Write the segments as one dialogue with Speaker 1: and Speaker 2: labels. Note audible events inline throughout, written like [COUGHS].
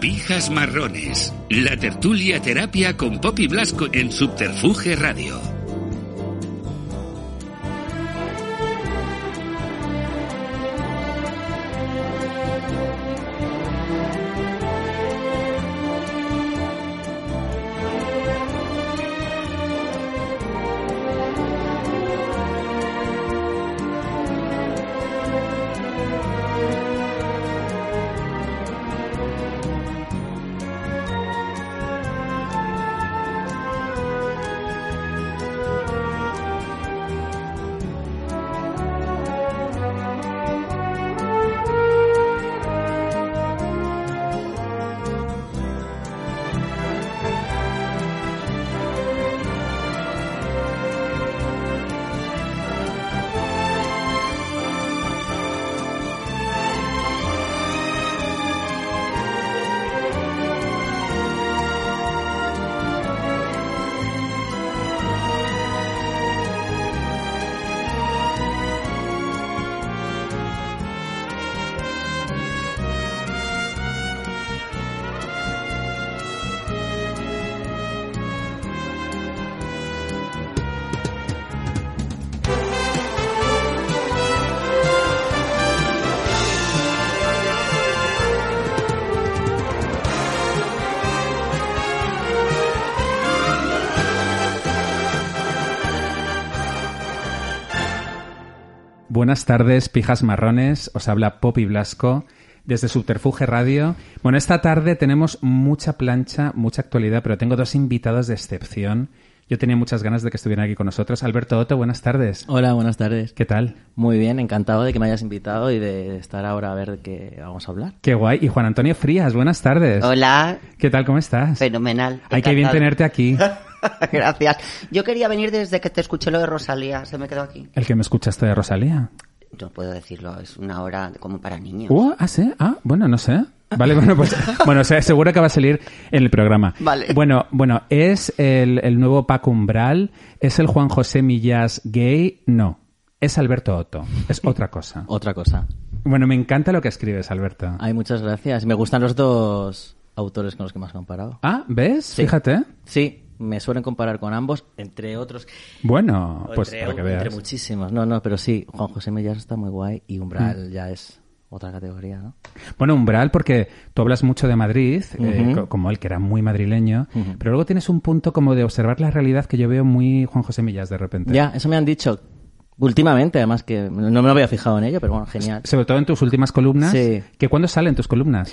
Speaker 1: Pijas Marrones, la tertulia terapia con Poppy Blasco en Subterfuge Radio.
Speaker 2: Buenas tardes, pijas marrones. Os habla Poppy Blasco desde Subterfuge Radio. Bueno, esta tarde tenemos mucha plancha, mucha actualidad, pero tengo dos invitados de excepción. Yo tenía muchas ganas de que estuvieran aquí con nosotros. Alberto Otto, buenas tardes.
Speaker 3: Hola, buenas tardes.
Speaker 2: ¿Qué tal?
Speaker 3: Muy bien, encantado de que me hayas invitado y de estar ahora a ver de qué vamos a hablar.
Speaker 2: Qué guay. Y Juan Antonio Frías, buenas tardes.
Speaker 4: Hola.
Speaker 2: ¿Qué tal? ¿Cómo estás?
Speaker 4: Fenomenal.
Speaker 2: Ay, qué bien
Speaker 4: Encantado.
Speaker 2: tenerte aquí.
Speaker 4: [LAUGHS] Gracias. Yo quería venir desde que te escuché lo de Rosalía, se me quedó aquí.
Speaker 2: El que me escuchaste de Rosalía.
Speaker 4: No puedo decirlo, es una hora como para niños.
Speaker 2: Uh, ah, sí. Ah, bueno, no sé. Vale, bueno, pues bueno, se- seguro que va a salir en el programa.
Speaker 4: Vale.
Speaker 2: Bueno, bueno, es el, el nuevo Paco Umbral, es el Juan José Millás gay, no, es Alberto Otto, es otra cosa.
Speaker 3: Otra cosa.
Speaker 2: Bueno, me encanta lo que escribes, Alberto.
Speaker 3: Ah. Ay, muchas gracias. Me gustan los dos autores con los que más has comparado.
Speaker 2: Ah, ¿ves? Fíjate.
Speaker 3: Sí, me suelen comparar con ambos, entre otros.
Speaker 2: Bueno,
Speaker 3: o
Speaker 2: pues
Speaker 3: entre,
Speaker 2: para que
Speaker 3: entre
Speaker 2: veas.
Speaker 3: muchísimos. No, no, pero sí, Juan José Mellar está muy guay y Umbral ya es otra categoría, ¿no?
Speaker 2: Bueno, umbral, porque tú hablas mucho de Madrid, eh, co- como él, que era muy madrileño, pero luego tienes un punto como de observar la realidad que yo veo muy Juan José Millás de repente.
Speaker 3: Ya, eso me han dicho últimamente, además que no me había fijado en ello, pero bueno, genial.
Speaker 2: Sobre todo en tus últimas columnas.
Speaker 3: Sí.
Speaker 2: ¿Que cuándo salen tus columnas?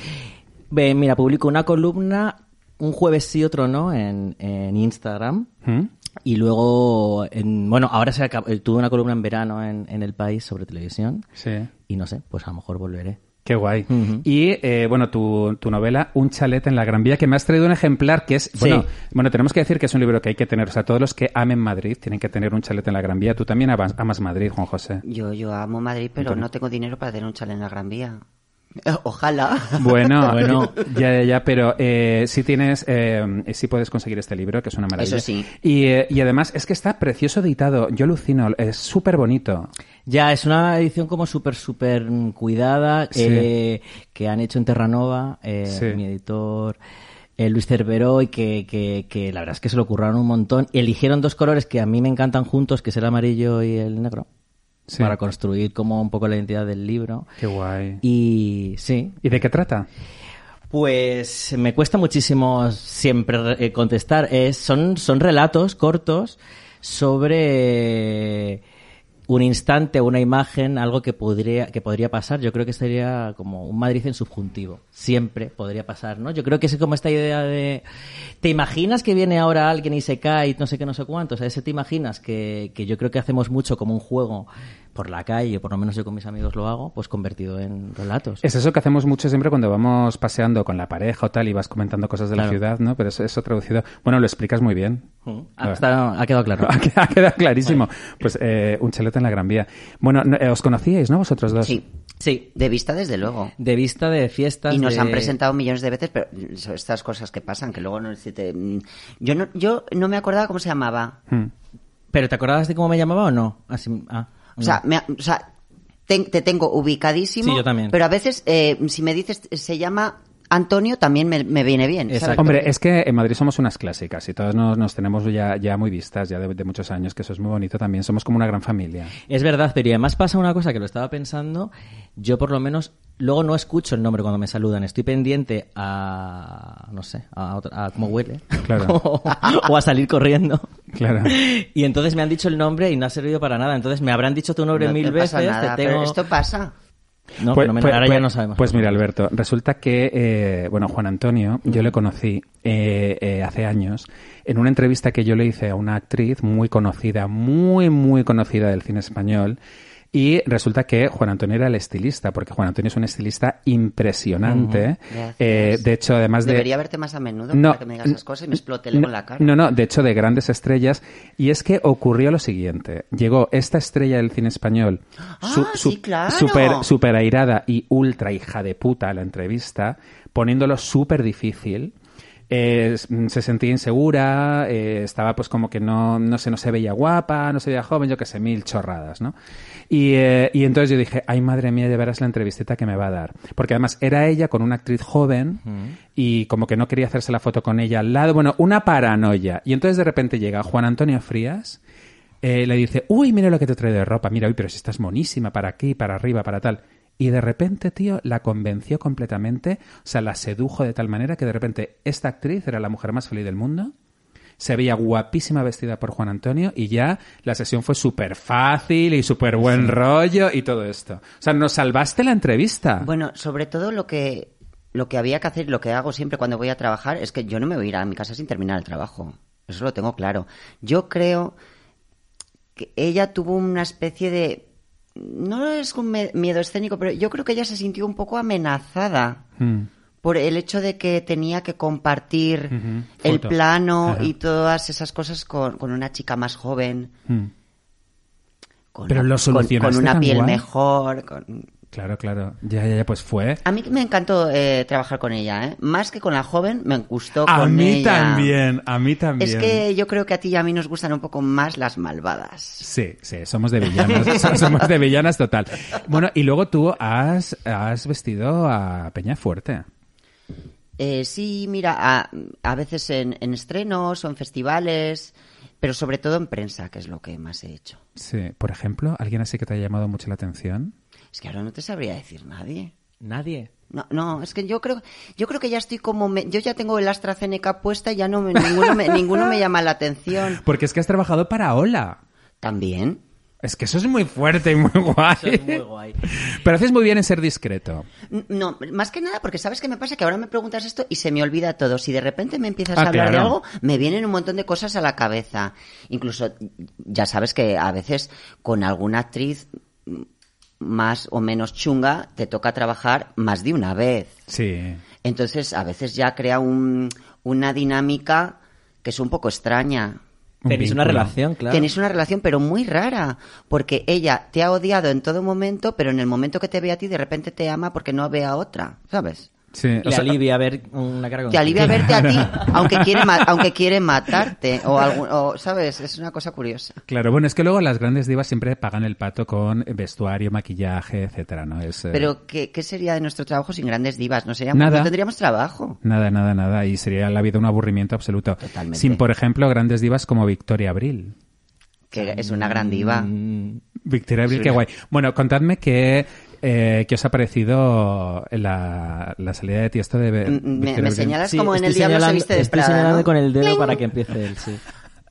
Speaker 3: Ve, mira, publico una columna un jueves sí, otro no, en, en Instagram.
Speaker 2: ¿Mm?
Speaker 3: Y luego, en, bueno, ahora se acab- eh, tuve una columna en verano en, en El País sobre televisión.
Speaker 2: Sí.
Speaker 3: Y no sé, pues a lo mejor volveré.
Speaker 2: Qué guay. Y eh, bueno, tu, tu novela Un chalet en la Gran Vía, que me has traído un ejemplar que es. Bueno, bueno, tenemos que decir que es un libro que hay que tener. O sea, todos los que amen Madrid tienen que tener un chalet en la Gran Vía. Tú también amas, amas Madrid, Juan José.
Speaker 4: Yo, yo amo Madrid, pero no tengo dinero para tener un chalet en la Gran Vía. [LAUGHS] Ojalá.
Speaker 2: [LAUGHS] Bueno, bueno, ya, ya, ya, pero eh, sí tienes, eh, sí puedes conseguir este libro, que es una maravilla.
Speaker 4: Eso sí.
Speaker 2: Y, eh, y además es que está precioso editado. Yo alucino, es súper bonito.
Speaker 3: Ya, es una edición como súper, súper mm, cuidada
Speaker 2: Sí.
Speaker 3: eh, que han hecho en Terranova, eh,
Speaker 2: Sí.
Speaker 3: mi editor eh, Luis Cerveró, y que, que, que la verdad es que se lo curraron un montón. Eligieron dos colores que a mí me encantan juntos, que es el amarillo y el negro,
Speaker 2: Sí.
Speaker 3: para construir como un poco la identidad del libro.
Speaker 2: Qué guay. ¿Y,
Speaker 3: Y sí,
Speaker 2: de qué trata?
Speaker 3: Pues me cuesta muchísimo siempre eh, contestar. Eh, son, son relatos cortos sobre un instante, una imagen, algo que podría, que podría pasar. Yo creo que sería como un Madrid en subjuntivo. Siempre podría pasar, ¿no? Yo creo que es como esta idea de... ¿Te imaginas que viene ahora alguien y se cae y no sé qué, no sé cuánto? O sea, ese te imaginas que, que yo creo que hacemos mucho como un juego por la calle, o por lo menos yo con mis amigos lo hago, pues convertido en relatos.
Speaker 2: Es eso que hacemos mucho siempre cuando vamos paseando con la pareja o tal y vas comentando cosas de la
Speaker 3: Claro.
Speaker 2: ciudad, ¿no? Pero eso, eso traducido. Bueno, lo explicas muy bien.
Speaker 3: Ah, está- ha quedado claro.
Speaker 2: [LAUGHS] Ha quedado- ha quedado clarísimo. Pues eh, un chalet en la Gran Vía. Bueno, no- eh, os conocíais, ¿no? Vosotros dos.
Speaker 4: [LAUGHS] Sí,
Speaker 3: Sí,
Speaker 4: de vista desde luego.
Speaker 3: de vista de fiestas.
Speaker 4: Y nos
Speaker 3: de-
Speaker 4: han presentado millones de veces, pero son estas cosas que pasan, que luego no se te- mm, Yo no, yo no me acordaba cómo se llamaba.
Speaker 2: Hmm.
Speaker 3: ¿Pero te acordabas de cómo me llamaba o no? Así, ah,
Speaker 4: O sea, me- o sea, te, te tengo ubicadísimo.
Speaker 3: Sí, yo también.
Speaker 4: Pero a veces, eh, si me dices, se llama Antonio también me, me viene bien. ¿sabes?
Speaker 3: Exacto.
Speaker 2: Hombre, es que en Madrid somos unas clásicas y todas nos, nos tenemos ya, ya muy vistas, ya de, de muchos años, que eso es muy bonito también. Somos como una gran familia.
Speaker 3: Es verdad, pero y además pasa una cosa que lo estaba pensando. Yo, por lo menos, luego no escucho el nombre cuando me saludan. Estoy pendiente a. No sé, a, otra- a cómo huele.
Speaker 2: Claro.
Speaker 3: o, [LAUGHS] o a salir corriendo.
Speaker 2: Claro.
Speaker 3: Y entonces me han dicho el nombre y no ha servido para nada. Entonces me habrán dicho tu nombre
Speaker 4: No
Speaker 3: mil
Speaker 4: te
Speaker 3: veces.
Speaker 4: pasa nada,
Speaker 3: te tengo...
Speaker 4: pero esto pasa.
Speaker 3: No, fenomenal, ahora ya no sabemos.
Speaker 2: Pues mira, Alberto, resulta que, eh, bueno, Juan Antonio, yo le conocí eh, eh, hace años en una entrevista que yo le hice a una actriz muy conocida, muy, muy conocida del cine español. Y resulta que Juan Antonio era el estilista, porque Juan Antonio es un estilista impresionante.
Speaker 4: Gracias.
Speaker 2: Eh, de hecho, además de...
Speaker 4: Debería verte más a menudo para que me digas esas cosas y me explote
Speaker 2: no,
Speaker 4: luego en la cara.
Speaker 2: No, no, de hecho de grandes estrellas. Y es que ocurrió lo siguiente. Llegó esta estrella del cine español,
Speaker 4: Ah, sí, claro.
Speaker 2: super, super airada y ultra hija de puta a la entrevista, poniéndolo súper difícil. Eh, s- mm, se sentía insegura, eh, estaba pues como que no, no sé, no se veía guapa, no se veía joven, yo qué sé, mil chorradas, ¿no? Y, eh, y entonces yo dije, ay madre mía, ya verás la entrevistita que me va a dar. Porque además era ella con una actriz joven y como que no quería hacerse la foto con ella al lado, bueno, una paranoia. Y entonces de repente llega Juan Antonio Frías, eh, le dice, uy, mira lo que te trae de ropa, mira, uy, pero si estás monísima, para aquí, para arriba, para tal. Y de repente, tío, la convenció completamente, o sea, la sedujo de tal manera que de repente esta actriz era la mujer más feliz del mundo, se veía guapísima vestida por Juan Antonio y ya la sesión fue súper fácil y súper buen rollo y todo esto. O sea, nos salvaste la entrevista.
Speaker 4: Bueno, sobre todo lo que lo que había que hacer, lo que hago siempre cuando voy a trabajar es que yo no me voy a ir a mi casa sin terminar el trabajo. Eso lo tengo claro. Yo creo que ella tuvo una especie de no es un me- miedo escénico, pero yo creo que ella se sintió un poco amenazada
Speaker 2: Mm.
Speaker 4: por el hecho de que tenía que compartir
Speaker 2: Ujú,
Speaker 4: el
Speaker 2: foto.
Speaker 4: plano
Speaker 2: Ajá.
Speaker 4: y todas esas cosas con, con una chica más joven,
Speaker 2: Mm.
Speaker 4: con,
Speaker 2: Pero
Speaker 4: una-
Speaker 2: lo
Speaker 4: con- con,
Speaker 2: solucionaste
Speaker 4: una
Speaker 2: tan
Speaker 4: piel
Speaker 2: guay.
Speaker 4: mejor, con,
Speaker 2: Claro, claro. Ya, ya, ya, pues fue.
Speaker 4: A mí me encantó eh, trabajar con ella, ¿eh? Más que con la joven, me gustó
Speaker 2: A
Speaker 4: con
Speaker 2: mí
Speaker 4: ella.
Speaker 2: también, a mí también.
Speaker 4: Es que yo creo que a ti y a mí nos gustan un poco más las malvadas.
Speaker 2: Sí, sí, somos de villanas, [LAUGHS] so- somos de villanas total. Bueno, y luego tú has, has vestido a Peña Fuerte.
Speaker 4: Eh, sí, mira, a, a veces en, en estrenos o en festivales, pero sobre todo en prensa, que es lo que más he hecho.
Speaker 2: Sí, por ejemplo, ¿alguien así que te haya llamado mucho la atención?
Speaker 4: Es que ahora no te sabría decir nadie.
Speaker 2: [LAUGHS]
Speaker 3: Nadie.
Speaker 4: No, no, es que yo creo, yo creo que ya estoy como, me- yo ya tengo el AstraZeneca puesta, y ya no me- ninguno me, [LAUGHS] ninguno me llama la atención.
Speaker 2: Porque es que has trabajado para Hola.
Speaker 4: También,
Speaker 2: Es que eso es muy fuerte y muy guay.
Speaker 3: Eso es muy guay.
Speaker 2: Pero haces muy bien en ser discreto.
Speaker 4: No, más que nada porque sabes qué me pasa que ahora me preguntas esto y se me olvida todo. Si de repente me empiezas
Speaker 2: Ah,
Speaker 4: a hablar de
Speaker 2: claro.
Speaker 4: algo, me vienen un montón de cosas a la cabeza. Incluso ya sabes que a veces con alguna actriz mm, más o menos chunga te toca trabajar más de una vez.
Speaker 2: Sí.
Speaker 4: Entonces a veces ya crea un- una dinámica que es un poco extraña.
Speaker 2: Un
Speaker 3: Tenéis una
Speaker 2: vínculo.
Speaker 3: relación, claro.
Speaker 4: Tenéis una relación, pero muy rara, porque ella te ha odiado en todo momento, pero en el momento que te ve a ti, de repente te ama porque no ve a otra, ¿sabes?
Speaker 2: Sí.
Speaker 3: Le
Speaker 2: [LAUGHS] o sea,
Speaker 3: alivia ver una cara con
Speaker 4: Te alivia
Speaker 3: [LAUGHS]
Speaker 4: verte a ti, aunque quiere, ma- aunque quiere matarte, o, algún- o, ¿sabes? Es una cosa curiosa.
Speaker 2: Claro, bueno, es que luego las grandes divas siempre pagan el pato con vestuario, maquillaje, etcétera, ¿no? Es, eh,
Speaker 4: Pero, ¿qué, qué sería de nuestro trabajo sin grandes divas? No, seríamos,
Speaker 2: Nada.
Speaker 4: no tendríamos trabajo.
Speaker 2: Nada, nada, nada. Y sería la vida un aburrimiento absoluto.
Speaker 4: Totalmente.
Speaker 2: Sin, por ejemplo, grandes divas como Victoria Abril.
Speaker 4: Que es una gran diva.
Speaker 3: Mm,
Speaker 2: Victoria Abril,
Speaker 4: Sí.
Speaker 2: qué guay. Bueno, contadme qué, eh, qué os ha parecido la, la salida de tiesto de Be-
Speaker 4: Mm, Me-
Speaker 2: Victoria
Speaker 4: me
Speaker 2: Abril.
Speaker 4: señalas- Es
Speaker 3: sí,
Speaker 4: como en
Speaker 3: estoy
Speaker 4: el diablo se
Speaker 3: señalando-
Speaker 4: viste de
Speaker 3: Estoy
Speaker 4: Prada,
Speaker 3: señalando
Speaker 4: ¿no?
Speaker 3: con el dedo
Speaker 4: ¡Cling!
Speaker 3: para que empiece él, sí.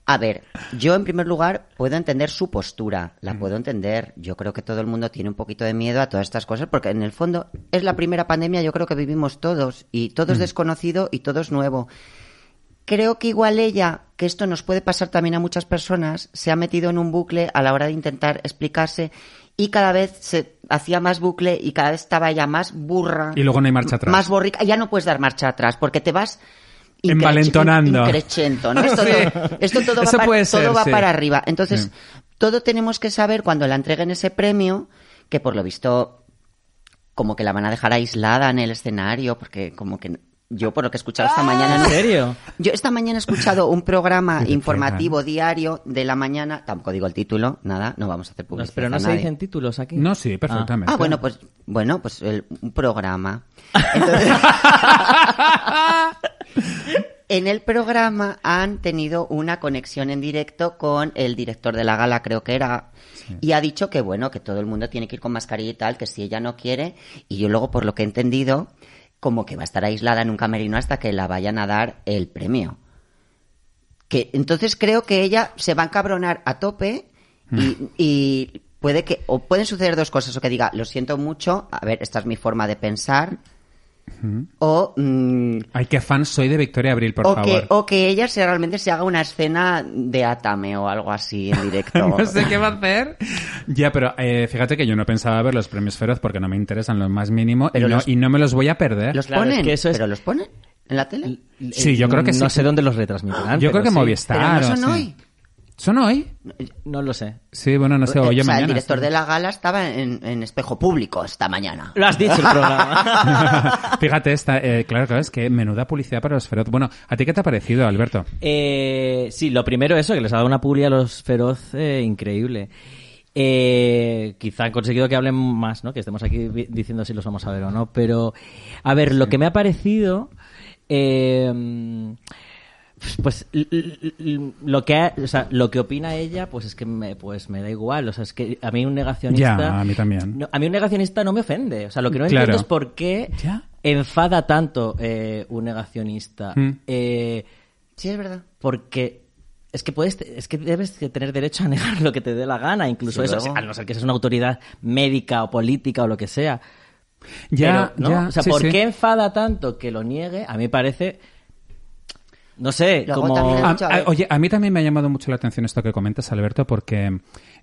Speaker 4: A ver, yo en primer lugar puedo entender su postura, la puedo entender. Yo creo que todo el mundo tiene un poquito de miedo a todas estas cosas porque en el fondo es la primera pandemia, yo creo que vivimos todos y todo es desconocido y todo es nuevo. Creo que igual ella, que esto nos puede pasar también a muchas personas, se ha metido en un bucle a la hora de intentar explicarse y cada vez se hacía más bucle y cada vez estaba ella más burra.
Speaker 2: Y luego no hay marcha atrás.
Speaker 4: Más borrica. Ya no puedes dar marcha atrás porque te vas... increch-
Speaker 2: Envalentonando. [LAUGHS]
Speaker 4: increchento, ¿no? Esto,
Speaker 2: Sí.
Speaker 4: todo, esto todo va,
Speaker 2: Eso
Speaker 4: para,
Speaker 2: puede ser,
Speaker 4: todo va
Speaker 2: sí.
Speaker 4: para arriba. Entonces,
Speaker 2: Sí.
Speaker 4: todo tenemos que saber cuando la entreguen ese premio, que por lo visto como que la van a dejar aislada en el escenario, porque como que Yo, por lo que he escuchado esta mañana.
Speaker 3: ¿En
Speaker 4: no- [LAUGHS]
Speaker 3: serio?
Speaker 4: Yo esta mañana he escuchado un programa
Speaker 2: Qué
Speaker 4: informativo diario de la mañana. Tampoco digo el título, nada, no vamos a hacer
Speaker 3: No,
Speaker 4: publicidad.
Speaker 3: pero no
Speaker 4: a
Speaker 3: se
Speaker 4: nadie.
Speaker 3: dicen títulos aquí.
Speaker 2: No, sí, perfectamente.
Speaker 4: Ah, bueno, pues, bueno, pues el- un programa. Entonces- en el programa han tenido una conexión en directo con el director de la gala, creo que era, y ha dicho que bueno, que todo el mundo tiene que ir con mascarilla y tal, que si ella no quiere, y yo luego por lo que he entendido, como que va a estar aislada en un camerino hasta que la vayan a dar el premio. Que entonces creo que ella se va a encabronar a tope
Speaker 2: Mm.
Speaker 4: y, y puede que, o pueden suceder dos cosas, o que diga, lo siento mucho, a ver, esta es mi forma de pensar, o mm,
Speaker 2: Ay, qué fan soy de Victoria Abril, por
Speaker 4: o
Speaker 2: favor.
Speaker 4: Que, o que ella se, realmente se haga una escena de Atame o algo así en
Speaker 2: [LAUGHS]
Speaker 4: directo.
Speaker 2: [LAUGHS] No sé qué va a hacer. Ya, pero eh, fíjate que yo no pensaba ver los premios Feroz porque no me interesan lo más mínimo y
Speaker 4: Pero
Speaker 2: no,
Speaker 4: los-
Speaker 2: y no me los voy a perder.
Speaker 4: [LAUGHS] ¿Los
Speaker 3: Claro,
Speaker 4: ponen?
Speaker 3: es que eso es-
Speaker 4: ¿Pero los ponen en la tele?
Speaker 2: Sí, yo creo que
Speaker 3: Ah, eh, No
Speaker 2: sí.
Speaker 3: sé dónde los retransmitirán.
Speaker 2: Yo creo
Speaker 3: pero
Speaker 2: que
Speaker 3: sí.
Speaker 2: Movistar.
Speaker 4: Pero no son
Speaker 2: o sí.
Speaker 4: hoy.
Speaker 2: ¿Son hoy?
Speaker 3: No lo sé.
Speaker 2: Sí, bueno, no sé,
Speaker 4: Eh, o
Speaker 2: hoy
Speaker 4: sea,
Speaker 2: o mañana.
Speaker 4: el director
Speaker 2: sí.
Speaker 4: de la gala estaba en, en espejo público esta mañana.
Speaker 3: Lo has dicho el programa.
Speaker 2: [LAUGHS] [LAUGHS] Fíjate, esta, eh, claro, claro, es que menuda publicidad para los feroz. Bueno, ¿a ti qué te ha parecido, Alberto?
Speaker 3: Eh, sí, lo primero eso, que les ha dado una pulia a los feroz eh, increíble. Eh, quizá han conseguido que hablen más, ¿no? Que estemos aquí vi- diciendo si los vamos a ver o no. Pero, a ver, lo que me ha parecido... eh, pues l- l- l- lo que ha- o sea, lo que opina ella pues es que me, pues me da igual o sea es que a mí un negacionista
Speaker 2: Ya, a mí también.
Speaker 3: no- a mí un negacionista no me ofende o sea lo que no
Speaker 2: Claro.
Speaker 3: entiendo es por qué
Speaker 2: Ya.
Speaker 3: enfada tanto eh, un negacionista
Speaker 2: Mm.
Speaker 3: Eh,
Speaker 4: Sí, es verdad.
Speaker 3: porque es que puedes es que debes de tener derecho a negar lo que te dé la gana incluso
Speaker 4: Sí,
Speaker 3: eso
Speaker 4: luego.
Speaker 3: a no ser que seas una autoridad médica o política o lo que sea
Speaker 2: Ya,
Speaker 3: Pero, ¿no?
Speaker 2: ya.
Speaker 3: o sea
Speaker 2: sí,
Speaker 3: por
Speaker 2: sí.
Speaker 3: qué enfada tanto que lo niegue a mí me parece no sé
Speaker 4: Luego
Speaker 3: como
Speaker 4: también-
Speaker 2: A-
Speaker 4: Mucho, a
Speaker 2: a-
Speaker 4: ver.
Speaker 2: Ah, oye, a mí también me ha llamado mucho la atención esto que comentas, Alberto, porque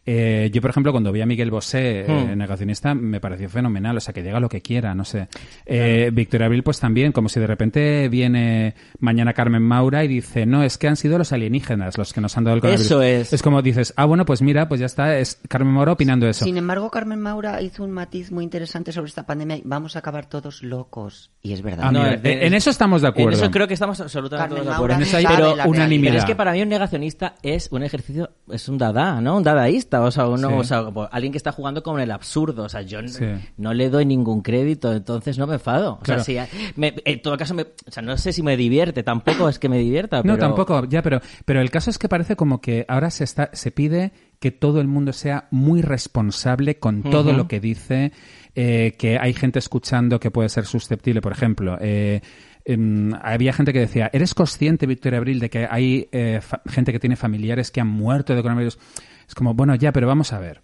Speaker 2: eh, yo, por ejemplo, cuando vi a Miguel Bosé, eh,
Speaker 3: Hmm.
Speaker 2: negacionista, me pareció fenomenal, o sea, que llega lo que quiera, no sé. Eh, Victoria Abril, pues también, como si de repente viene mañana Carmen Maura y dice, no, es que han sido los alienígenas los que nos han dado el coronavirus.
Speaker 3: Eso es.
Speaker 2: Es como dices, ah, bueno, pues mira, pues ya está, es Carmen Maura opinando eso.
Speaker 4: Sin embargo, Carmen Maura hizo un matiz muy interesante sobre esta pandemia. y Vamos a acabar todos locos. Y es verdad.
Speaker 2: Ah,
Speaker 3: No,
Speaker 2: mira,
Speaker 3: es de-
Speaker 2: en- en eso estamos de acuerdo.
Speaker 3: En eso creo que estamos absolutamente
Speaker 4: Carmen
Speaker 3: todos de acuerdo.
Speaker 4: Maura
Speaker 2: En eso hay
Speaker 4: sabe
Speaker 2: pero
Speaker 4: la realidad.
Speaker 2: unanimidad.
Speaker 3: Pero es que para mí un negacionista es un ejercicio, es un dada, ¿no? Un dadaísta, o sea, uno,
Speaker 2: Sí.
Speaker 3: o sea, como alguien que está jugando con el absurdo, o sea, yo n-
Speaker 2: Sí.
Speaker 3: no le doy ningún crédito, entonces no me enfado. O sea,
Speaker 2: Claro.
Speaker 3: si a- me- en todo caso, me, o sea, no sé si me divierte, tampoco es que me divierta,
Speaker 2: No,
Speaker 3: pero-
Speaker 2: tampoco, ya, pero, pero el caso es que parece como que ahora se, está, se pide que todo el mundo sea muy responsable con todo
Speaker 3: Ujú.
Speaker 2: lo que dice, eh, que hay gente escuchando que puede ser susceptible, por ejemplo. eh, em, había gente que decía, ¿eres consciente, Victoria Abril, de que hay eh, fa- gente que tiene familiares que han muerto de coronavirus? Es como, bueno, ya, pero vamos a ver.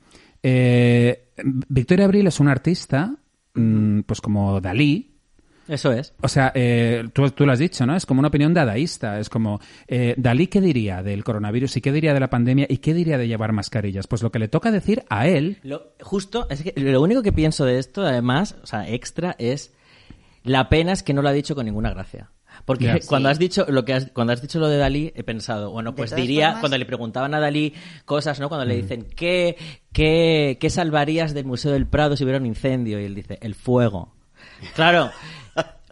Speaker 2: Eh, Victoria Abril es una artista, mm, pues como Dalí,
Speaker 3: Eso es.
Speaker 2: o sea, eh, tú, tú lo has dicho, ¿no? Es como una opinión dadaísta. Es como, eh, Dalí, ¿qué diría del coronavirus? ¿Y qué diría de la pandemia? ¿Y qué diría de llevar mascarillas? Pues lo que le toca decir a él.
Speaker 3: Lo, justo, es que lo único que pienso de esto, además, o sea, extra, es la pena es que no lo ha dicho con ninguna gracia. Porque
Speaker 2: Ya.
Speaker 3: cuando
Speaker 4: Sí.
Speaker 3: has dicho lo que has- cuando has dicho lo de Dalí, he pensado, bueno,
Speaker 4: De
Speaker 3: pues
Speaker 4: todas
Speaker 3: diría,
Speaker 4: formas-
Speaker 3: cuando le preguntaban a Dalí cosas, ¿no? Cuando
Speaker 2: Mm.
Speaker 3: le dicen, ¿qué, qué, ¿qué salvarías del Museo del Prado si hubiera un incendio? Y él dice, el fuego.
Speaker 2: [LAUGHS]
Speaker 3: Claro,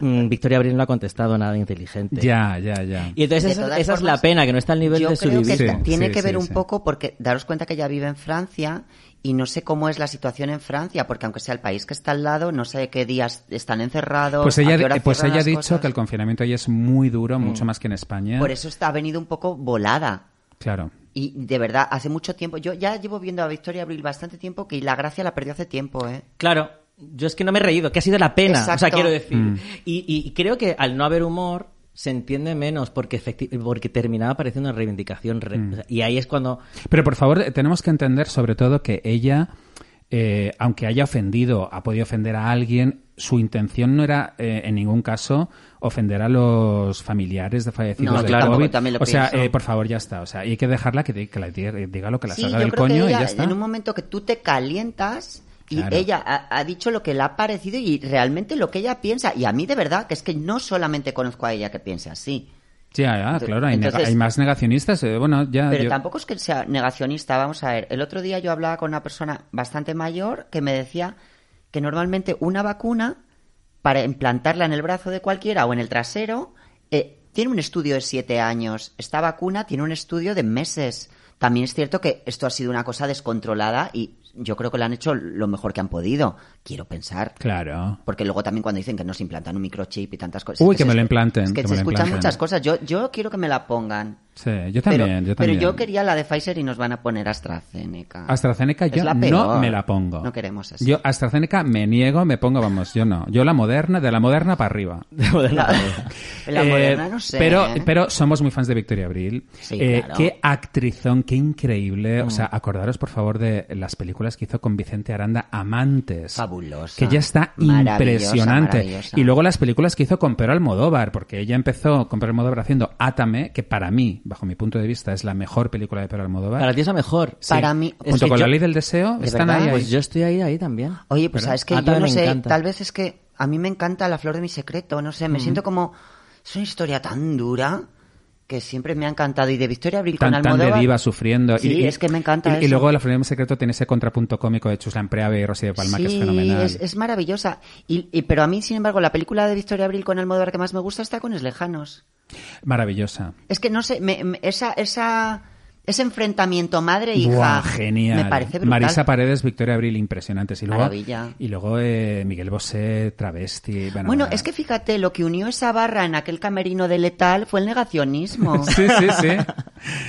Speaker 3: mm, Victoria Abril no ha contestado nada inteligente.
Speaker 2: Ya, ya, ya.
Speaker 3: Y entonces
Speaker 4: De
Speaker 3: esa,
Speaker 4: todas
Speaker 3: esa es la
Speaker 4: formas,
Speaker 3: pena, que no está al nivel
Speaker 4: yo
Speaker 3: de su
Speaker 4: creo que
Speaker 3: vivir.
Speaker 2: Sí,
Speaker 4: ta- tiene
Speaker 2: sí,
Speaker 4: que ver
Speaker 2: sí,
Speaker 4: un
Speaker 2: sí.
Speaker 4: poco porque daros cuenta que ella vive en Francia y no sé cómo es la situación en Francia, porque aunque sea el país que está al lado, no sé qué días están encerrados.
Speaker 2: Pues
Speaker 4: a qué hora
Speaker 2: ella, pues
Speaker 4: cierran
Speaker 2: ella ha
Speaker 4: las
Speaker 2: dicho
Speaker 4: cosas. Mm.
Speaker 2: que el confinamiento ahí es muy duro, mucho más que en España.
Speaker 4: Por eso está ha venido un poco volada.
Speaker 2: Claro.
Speaker 4: Y de verdad, hace mucho tiempo. Yo ya llevo viendo a Victoria Abril bastante tiempo que la gracia la perdió hace tiempo, ¿eh?
Speaker 3: Claro, yo es que no me he reído, que ha sido la pena. O sea,
Speaker 4: Exacto.
Speaker 3: quiero decir. Y, y creo que al no haber humor se entiende menos porque, efecti- porque terminaba pareciendo una reivindicación. re- o sea, y ahí es cuando. [LAUGHS]
Speaker 2: Pero por favor, eh, tenemos que entender sobre todo que ella, eh, aunque haya ofendido, ha podido ofender a alguien, su intención no era eh, en ningún caso ofender a los familiares de fallecidos
Speaker 4: No,
Speaker 2: del
Speaker 4: claro,
Speaker 2: COVID.
Speaker 4: también lo
Speaker 2: o sea,
Speaker 4: pienso.
Speaker 2: eh, por favor, ya está. O sea, y hay que dejarla que, di- que la di- diga lo que la
Speaker 4: Sí,
Speaker 2: salga
Speaker 4: yo
Speaker 2: del
Speaker 4: creo que
Speaker 2: coño y
Speaker 4: ella,
Speaker 2: ya está.
Speaker 4: en un momento que tú te calientas y
Speaker 2: Claro.
Speaker 4: ella ha, ha dicho lo que le ha parecido y realmente lo que ella piensa. Y a mí de verdad, que es que no solamente conozco a ella que piense así.
Speaker 2: Ya, ya,
Speaker 4: Entonces-
Speaker 2: claro, hay, nega-
Speaker 4: entonces-
Speaker 2: hay más negacionistas. eh, bueno, ya.
Speaker 4: Pero
Speaker 2: yo-
Speaker 4: tampoco es que sea negacionista, vamos a ver. El otro día yo hablaba con una persona bastante mayor que me decía que normalmente una vacuna para implantarla en el brazo de cualquiera o en el trasero, eh, tiene un estudio de siete años. Esta vacuna tiene un estudio de meses. También es cierto que esto ha sido una cosa descontrolada y yo creo que lo han hecho lo mejor que han podido. Quiero pensar.
Speaker 2: Claro.
Speaker 4: Porque luego también cuando dicen que nos implantan un microchip y tantas cosas.
Speaker 2: Uy,
Speaker 4: es
Speaker 2: que me
Speaker 4: se
Speaker 2: lo
Speaker 4: escu-
Speaker 2: implanten,
Speaker 4: Es
Speaker 2: que
Speaker 4: que,
Speaker 2: me
Speaker 4: se
Speaker 2: lo
Speaker 4: escuchan
Speaker 2: implanten.
Speaker 4: muchas cosas. Yo, yo quiero que me la pongan.
Speaker 2: Sí, yo también,
Speaker 4: pero,
Speaker 2: yo
Speaker 4: pero
Speaker 2: también.
Speaker 4: yo quería la de Pfizer y nos van a poner AstraZeneca.
Speaker 2: AstraZeneca
Speaker 4: Ah. Es
Speaker 2: yo
Speaker 4: la
Speaker 2: no
Speaker 4: peor.
Speaker 2: me la pongo.
Speaker 4: No queremos eso.
Speaker 2: Yo AstraZeneca me niego, me pongo, vamos, yo no. Yo la moderna, de la moderna para arriba. [LAUGHS]
Speaker 4: [LAUGHS] la, la
Speaker 2: Eh,
Speaker 4: Moderna no sé.
Speaker 2: Pero,
Speaker 4: ¿eh?
Speaker 2: pero somos muy fans de Victoria Abril.
Speaker 4: Sí,
Speaker 2: Eh,
Speaker 4: claro. Mm.
Speaker 2: Qué actrizón, qué increíble. O sea, acordaros, por favor, de las películas que hizo con Vicente Aranda, Amantes.
Speaker 4: Fabulosa.
Speaker 2: Que ya está
Speaker 4: Maravillosa,
Speaker 2: impresionante.
Speaker 4: maravillosa.
Speaker 2: Y luego las películas que hizo con Pedro Almodóvar, porque ella empezó con Pedro Almodóvar haciendo Átame, que para mí, bajo mi punto de vista, es la mejor película de Pedro Almodóvar.
Speaker 3: Para ti es la mejor.
Speaker 2: Sí.
Speaker 4: Para mí- pues,
Speaker 3: Es
Speaker 2: Junto
Speaker 3: que
Speaker 2: con
Speaker 3: yo-
Speaker 2: la ley del deseo,
Speaker 4: ¿De
Speaker 2: están
Speaker 4: verdad?
Speaker 2: ahí,
Speaker 3: Pues
Speaker 2: ahí.
Speaker 3: yo estoy ahí, ahí también.
Speaker 4: Oye, pues
Speaker 2: Pero-
Speaker 4: sabes que
Speaker 3: Ah,
Speaker 4: yo
Speaker 3: también
Speaker 4: no
Speaker 3: me
Speaker 4: sé,
Speaker 3: encanta.
Speaker 4: tal vez es que a mí me encanta la flor de mi secreto, no sé, me siento como es una historia tan dura que siempre me ha encantado y de Victoria Abril con
Speaker 2: Tan, tan de
Speaker 4: Almodóvar.
Speaker 2: diva sufriendo. Y-
Speaker 4: Sí,
Speaker 2: y,
Speaker 4: es que me encanta
Speaker 2: y- Y,
Speaker 4: eso.
Speaker 2: luego La Flor de Secreto tiene ese contrapunto cómico de Chuslan Preave y Rosy de Palma, que es
Speaker 4: Sí,
Speaker 2: fenomenal.
Speaker 4: es, es maravillosa. Y, y- pero a mí, sin embargo, la película de Victoria Abril con Almodóvar que más me gusta está con Lejanos.
Speaker 2: Maravillosa.
Speaker 4: Es que no sé, me- me- esa, esa, ese enfrentamiento madre e hija
Speaker 2: Buah, genial.
Speaker 4: me parece brutal.
Speaker 2: Marisa Paredes, Victoria Abril, impresionantes. Y luego,
Speaker 4: Maravilla.
Speaker 2: Y luego eh, Miguel Bosé, travesti. Bueno,
Speaker 4: Bueno,
Speaker 2: nada.
Speaker 4: es que fíjate, lo que unió esa barra en aquel camerino de Letal fue el negacionismo.
Speaker 2: [LAUGHS] [LAUGHS] sí, sí,
Speaker 4: [LAUGHS]
Speaker 2: sí.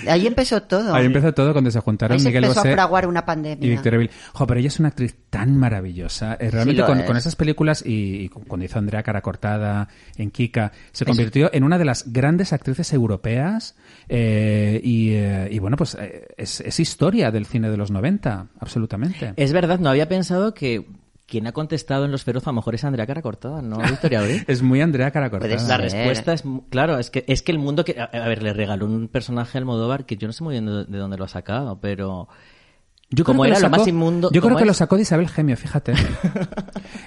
Speaker 4: Ahí empezó todo.
Speaker 2: Ahí empezó todo cuando se juntaron
Speaker 4: Ahí se
Speaker 2: Miguel
Speaker 4: empezó
Speaker 2: Bosé
Speaker 4: a fraguar una
Speaker 2: y
Speaker 4: pandemia.
Speaker 2: Victoria Abril. Jo, pero ella es una actriz tan maravillosa. Eh, Realmente
Speaker 4: lo
Speaker 2: con,
Speaker 4: es.
Speaker 2: con esas películas y, y con- cuando hizo Andrea Cara Cortada en Kika, se convirtió en una de las grandes actrices europeas. eh, y, eh, y bueno, pues eh, es, es historia del cine de los 90, absolutamente.
Speaker 3: Es verdad, no había pensado que quien ha contestado en Los Feroz a lo mejor es Andrea Cara Cortada, no Victoria
Speaker 4: [LAUGHS]
Speaker 3: Abril.
Speaker 2: Es muy Andrea Cara
Speaker 4: Puede
Speaker 2: Cortada.
Speaker 4: ser.
Speaker 3: La
Speaker 4: Joder.
Speaker 3: respuesta es, mu- claro, es que, es que el mundo que... A, a ver, le regaló un personaje al Modóvar que yo no sé muy bien de, de dónde lo ha sacado, pero...
Speaker 2: Yo creo
Speaker 3: como
Speaker 2: que
Speaker 3: era
Speaker 2: sacó-
Speaker 3: lo más inmundo...
Speaker 2: Yo creo
Speaker 3: como
Speaker 2: que lo
Speaker 3: es-
Speaker 2: sacó de Isabel Gemio,
Speaker 3: [LAUGHS]
Speaker 2: fíjate.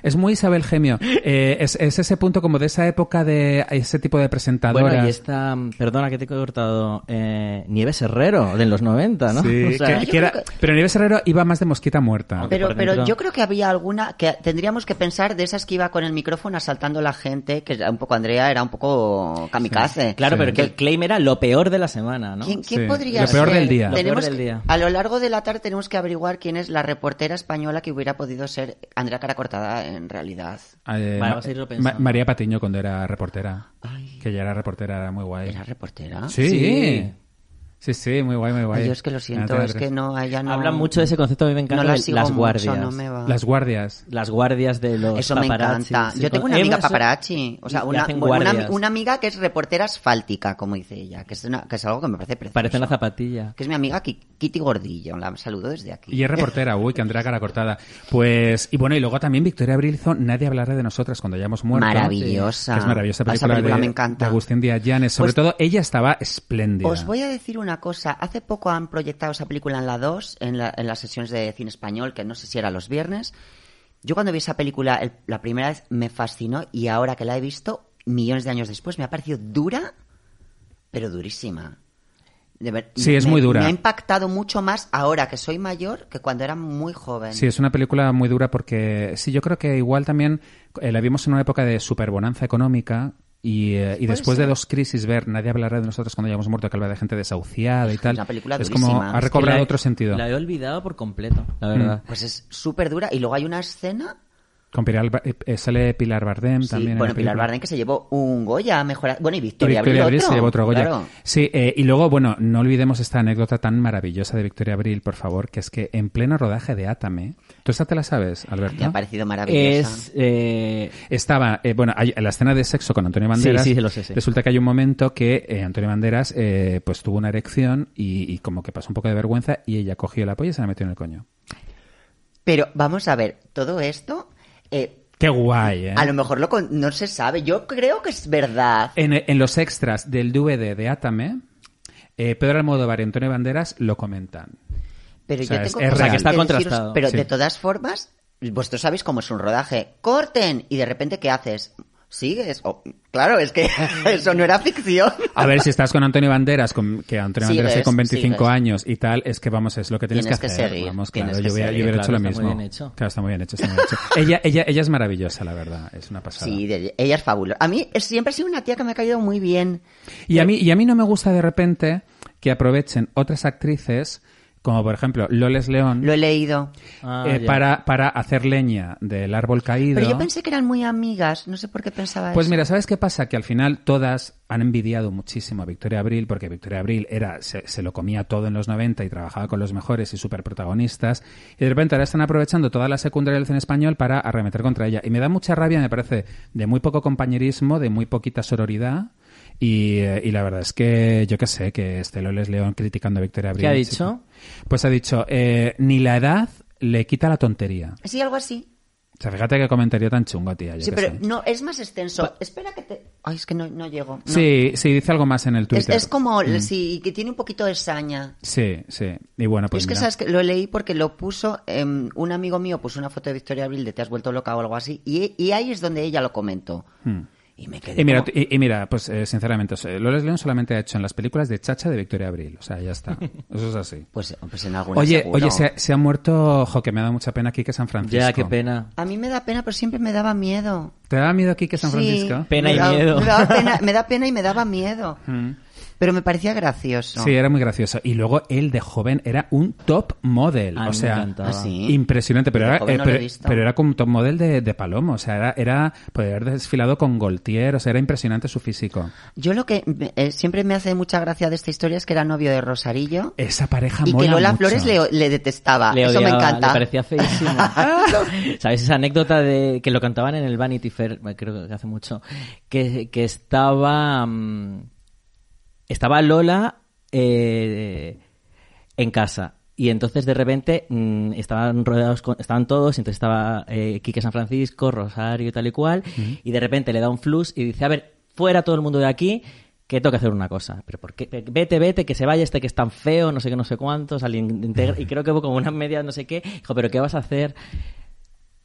Speaker 2: es muy Isabel Gemio. Eh, es, es ese punto como de esa época de ese tipo de presentadoras.
Speaker 3: Bueno, y esta... Perdona que te he cortado. eh, Nieves Herrero, de los 90, ¿no?
Speaker 4: [LAUGHS]
Speaker 2: Sí,
Speaker 3: O sea,
Speaker 2: que-
Speaker 4: yo
Speaker 2: que era-
Speaker 4: creo que-
Speaker 2: Pero Nieves Herrero iba más de mosquita muerta.
Speaker 3: Aunque
Speaker 4: Pero,
Speaker 3: por
Speaker 4: pero
Speaker 3: dentro-
Speaker 4: yo creo que había alguna que tendríamos que pensar de esas que iba con el micrófono asaltando a la gente, que era un poco Andrea era un poco
Speaker 3: [LAUGHS]
Speaker 4: kamikaze.
Speaker 3: Claro,
Speaker 2: Sí.
Speaker 3: pero que el claim era lo peor de la semana, ¿no?
Speaker 4: ¿Quién, quién
Speaker 2: Sí,
Speaker 4: podría
Speaker 2: lo peor
Speaker 4: ser?
Speaker 2: del día. Lo
Speaker 3: peor
Speaker 4: Tenemos
Speaker 3: del
Speaker 4: que-
Speaker 3: día.
Speaker 4: A lo largo de la tarde tenemos que averiguar quién es la reportera española que hubiera podido ser Andrea Cara Cortada en realidad.
Speaker 2: Eh,
Speaker 3: Vale,
Speaker 2: Ma-
Speaker 3: vamos a irlo pensando.
Speaker 2: Ma- María Patiño cuando era reportera.
Speaker 4: Ay.
Speaker 2: Que ya era reportera, era muy guay.
Speaker 4: ¿Era reportera?
Speaker 2: Sí. sí.
Speaker 3: Sí.
Speaker 2: Sí, muy guay, muy guay.
Speaker 4: Ay, yo es que lo siento,
Speaker 2: Espérate,
Speaker 4: es que no, a ella no.
Speaker 3: Hablan mucho de ese concepto, a mí me encanta
Speaker 4: no la
Speaker 3: de
Speaker 4: sigo
Speaker 3: las
Speaker 4: mucho,
Speaker 3: guardias.
Speaker 4: no me va.
Speaker 2: Las guardias.
Speaker 3: Las guardias de los
Speaker 4: Eso
Speaker 3: paparazzi,
Speaker 4: me encanta.
Speaker 3: sí,
Speaker 4: Yo tengo
Speaker 3: con-
Speaker 4: una amiga
Speaker 3: Eso-
Speaker 4: paparazzi, o sea,
Speaker 3: y
Speaker 4: una,
Speaker 3: hacen
Speaker 4: bueno, una,
Speaker 3: guardias.
Speaker 4: una amiga que es reportera asfáltica, como dice ella, que es, una- que es algo que me parece precioso.
Speaker 3: Parece una zapatilla.
Speaker 4: Que es mi amiga Ki- Kitty Gordillo, la saludo desde aquí.
Speaker 2: Y es reportera, uy, que Andrea cara cortada. Pues, y bueno, y luego también Victoria Abril hizo Nadie hablará de nosotras cuando hayamos muerto.
Speaker 4: Maravillosa.
Speaker 2: Que Es maravillosa
Speaker 4: Esa
Speaker 2: película,
Speaker 4: película
Speaker 2: de,
Speaker 4: me encanta.
Speaker 2: de Agustín Díaz Llanes. Sobre
Speaker 4: Pues-
Speaker 2: todo, ella estaba espléndida.
Speaker 4: Os voy a decir una cosa. Hace poco han proyectado esa película en la 2, en, la- en las sesiones de cine español, que no sé si era los viernes. Yo cuando vi esa película el- la primera vez me fascinó y ahora que la he visto, millones de años después, me ha parecido dura, pero durísima. De ver-
Speaker 2: Sí, es
Speaker 4: me-
Speaker 2: muy dura.
Speaker 4: Me ha impactado mucho más ahora que soy mayor que cuando era muy joven.
Speaker 2: Sí, es una película muy dura porque sí, yo creo que igual también eh, la vimos en una época de superbonanza económica y, eh, y después de dos crisis ver nadie hablará de nosotros cuando hayamos muerto que habla de gente desahuciada y tal.
Speaker 4: una película
Speaker 2: es
Speaker 4: durísima.
Speaker 2: como
Speaker 4: Es
Speaker 2: ha
Speaker 4: que
Speaker 2: recobrado
Speaker 3: La he-
Speaker 2: otro sentido. Mm.
Speaker 3: La he olvidado por completo, la verdad.
Speaker 4: Pues es súper dura. Y luego hay una escena
Speaker 2: Con Pilar Ba- eh, eh, sale Pilar Bardem
Speaker 4: Sí,
Speaker 2: también. en
Speaker 4: bueno,
Speaker 2: la
Speaker 4: Pilar
Speaker 2: película.
Speaker 4: Bardem que se llevó un Goya a mejorar. Bueno, y
Speaker 2: Y
Speaker 4: Victoria,
Speaker 2: Victoria Abril
Speaker 4: Abril
Speaker 2: se llevó otro Goya.
Speaker 4: Claro.
Speaker 2: Sí, eh, y luego, bueno, no olvidemos esta anécdota tan maravillosa de Victoria Abril, por favor, que es que en pleno rodaje de Átame, tú esta te la sabes,
Speaker 4: Me ha
Speaker 2: Alberto.
Speaker 4: parecido maravillosa.
Speaker 3: Es... eh,
Speaker 2: Estaba, eh, bueno, hay, en la escena de sexo con Antonio Banderas.
Speaker 3: Sí, sí, lo sé, sí.
Speaker 2: Resulta que hay un momento que eh, Antonio Banderas eh, pues tuvo una erección y, y como que pasó un poco de vergüenza y ella cogió la polla y se la metió en el coño.
Speaker 4: Pero vamos a ver, todo esto eh,
Speaker 2: ¡Qué guay, eh!
Speaker 4: a lo mejor lo con- no se sabe. Yo creo que es verdad.
Speaker 2: En, en los extras del DVD de Átame, eh, Pedro Almodóvar y Antonio Banderas lo comentan.
Speaker 4: Pero
Speaker 2: o sea,
Speaker 4: yo
Speaker 2: es-
Speaker 4: tengo
Speaker 2: es real. O sea, que
Speaker 3: está
Speaker 4: deciros,
Speaker 3: contrastado,
Speaker 4: pero
Speaker 2: sí.
Speaker 4: de todas formas, vosotros sabéis cómo es un rodaje. ¡Corten! Y de repente, ¿qué haces? sigues. Oh, claro,
Speaker 2: [LAUGHS]
Speaker 4: es que [LAUGHS] eso no era ficción.
Speaker 2: A ver, si estás con Antonio Banderas, con- que Antonio Banderas
Speaker 4: Sigues,
Speaker 2: hay con 25
Speaker 4: sigues.
Speaker 2: años y tal, es que vamos, es lo que tienes,
Speaker 4: Tienes
Speaker 2: que
Speaker 4: que
Speaker 2: hacer.
Speaker 4: seguir,
Speaker 2: vamos, claro,
Speaker 4: tienes
Speaker 2: yo
Speaker 4: que
Speaker 2: hubiera, yo
Speaker 4: seguir,
Speaker 2: hubiera hecho
Speaker 3: claro,
Speaker 2: lo
Speaker 3: está
Speaker 2: mismo.
Speaker 3: muy bien hecho.
Speaker 2: Claro, está muy bien hecho, está muy bien hecho. ella, ella, ella es maravillosa, la verdad, es una pasada.
Speaker 4: Sí, de- ella es fabulosa. A mí es- siempre ha sido una tía que me ha caído muy bien.
Speaker 2: Y a mí, y a mí no me gusta de repente que aprovechen otras actrices, como por ejemplo Loles León,
Speaker 4: Lo he leído.
Speaker 3: Ah,
Speaker 2: eh,
Speaker 3: ya.
Speaker 2: para, para hacer leña del árbol caído.
Speaker 4: Pero yo pensé que eran muy amigas. No sé por qué pensaba
Speaker 2: Pues
Speaker 4: eso.
Speaker 2: mira, ¿sabes qué pasa? Que al final todas han envidiado muchísimo a Victoria Abril, porque Victoria Abril era, se, se lo comía todo en los 90 y trabajaba con los mejores y superprotagonistas, y de repente ahora están aprovechando toda la secundaria del cine español para arremeter contra ella. Y me da mucha rabia, me parece, de muy poco compañerismo, de muy poquita sororidad, y, eh, y la verdad es que yo qué sé, que este Loles León criticando a Victoria Abril.
Speaker 3: ha
Speaker 2: sí,
Speaker 3: dicho?
Speaker 2: sí. Pues ha dicho, eh, ni la edad le quita la tontería.
Speaker 4: Sí, algo así.
Speaker 2: O sea, fíjate qué comentario tan chungo, tía. yo
Speaker 4: Sí,
Speaker 2: qué
Speaker 4: pero
Speaker 2: sé.
Speaker 4: no, es más extenso. Espera que te... Ay, es que no, no llego. No.
Speaker 2: Sí, sí, dice algo más en el
Speaker 4: Es,
Speaker 2: Twitter. Mm.
Speaker 4: es como, sí, que tiene un poquito de saña.
Speaker 2: Sí, sí. Y bueno, pues
Speaker 4: es que
Speaker 2: mira.
Speaker 4: sabes que lo leí porque lo puso, em, un amigo mío puso una foto de Victoria Abril de Te has vuelto loca o algo así, y, y ahí es donde ella lo comentó. Y me quedé
Speaker 2: Mm. Hmm. Y mira,
Speaker 4: como-
Speaker 2: y, y mira, pues eh, sinceramente, o sea, Loles León solamente ha hecho en las películas de Chacha de Victoria Abril. O sea, ya
Speaker 4: [LAUGHS]
Speaker 2: está. Eso es así.
Speaker 4: pues, pues en alguna
Speaker 2: Oye,
Speaker 4: seguro.
Speaker 2: oye, se, ha- se ha muerto, jo, que me ha dado mucha pena Quique San Francisco.
Speaker 3: Ya, qué pena.
Speaker 4: A mí me da pena, pero siempre me daba miedo.
Speaker 2: ¿Te da miedo Quique San
Speaker 4: Sí,
Speaker 2: Francisco? Mm.
Speaker 3: Pena
Speaker 4: me
Speaker 3: y
Speaker 4: da-
Speaker 3: miedo.
Speaker 4: Me, daba
Speaker 3: [LAUGHS]
Speaker 4: pena, me da pena y me daba miedo. Pero me parecía gracioso.
Speaker 2: Hmm. Sí, eh. era muy gracioso. Y luego él de joven era un top model.
Speaker 3: A mí
Speaker 2: o
Speaker 3: me
Speaker 2: sea,
Speaker 3: encantaba.
Speaker 4: ¿Ah, sí?
Speaker 2: impresionante. Pero
Speaker 4: De
Speaker 2: era,
Speaker 4: joven
Speaker 2: eh,
Speaker 4: no lo he
Speaker 2: pero,
Speaker 4: visto.
Speaker 2: pero era como un top model de, de palomo. O sea, era, era poder haber desfilado con Goltier. O sea, era impresionante su físico.
Speaker 4: Yo lo que eh, siempre me hace mucha gracia de esta historia es que era novio de Rosarillo
Speaker 2: Esa pareja
Speaker 4: y
Speaker 2: mola
Speaker 4: que Lola
Speaker 2: mucho.
Speaker 4: Flores le, le detestaba.
Speaker 3: Le
Speaker 4: Eso
Speaker 3: odiaba,
Speaker 4: me encanta.
Speaker 3: Le parecía feísimo.
Speaker 4: [LAUGHS]
Speaker 3: ¿Sabes esa anécdota de que lo cantaban en el Vanity Fair, bueno, creo que hace mucho, que, que estaba mm, estaba Lola eh, en casa y entonces de repente mm, estaban rodeados con- estaban todos, entonces estaba eh, Quique San Francisco, Rosario y tal y cual, y de repente le da un flux y dice, "A ver, fuera todo el mundo de aquí." Que tengo que hacer una cosa. Pero por qué? Vete, vete, que se vaya este que es tan feo, no sé qué, no sé cuántos. alguien integra- Y creo que hubo como unas medias, no sé qué. Dijo, ¿pero qué vas a hacer?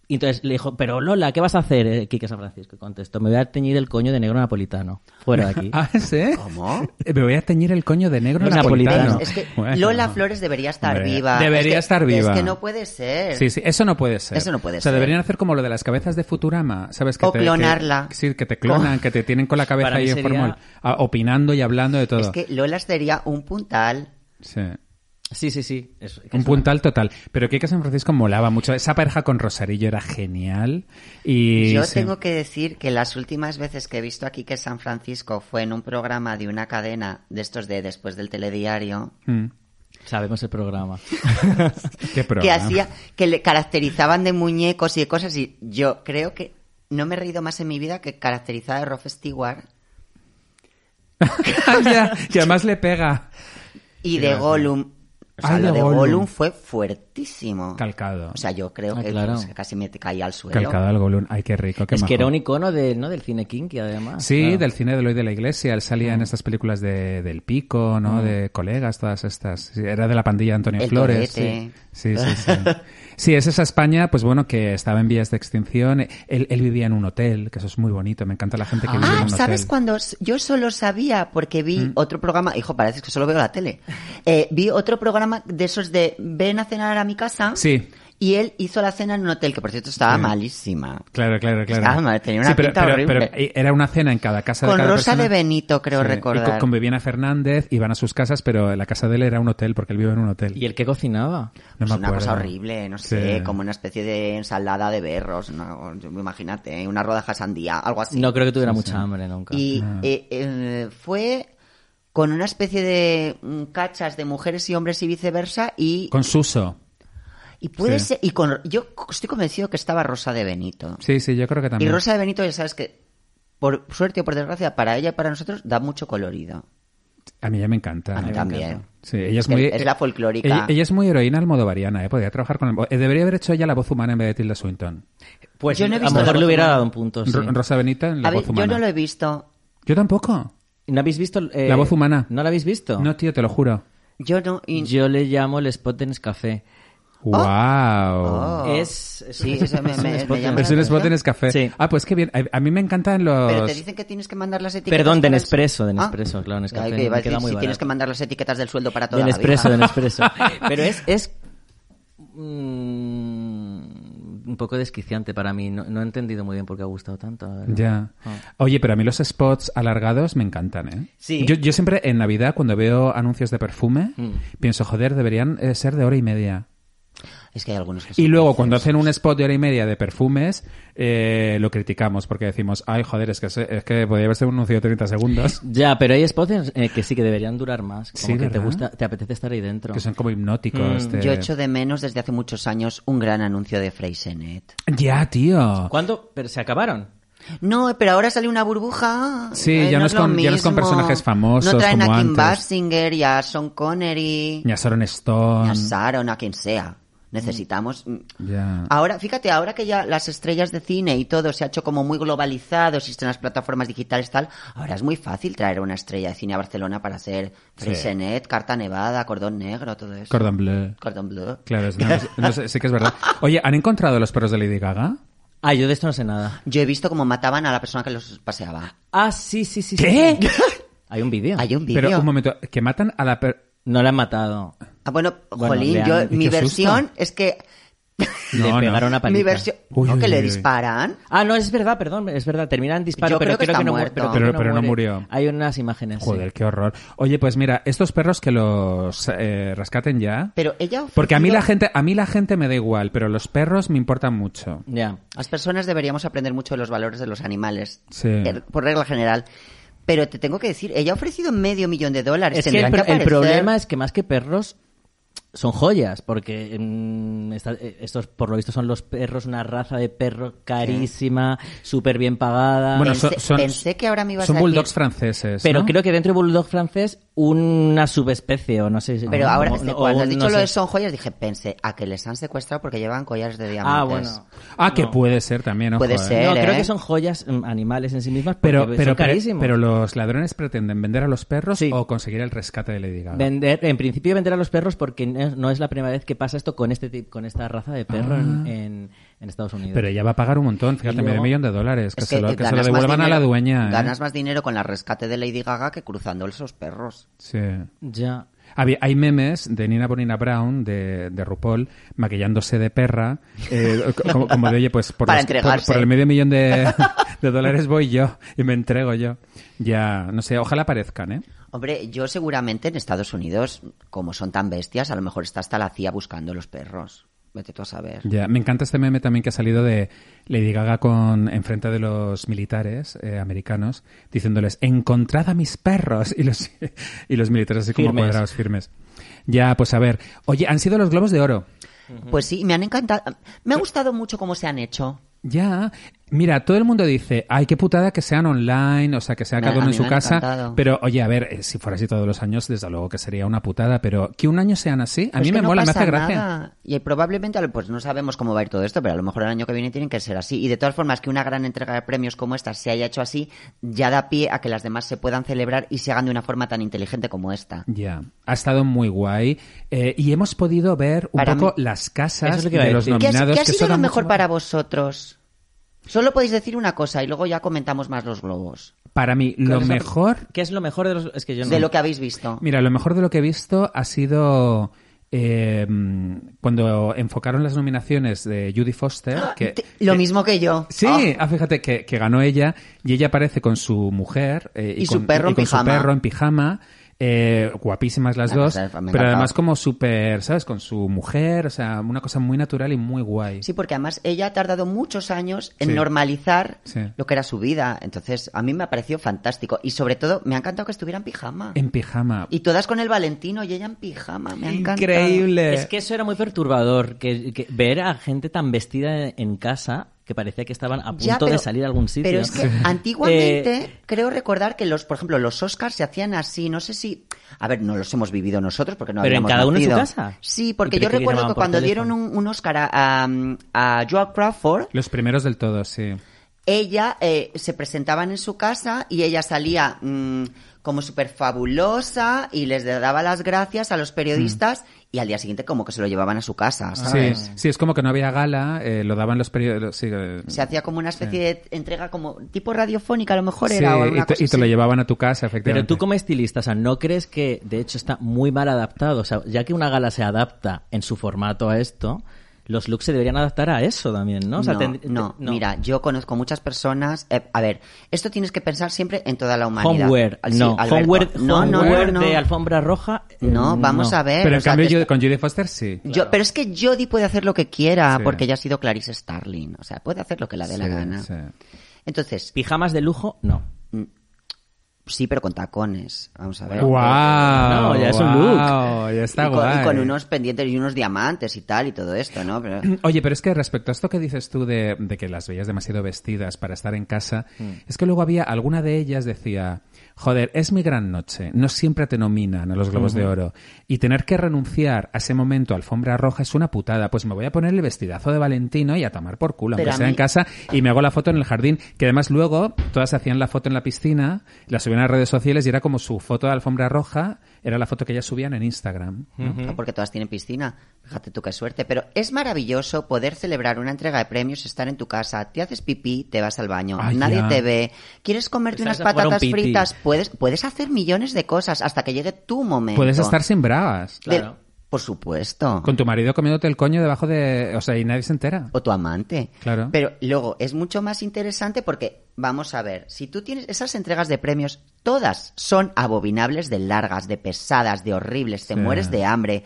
Speaker 3: Y entonces le dijo, pero Lola, ¿qué vas a hacer, eh, Quique San Francisco? Y contestó, me voy a teñir el coño de negro napolitano. Fuera de
Speaker 2: [LAUGHS]
Speaker 3: aquí.
Speaker 2: Ah, ¿sí?
Speaker 4: ¿Cómo?
Speaker 2: Eh, Me voy a teñir el coño de negro
Speaker 3: Es
Speaker 2: napolitano.
Speaker 3: napolitano.
Speaker 4: Es que
Speaker 2: Bueno.
Speaker 4: Lola Flores debería estar
Speaker 2: Hombre,
Speaker 4: viva.
Speaker 2: Debería
Speaker 4: Es que-
Speaker 2: estar viva.
Speaker 4: Es que no puede ser.
Speaker 2: Sí, sí, eso no puede ser.
Speaker 4: Eso no puede
Speaker 2: O sea,
Speaker 4: ser.
Speaker 2: deberían hacer como lo de las cabezas de Futurama, ¿sabes? Que
Speaker 4: O
Speaker 2: te-
Speaker 4: clonarla. Oh.
Speaker 2: que- sí, que te clonan, que te tienen con la
Speaker 4: [LAUGHS]
Speaker 2: cabeza
Speaker 3: Para mí
Speaker 2: ahí en
Speaker 3: sería-
Speaker 2: formol, a- opinando y hablando de todo.
Speaker 4: Es que Lola sería un puntal.
Speaker 2: Sí.
Speaker 3: Sí, sí, sí. Es- que
Speaker 2: Un
Speaker 3: es
Speaker 2: puntal total. Pero Kika San Francisco molaba mucho. Esa pareja con Rosarillo era genial. Y
Speaker 4: Yo
Speaker 2: sí.
Speaker 4: tengo que decir que las últimas veces que he visto aquí que San Francisco fue en un programa de una cadena de estos de después del telediario,
Speaker 2: Mm.
Speaker 3: una- Sabemos el programa.
Speaker 2: Qué programa.
Speaker 4: [LAUGHS] que hacía, que le caracterizaban de muñecos y de cosas, y yo creo que no me he reído más en mi vida que caracterizada de Rolf Stewart
Speaker 2: [LAUGHS] Ya, que además le pega.
Speaker 4: y de Gollum. O sea,
Speaker 2: Ah,
Speaker 4: lo
Speaker 2: de
Speaker 4: de
Speaker 2: Gollum.
Speaker 4: Gollum fue fuertísimo.
Speaker 2: Calcado.
Speaker 4: O sea, yo creo
Speaker 3: Ah,
Speaker 4: que
Speaker 3: claro.
Speaker 4: pues, casi me caí al suelo.
Speaker 2: Calcado al Golun. Ay, qué rico, qué
Speaker 3: es
Speaker 2: majo.
Speaker 3: que era un icono de, ¿no? del cine kinky, además.
Speaker 2: Sí,
Speaker 3: claro.
Speaker 2: del cine de Eloy de la Iglesia. Él salía
Speaker 4: Mm.
Speaker 2: en estas películas de, del Pico, ¿no? De colegas, todas estas. Sí, Era de la pandilla de Antonio
Speaker 4: El
Speaker 2: Flores. Sí.
Speaker 4: Torete.
Speaker 2: sí, sí,
Speaker 4: [LAUGHS]
Speaker 2: sí. Sí, es esa España, pues bueno, que estaba en vías de extinción. Él, él vivía en un hotel, que eso es muy bonito. Me encanta la gente que vive en
Speaker 4: Ah,
Speaker 2: un
Speaker 4: ¿sabes
Speaker 2: hotel.
Speaker 4: cuando s- Yo solo sabía, porque vi
Speaker 2: Mm.
Speaker 4: otro programa, hijo, parece que solo veo la tele, Eh, vi otro programa de esos de ven a cenar a mi casa
Speaker 2: Sí. Mm.
Speaker 4: y él hizo la cena en un hotel, que por cierto estaba malísima.
Speaker 2: Claro, claro, claro.
Speaker 4: Estaba mal, tenía una
Speaker 2: Sí, pero,
Speaker 4: pinta
Speaker 2: pero-
Speaker 4: horrible.
Speaker 2: pero era una cena en cada casa de
Speaker 4: Con
Speaker 2: cada
Speaker 4: Rosa
Speaker 2: persona.
Speaker 4: de Benito, creo
Speaker 2: Sí, y co-
Speaker 4: recordar.
Speaker 2: con Viviana Fernández iban a sus casas, pero la casa de él era un hotel, porque él vive en un hotel.
Speaker 3: ¿Y el que cocinaba?
Speaker 2: No
Speaker 4: Pues
Speaker 2: me
Speaker 4: una cosa
Speaker 2: acuerdo.
Speaker 4: horrible, no
Speaker 2: Sí.
Speaker 4: sé, como una especie de ensalada de berros, ¿no? Yo- imagínate, ¿eh? una rodaja de sandía, algo así.
Speaker 3: No creo que tuviera mucha hambre nunca.
Speaker 4: Y eh, eh, fue con una especie de mm, cachas de mujeres y hombres y viceversa y
Speaker 2: Con Suso.
Speaker 4: Y puede
Speaker 2: Sí.
Speaker 4: ser, y con, yo estoy convencido que estaba Rosa de Benito.
Speaker 2: Sí, sí, yo creo que
Speaker 4: Y
Speaker 2: también.
Speaker 4: Rosa de Benito, ya sabes que, por suerte o por desgracia, para ella y para nosotros, da mucho colorido.
Speaker 2: A mí ya me encanta.
Speaker 4: A mí
Speaker 2: Me
Speaker 4: también.
Speaker 2: encanta. Sí, ella es,
Speaker 4: que
Speaker 2: muy, eh,
Speaker 4: es la folclórica.
Speaker 2: Ella, ella es muy heroína almodovariana, ¿eh? Podría trabajar con... eh, Debería haber hecho ella la voz humana en vez de Tilda Swinton.
Speaker 3: Pues
Speaker 4: Yo no he
Speaker 3: a lo
Speaker 4: visto
Speaker 3: mejor
Speaker 4: la
Speaker 3: le hubiera
Speaker 4: cocina.
Speaker 3: dado un punto. sí.
Speaker 2: Ro- Rosa Benita en la
Speaker 4: A ver,
Speaker 2: voz humana.
Speaker 4: yo no lo he visto.
Speaker 2: Yo tampoco.
Speaker 3: ¿No habéis visto? eh,
Speaker 2: La voz humana.
Speaker 3: ¿No la habéis visto?
Speaker 2: No, tío, te lo juro.
Speaker 4: Yo no. y-
Speaker 3: Yo le llamo el spot de Nescafé.
Speaker 2: ¡Wow!
Speaker 4: Oh.
Speaker 3: Es- es
Speaker 4: sí,
Speaker 3: un-
Speaker 4: eso me,
Speaker 3: es un
Speaker 4: me- me
Speaker 3: spot,
Speaker 4: llama
Speaker 2: Es
Speaker 4: la
Speaker 2: un spot en
Speaker 4: atención.
Speaker 2: Nescafé.
Speaker 3: Sí.
Speaker 2: Ah, pues qué bien. A, a mí me encantan los...
Speaker 4: Pero te dicen que tienes que mandar las etiquetas.
Speaker 3: Perdón, de
Speaker 4: para el-
Speaker 3: Nespresso, de
Speaker 4: Ah.
Speaker 3: Nespresso, claro, Nescafé,
Speaker 4: Ay, que
Speaker 3: me
Speaker 4: iba a
Speaker 3: queda
Speaker 4: decir,
Speaker 3: muy
Speaker 4: si tienes
Speaker 3: barato.
Speaker 4: que mandar las etiquetas del sueldo para toda
Speaker 3: De
Speaker 4: la
Speaker 3: Nespresso, de
Speaker 4: vida. [LAUGHS]
Speaker 3: Nespresso. Pero es... es mm, un poco desquiciante para mí. No, no he entendido muy bien por qué ha gustado tanto. la verdad.
Speaker 2: Ya.
Speaker 3: Ah.
Speaker 4: Oh.
Speaker 2: Oye, pero a mí los spots alargados me encantan, ¿eh?
Speaker 3: Sí.
Speaker 2: Yo, yo siempre en Navidad, cuando veo anuncios de perfume,
Speaker 3: Mm.
Speaker 2: pienso, joder, deberían eh, ser de hora y media.
Speaker 4: Es que hay algunos que
Speaker 2: Y
Speaker 4: son
Speaker 2: luego,
Speaker 4: muy
Speaker 2: cuando
Speaker 4: feos.
Speaker 2: hacen un spot de hora y media de perfumes, eh, lo criticamos porque decimos, ay, joder, es que, se- es que podría haberse un anuncio de 30
Speaker 4: [LAUGHS]
Speaker 2: segundos,
Speaker 3: Ya, pero hay spots en- eh, que sí que deberían durar más. Como
Speaker 2: Sí,
Speaker 3: que te
Speaker 2: ¿verdad?
Speaker 3: gusta, te apetece estar ahí dentro.
Speaker 2: que son como hipnóticos. de-
Speaker 4: Mm, Yo echo de menos desde hace muchos años un gran anuncio de Freysenet.
Speaker 2: Ya, tío.
Speaker 3: ¿Cuándo? Pero se acabaron.
Speaker 4: No, pero ahora sale una burbuja.
Speaker 2: Sí,
Speaker 4: Ay,
Speaker 2: ya no es
Speaker 4: lo
Speaker 2: con- ya no es con
Speaker 4: mismo.
Speaker 2: personajes famosos
Speaker 4: No traen
Speaker 2: como
Speaker 4: a Kim
Speaker 2: antes.
Speaker 4: Basinger y a Sean Connery,
Speaker 2: Ni a Sharon Stone.
Speaker 4: ni a Sharon, a quien sea. Necesitamos... mm,
Speaker 2: Ya.
Speaker 4: Ahora, fíjate, ahora que ya las estrellas de cine y todo se ha hecho como muy globalizado, existen las plataformas digitales tal, ahora es muy fácil traer una estrella de cine a Barcelona para hacer Freysenet, Carta Nevada, Cordón Negro, todo eso.
Speaker 2: Cordon bleu.
Speaker 4: Cordón Bleu.
Speaker 2: Claro, es- no, es- no sé- sí que es
Speaker 4: [LAUGHS]
Speaker 2: verdad. Oye, ¿han encontrado los perros de Lady Gaga?
Speaker 3: Ah, yo de esto no sé nada.
Speaker 4: Yo he visto cómo mataban a la persona que los paseaba.
Speaker 3: Ah, sí, sí, sí.
Speaker 2: ¿Qué?
Speaker 3: sí. Hay un vídeo.
Speaker 4: [LAUGHS] Hay un vídeo.
Speaker 2: Pero un momento, que matan a la per-
Speaker 3: No la han matado.
Speaker 4: Ah, bueno,
Speaker 3: Bueno,
Speaker 4: Jolín,
Speaker 3: le han-
Speaker 2: qué
Speaker 4: yo, mi
Speaker 2: susto.
Speaker 4: versión es que...
Speaker 3: Le
Speaker 2: No, no.
Speaker 3: pegaron [LAUGHS] una paliza.
Speaker 4: Mi versión...
Speaker 2: Uy,
Speaker 4: no,
Speaker 2: uy,
Speaker 4: que le
Speaker 2: uy, uy.
Speaker 4: disparan.
Speaker 3: Ah, no, es verdad, perdón, es verdad. Terminan en disparo,
Speaker 4: Yo
Speaker 3: pero
Speaker 4: creo que está
Speaker 3: no mu-
Speaker 4: muerto.
Speaker 3: Pero, creo
Speaker 2: Pero-
Speaker 3: que
Speaker 2: pero no
Speaker 3: muere.
Speaker 2: murió.
Speaker 3: Hay unas imágenes. sí.
Speaker 2: Joder, qué horror. Oye, pues mira, estos perros que los eh, rescaten ya.
Speaker 4: Pero ella... ha
Speaker 2: Porque a mí
Speaker 4: ofrecido-
Speaker 2: la gente, a mí la gente me da igual, pero los perros me importan mucho.
Speaker 3: Ya.
Speaker 4: Las personas deberíamos aprender mucho de los valores de los animales,
Speaker 2: Sí.
Speaker 4: eh, por regla general. Pero te tengo que decir, ella ha ofrecido medio millón de dólares.
Speaker 3: Es que el,
Speaker 4: Tendrán
Speaker 3: pro- el
Speaker 4: aparecer.
Speaker 3: problema es que más que perros son joyas, porque mm, esta- eh, estos por lo visto son los perros, una raza de perro carísima, súper bien pagada.
Speaker 2: Bueno,
Speaker 4: Pensé-
Speaker 2: son, son-
Speaker 4: pensé que ahora me ibas
Speaker 2: son
Speaker 4: a decir-
Speaker 2: bulldogs franceses.
Speaker 3: pero
Speaker 2: ¿no?
Speaker 3: creo que dentro de Bulldog francés, una subespecie, o no sé si.
Speaker 4: Pero ahora,
Speaker 3: o-
Speaker 4: desde
Speaker 3: o
Speaker 4: cuando has
Speaker 3: un-
Speaker 4: dicho
Speaker 3: no
Speaker 4: lo
Speaker 3: sé.
Speaker 4: de son joyas, dije, pensé, a que les han secuestrado porque llevan collares de diamantes.
Speaker 3: Ah, bueno.
Speaker 2: Ah, que puede ser también. ojo,
Speaker 4: Puede
Speaker 2: eh.
Speaker 4: ser.
Speaker 3: No, creo
Speaker 4: ¿eh?
Speaker 3: que son joyas mm, animales en sí mismas, pero,
Speaker 2: Pero,
Speaker 3: son
Speaker 2: pero, pero,
Speaker 3: carísimos.
Speaker 2: pero los ladrones pretenden vender a los perros
Speaker 3: Sí.
Speaker 2: o conseguir el rescate de Lady Gaga.
Speaker 3: Vender, en principio vender a los perros porque no no es la primera vez que pasa esto con este tip- con esta raza de perro en, en- en Estados Unidos.
Speaker 2: Ah. Pero ella va a pagar un montón, fíjate,
Speaker 3: Y luego-
Speaker 2: medio millón de dólares. Que,
Speaker 4: Es
Speaker 2: se lo, que se lo
Speaker 4: ganas más
Speaker 2: devuelvan a la
Speaker 4: dinero-
Speaker 2: dueña. ¿eh?
Speaker 4: Ganas más dinero con la rescate de Lady Gaga que cruzando esos perros.
Speaker 2: Sí.
Speaker 3: Ya.
Speaker 2: Había- hay memes de Nina Bonina Brown, de, de RuPaul, maquillándose de perra, eh, [LAUGHS] co- como, como de, oye, pues por,
Speaker 4: Para
Speaker 2: los- por-
Speaker 4: entregarse.
Speaker 2: por el medio millón
Speaker 4: [LAUGHS]
Speaker 2: de, de dólares voy yo y me entrego yo. Ya, no sé, ojalá aparezcan, ¿eh?
Speaker 4: Hombre, yo seguramente en Estados Unidos, como son tan bestias, a lo mejor está hasta la CIA buscando los perros. Vete tú a saber.
Speaker 2: Ya, me encanta este meme también que ha salido de Lady Gaga con enfrente de los militares eh, americanos diciéndoles encontrad a mis perros [LAUGHS] y los y los militares así como
Speaker 3: Firmes.
Speaker 2: cuadrados firmes. Ya, pues a ver. Oye, han sido los globos de oro.
Speaker 4: Pues sí, me han encantado. Me ha gustado mucho cómo se han hecho.
Speaker 2: Ya. Mira, todo el mundo dice, ay, qué putada que sean online, o sea, que sea
Speaker 4: Me-
Speaker 2: cada
Speaker 4: a
Speaker 2: uno en
Speaker 4: mí
Speaker 2: su
Speaker 4: me han
Speaker 2: casa.
Speaker 4: encantado.
Speaker 2: Pero, oye, a ver, eh, si fuera así todos los años, desde luego que sería una putada, pero que un año sean así, a
Speaker 4: Pero
Speaker 2: mí
Speaker 4: es
Speaker 2: me
Speaker 4: Pues que no
Speaker 2: mola, me
Speaker 4: pasa
Speaker 2: hace gracia.
Speaker 4: nada. Y probablemente, pues no sabemos cómo va a ir todo esto, pero a lo mejor el año que viene tienen que ser así. Y de todas formas, que una gran entrega de premios como esta se haya hecho así, ya da pie a que las demás se puedan celebrar y se hagan de una forma tan inteligente como esta.
Speaker 2: Ya, ha estado muy guay. Eh, y hemos podido ver un
Speaker 4: Para
Speaker 2: poco
Speaker 4: mí-
Speaker 2: las
Speaker 3: Eso
Speaker 2: casas
Speaker 3: es lo que iba
Speaker 2: de
Speaker 3: a
Speaker 2: los
Speaker 3: decir.
Speaker 4: ¿Qué, has-
Speaker 2: nominados.
Speaker 4: qué ha
Speaker 2: que
Speaker 4: sido
Speaker 2: eso da
Speaker 4: lo mejor
Speaker 2: mucho-
Speaker 4: para vosotros? Solo podéis decir una cosa y luego ya comentamos más los globos.
Speaker 2: Para mí, lo
Speaker 3: ¿Cuál es la-
Speaker 2: mejor...
Speaker 3: ¿Qué es lo mejor de los.? Es que yo no.
Speaker 4: De lo que habéis visto.
Speaker 2: Mira, lo mejor de lo que he visto ha sido... eh, cuando enfocaron las nominaciones de Judy
Speaker 4: [GASPS]
Speaker 2: Foster, que
Speaker 4: Ah, Te- Lo mismo que yo.
Speaker 2: Sí,
Speaker 4: Oh,
Speaker 2: ah, fíjate que, que ganó ella y ella aparece con su mujer eh,
Speaker 4: Y su
Speaker 2: con,
Speaker 4: perro en
Speaker 2: con su
Speaker 4: pijama.
Speaker 2: perro en pijama. eh, guapísimas las
Speaker 4: Ah,
Speaker 2: dos,
Speaker 4: pues, me
Speaker 2: pero
Speaker 4: encantaba.
Speaker 2: además como súper, ¿sabes? Con su mujer, o sea, una cosa muy natural y muy guay.
Speaker 4: Sí, porque además ella ha tardado muchos años en
Speaker 2: Sí.
Speaker 4: normalizar
Speaker 2: Sí.
Speaker 4: lo que era su vida. Entonces, a mí me ha parecido fantástico. Y sobre todo, me ha encantado que estuviera en pijama.
Speaker 2: En pijama.
Speaker 4: Y todas con el Valentino y ella en pijama. Me ha encantado.
Speaker 2: Increíble.
Speaker 3: Es que eso era muy perturbador. Que, que ver a gente tan vestida en casa que parecía que estaban a punto
Speaker 4: Ya, pero-
Speaker 3: de salir a algún sitio. Eh, [LAUGHS]
Speaker 4: Pero es que antiguamente creo recordar que los, por ejemplo, los Oscars se hacían así. No sé si, a ver, no los hemos vivido nosotros porque no
Speaker 3: Pero en
Speaker 4: habíamos
Speaker 3: cada uno en su
Speaker 4: nacido.
Speaker 3: casa.
Speaker 4: Sí,
Speaker 3: ¿Y
Speaker 4: porque
Speaker 3: pero
Speaker 4: yo
Speaker 3: qué
Speaker 4: recuerdo
Speaker 3: llamaban
Speaker 4: que
Speaker 3: por
Speaker 4: cuando
Speaker 3: teléfono?
Speaker 4: dieron un, un Oscar a, a, a Joel Crawford
Speaker 2: Los primeros del todo, sí.
Speaker 4: ella eh, se presentaban en su casa y ella salía mm, como súper fabulosa y les daba las gracias a los
Speaker 3: Mm.
Speaker 4: periodistas y al día siguiente como que se lo llevaban a su casa,
Speaker 2: Sí,
Speaker 4: ¿sabes?
Speaker 2: sí, es como que no había gala, eh, lo daban los periódicos. Sí, eh,
Speaker 4: Se hacía como una especie de entrega como tipo radiofónica a lo mejor
Speaker 2: sí,
Speaker 4: era o alguna
Speaker 2: y, te,
Speaker 4: cosa
Speaker 2: y te lo
Speaker 4: así.
Speaker 2: llevaban a tu casa,
Speaker 3: Pero
Speaker 2: efectivamente.
Speaker 3: tú como estilista, o sea, ¿no crees que de hecho está muy mal adaptado? O sea, ya que una gala se adapta en su formato a esto, los looks se deberían adaptar a eso también, ¿no? O sea,
Speaker 4: no,
Speaker 3: tendr- eh,
Speaker 4: no,
Speaker 3: no.
Speaker 4: mira, yo conozco muchas personas. eh, a ver, esto tienes que pensar siempre en toda la humanidad.
Speaker 3: Homeware,
Speaker 4: Sí,
Speaker 3: no.
Speaker 4: Alberto.
Speaker 3: homeware,
Speaker 4: no, no,
Speaker 3: homeware
Speaker 4: no, no.
Speaker 3: de alfombra roja. eh,
Speaker 4: No, vamos a ver.
Speaker 2: Pero
Speaker 4: o
Speaker 2: en
Speaker 4: sea,
Speaker 2: cambio
Speaker 4: te
Speaker 2: yo-
Speaker 4: está-
Speaker 2: con Judy Foster sí.
Speaker 4: yo- pero es que Jodie puede hacer lo que quiera
Speaker 2: Sí.
Speaker 4: porque ella ha sido Clarice Starling. O sea, puede hacer lo que la dé la
Speaker 2: Sí,
Speaker 4: gana.
Speaker 2: sí.
Speaker 4: Entonces,
Speaker 3: Pijamas de lujo, no.
Speaker 4: sí, pero con tacones. Vamos a ver.
Speaker 2: ¡Guau!
Speaker 3: No, ya es un
Speaker 2: guau, Ya
Speaker 3: look.
Speaker 4: Y
Speaker 2: está
Speaker 4: con, y
Speaker 2: guay.
Speaker 4: con unos pendientes y unos diamantes y tal y todo esto, ¿no? Pero-
Speaker 2: [CLEARS THROAT] Oye, pero es que respecto a esto que dices tú de, de que las veías demasiado vestidas para estar en casa, es que luego había alguna de ellas decía, joder, es mi gran noche, no siempre te nominan a los Globos de Oro y tener que renunciar a ese momento a alfombra roja es una putada, pues me voy a poner el vestidazo de Valentino y a tomar por culo,
Speaker 4: Pero
Speaker 2: aunque
Speaker 4: a
Speaker 2: sea en
Speaker 4: mí-
Speaker 2: casa y me hago la foto en el jardín, que además luego todas hacían la foto en la piscina, la subían a las redes sociales y era como su foto de alfombra roja, era la foto que ellas subían en Instagram. ¿no?
Speaker 4: Ah, porque todas tienen piscina. Fíjate tú qué suerte. Pero es maravilloso poder celebrar una entrega de premios, estar en tu casa, te haces pipí, te vas al baño,
Speaker 2: Ah,
Speaker 4: nadie
Speaker 2: ya.
Speaker 4: te ve, quieres comerte
Speaker 3: Estás
Speaker 4: unas
Speaker 3: a jugar a un
Speaker 4: patatas
Speaker 3: piti.
Speaker 4: fritas, puedes, puedes hacer millones de cosas hasta que llegue tu momento.
Speaker 2: Puedes estar sin bragas.
Speaker 4: De-
Speaker 3: Claro.
Speaker 4: Por supuesto.
Speaker 2: Con tu marido comiéndote el coño debajo de... O sea, y nadie se entera.
Speaker 4: O tu amante.
Speaker 2: Claro.
Speaker 4: Pero luego es mucho más interesante porque, vamos a ver, si tú tienes esas entregas de premios, todas son abominables de largas, de pesadas, de horribles, te
Speaker 2: Sí.
Speaker 4: mueres de hambre.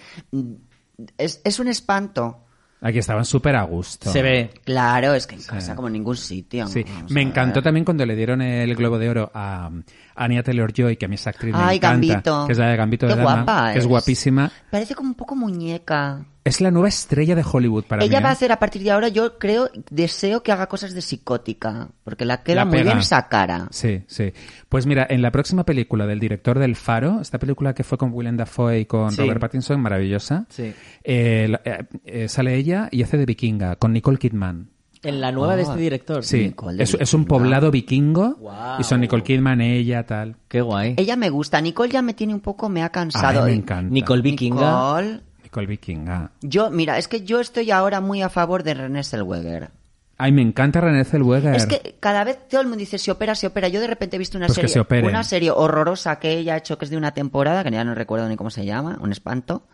Speaker 4: Es, es un espanto.
Speaker 2: Aquí estaban súper a gusto.
Speaker 3: Se ve.
Speaker 4: Claro, es que en casa como en ningún sitio.
Speaker 2: Sí,
Speaker 4: Vamos
Speaker 2: me
Speaker 4: a
Speaker 2: encantó
Speaker 4: ver.
Speaker 2: también cuando le dieron el Globo de Oro a Anya Taylor-Joy, que a mí esa actriz me
Speaker 4: Ay,
Speaker 2: encanta.
Speaker 4: Gambito.
Speaker 2: Que es la de Gambito de
Speaker 4: Qué
Speaker 2: Dama,
Speaker 4: guapa
Speaker 2: que es
Speaker 4: es.
Speaker 2: guapísima.
Speaker 4: Parece como un poco muñeca.
Speaker 2: Es la nueva estrella de Hollywood para
Speaker 4: Ella
Speaker 2: mí.
Speaker 4: va a
Speaker 2: ¿eh?
Speaker 4: hacer a partir de ahora, yo creo, deseo que haga cosas de psicótica, porque la queda
Speaker 2: La
Speaker 4: muy
Speaker 2: pega.
Speaker 4: bien esa cara.
Speaker 2: Sí, sí. Pues mira, en la próxima película del director del Faro, esta película que fue con Willem Dafoe y con
Speaker 3: Sí.
Speaker 2: Robert Pattinson, maravillosa,
Speaker 3: Sí.
Speaker 2: eh, la- eh, eh, sale ella y hace de vikinga con Nicole Kidman.
Speaker 3: En la nueva de
Speaker 4: Oh.
Speaker 3: este director.
Speaker 2: Sí,
Speaker 4: Nicole de
Speaker 2: es, es un
Speaker 4: vikinga.
Speaker 2: poblado vikingo
Speaker 3: Guau.
Speaker 2: y son Nicole Kidman, ella, tal.
Speaker 3: Qué guay.
Speaker 4: Ella me gusta, Nicole ya me tiene un poco, me ha
Speaker 2: Ay,
Speaker 4: cansado.
Speaker 2: me
Speaker 4: Eh,
Speaker 2: encanta.
Speaker 3: Nicole Vikinga.
Speaker 4: Nicole,
Speaker 2: Nicole Vikinga.
Speaker 4: Yo, mira, es que yo estoy ahora muy a favor de René Zellweger.
Speaker 2: Ay, me encanta René Zellweger.
Speaker 4: Es que cada vez todo el mundo dice se opera, se opera. Yo de repente he visto una
Speaker 2: Pues que
Speaker 4: serie,
Speaker 2: se operen.
Speaker 4: una serie horrorosa que ella ha hecho que es de una temporada, que ya no recuerdo ni cómo se llama, un espanto.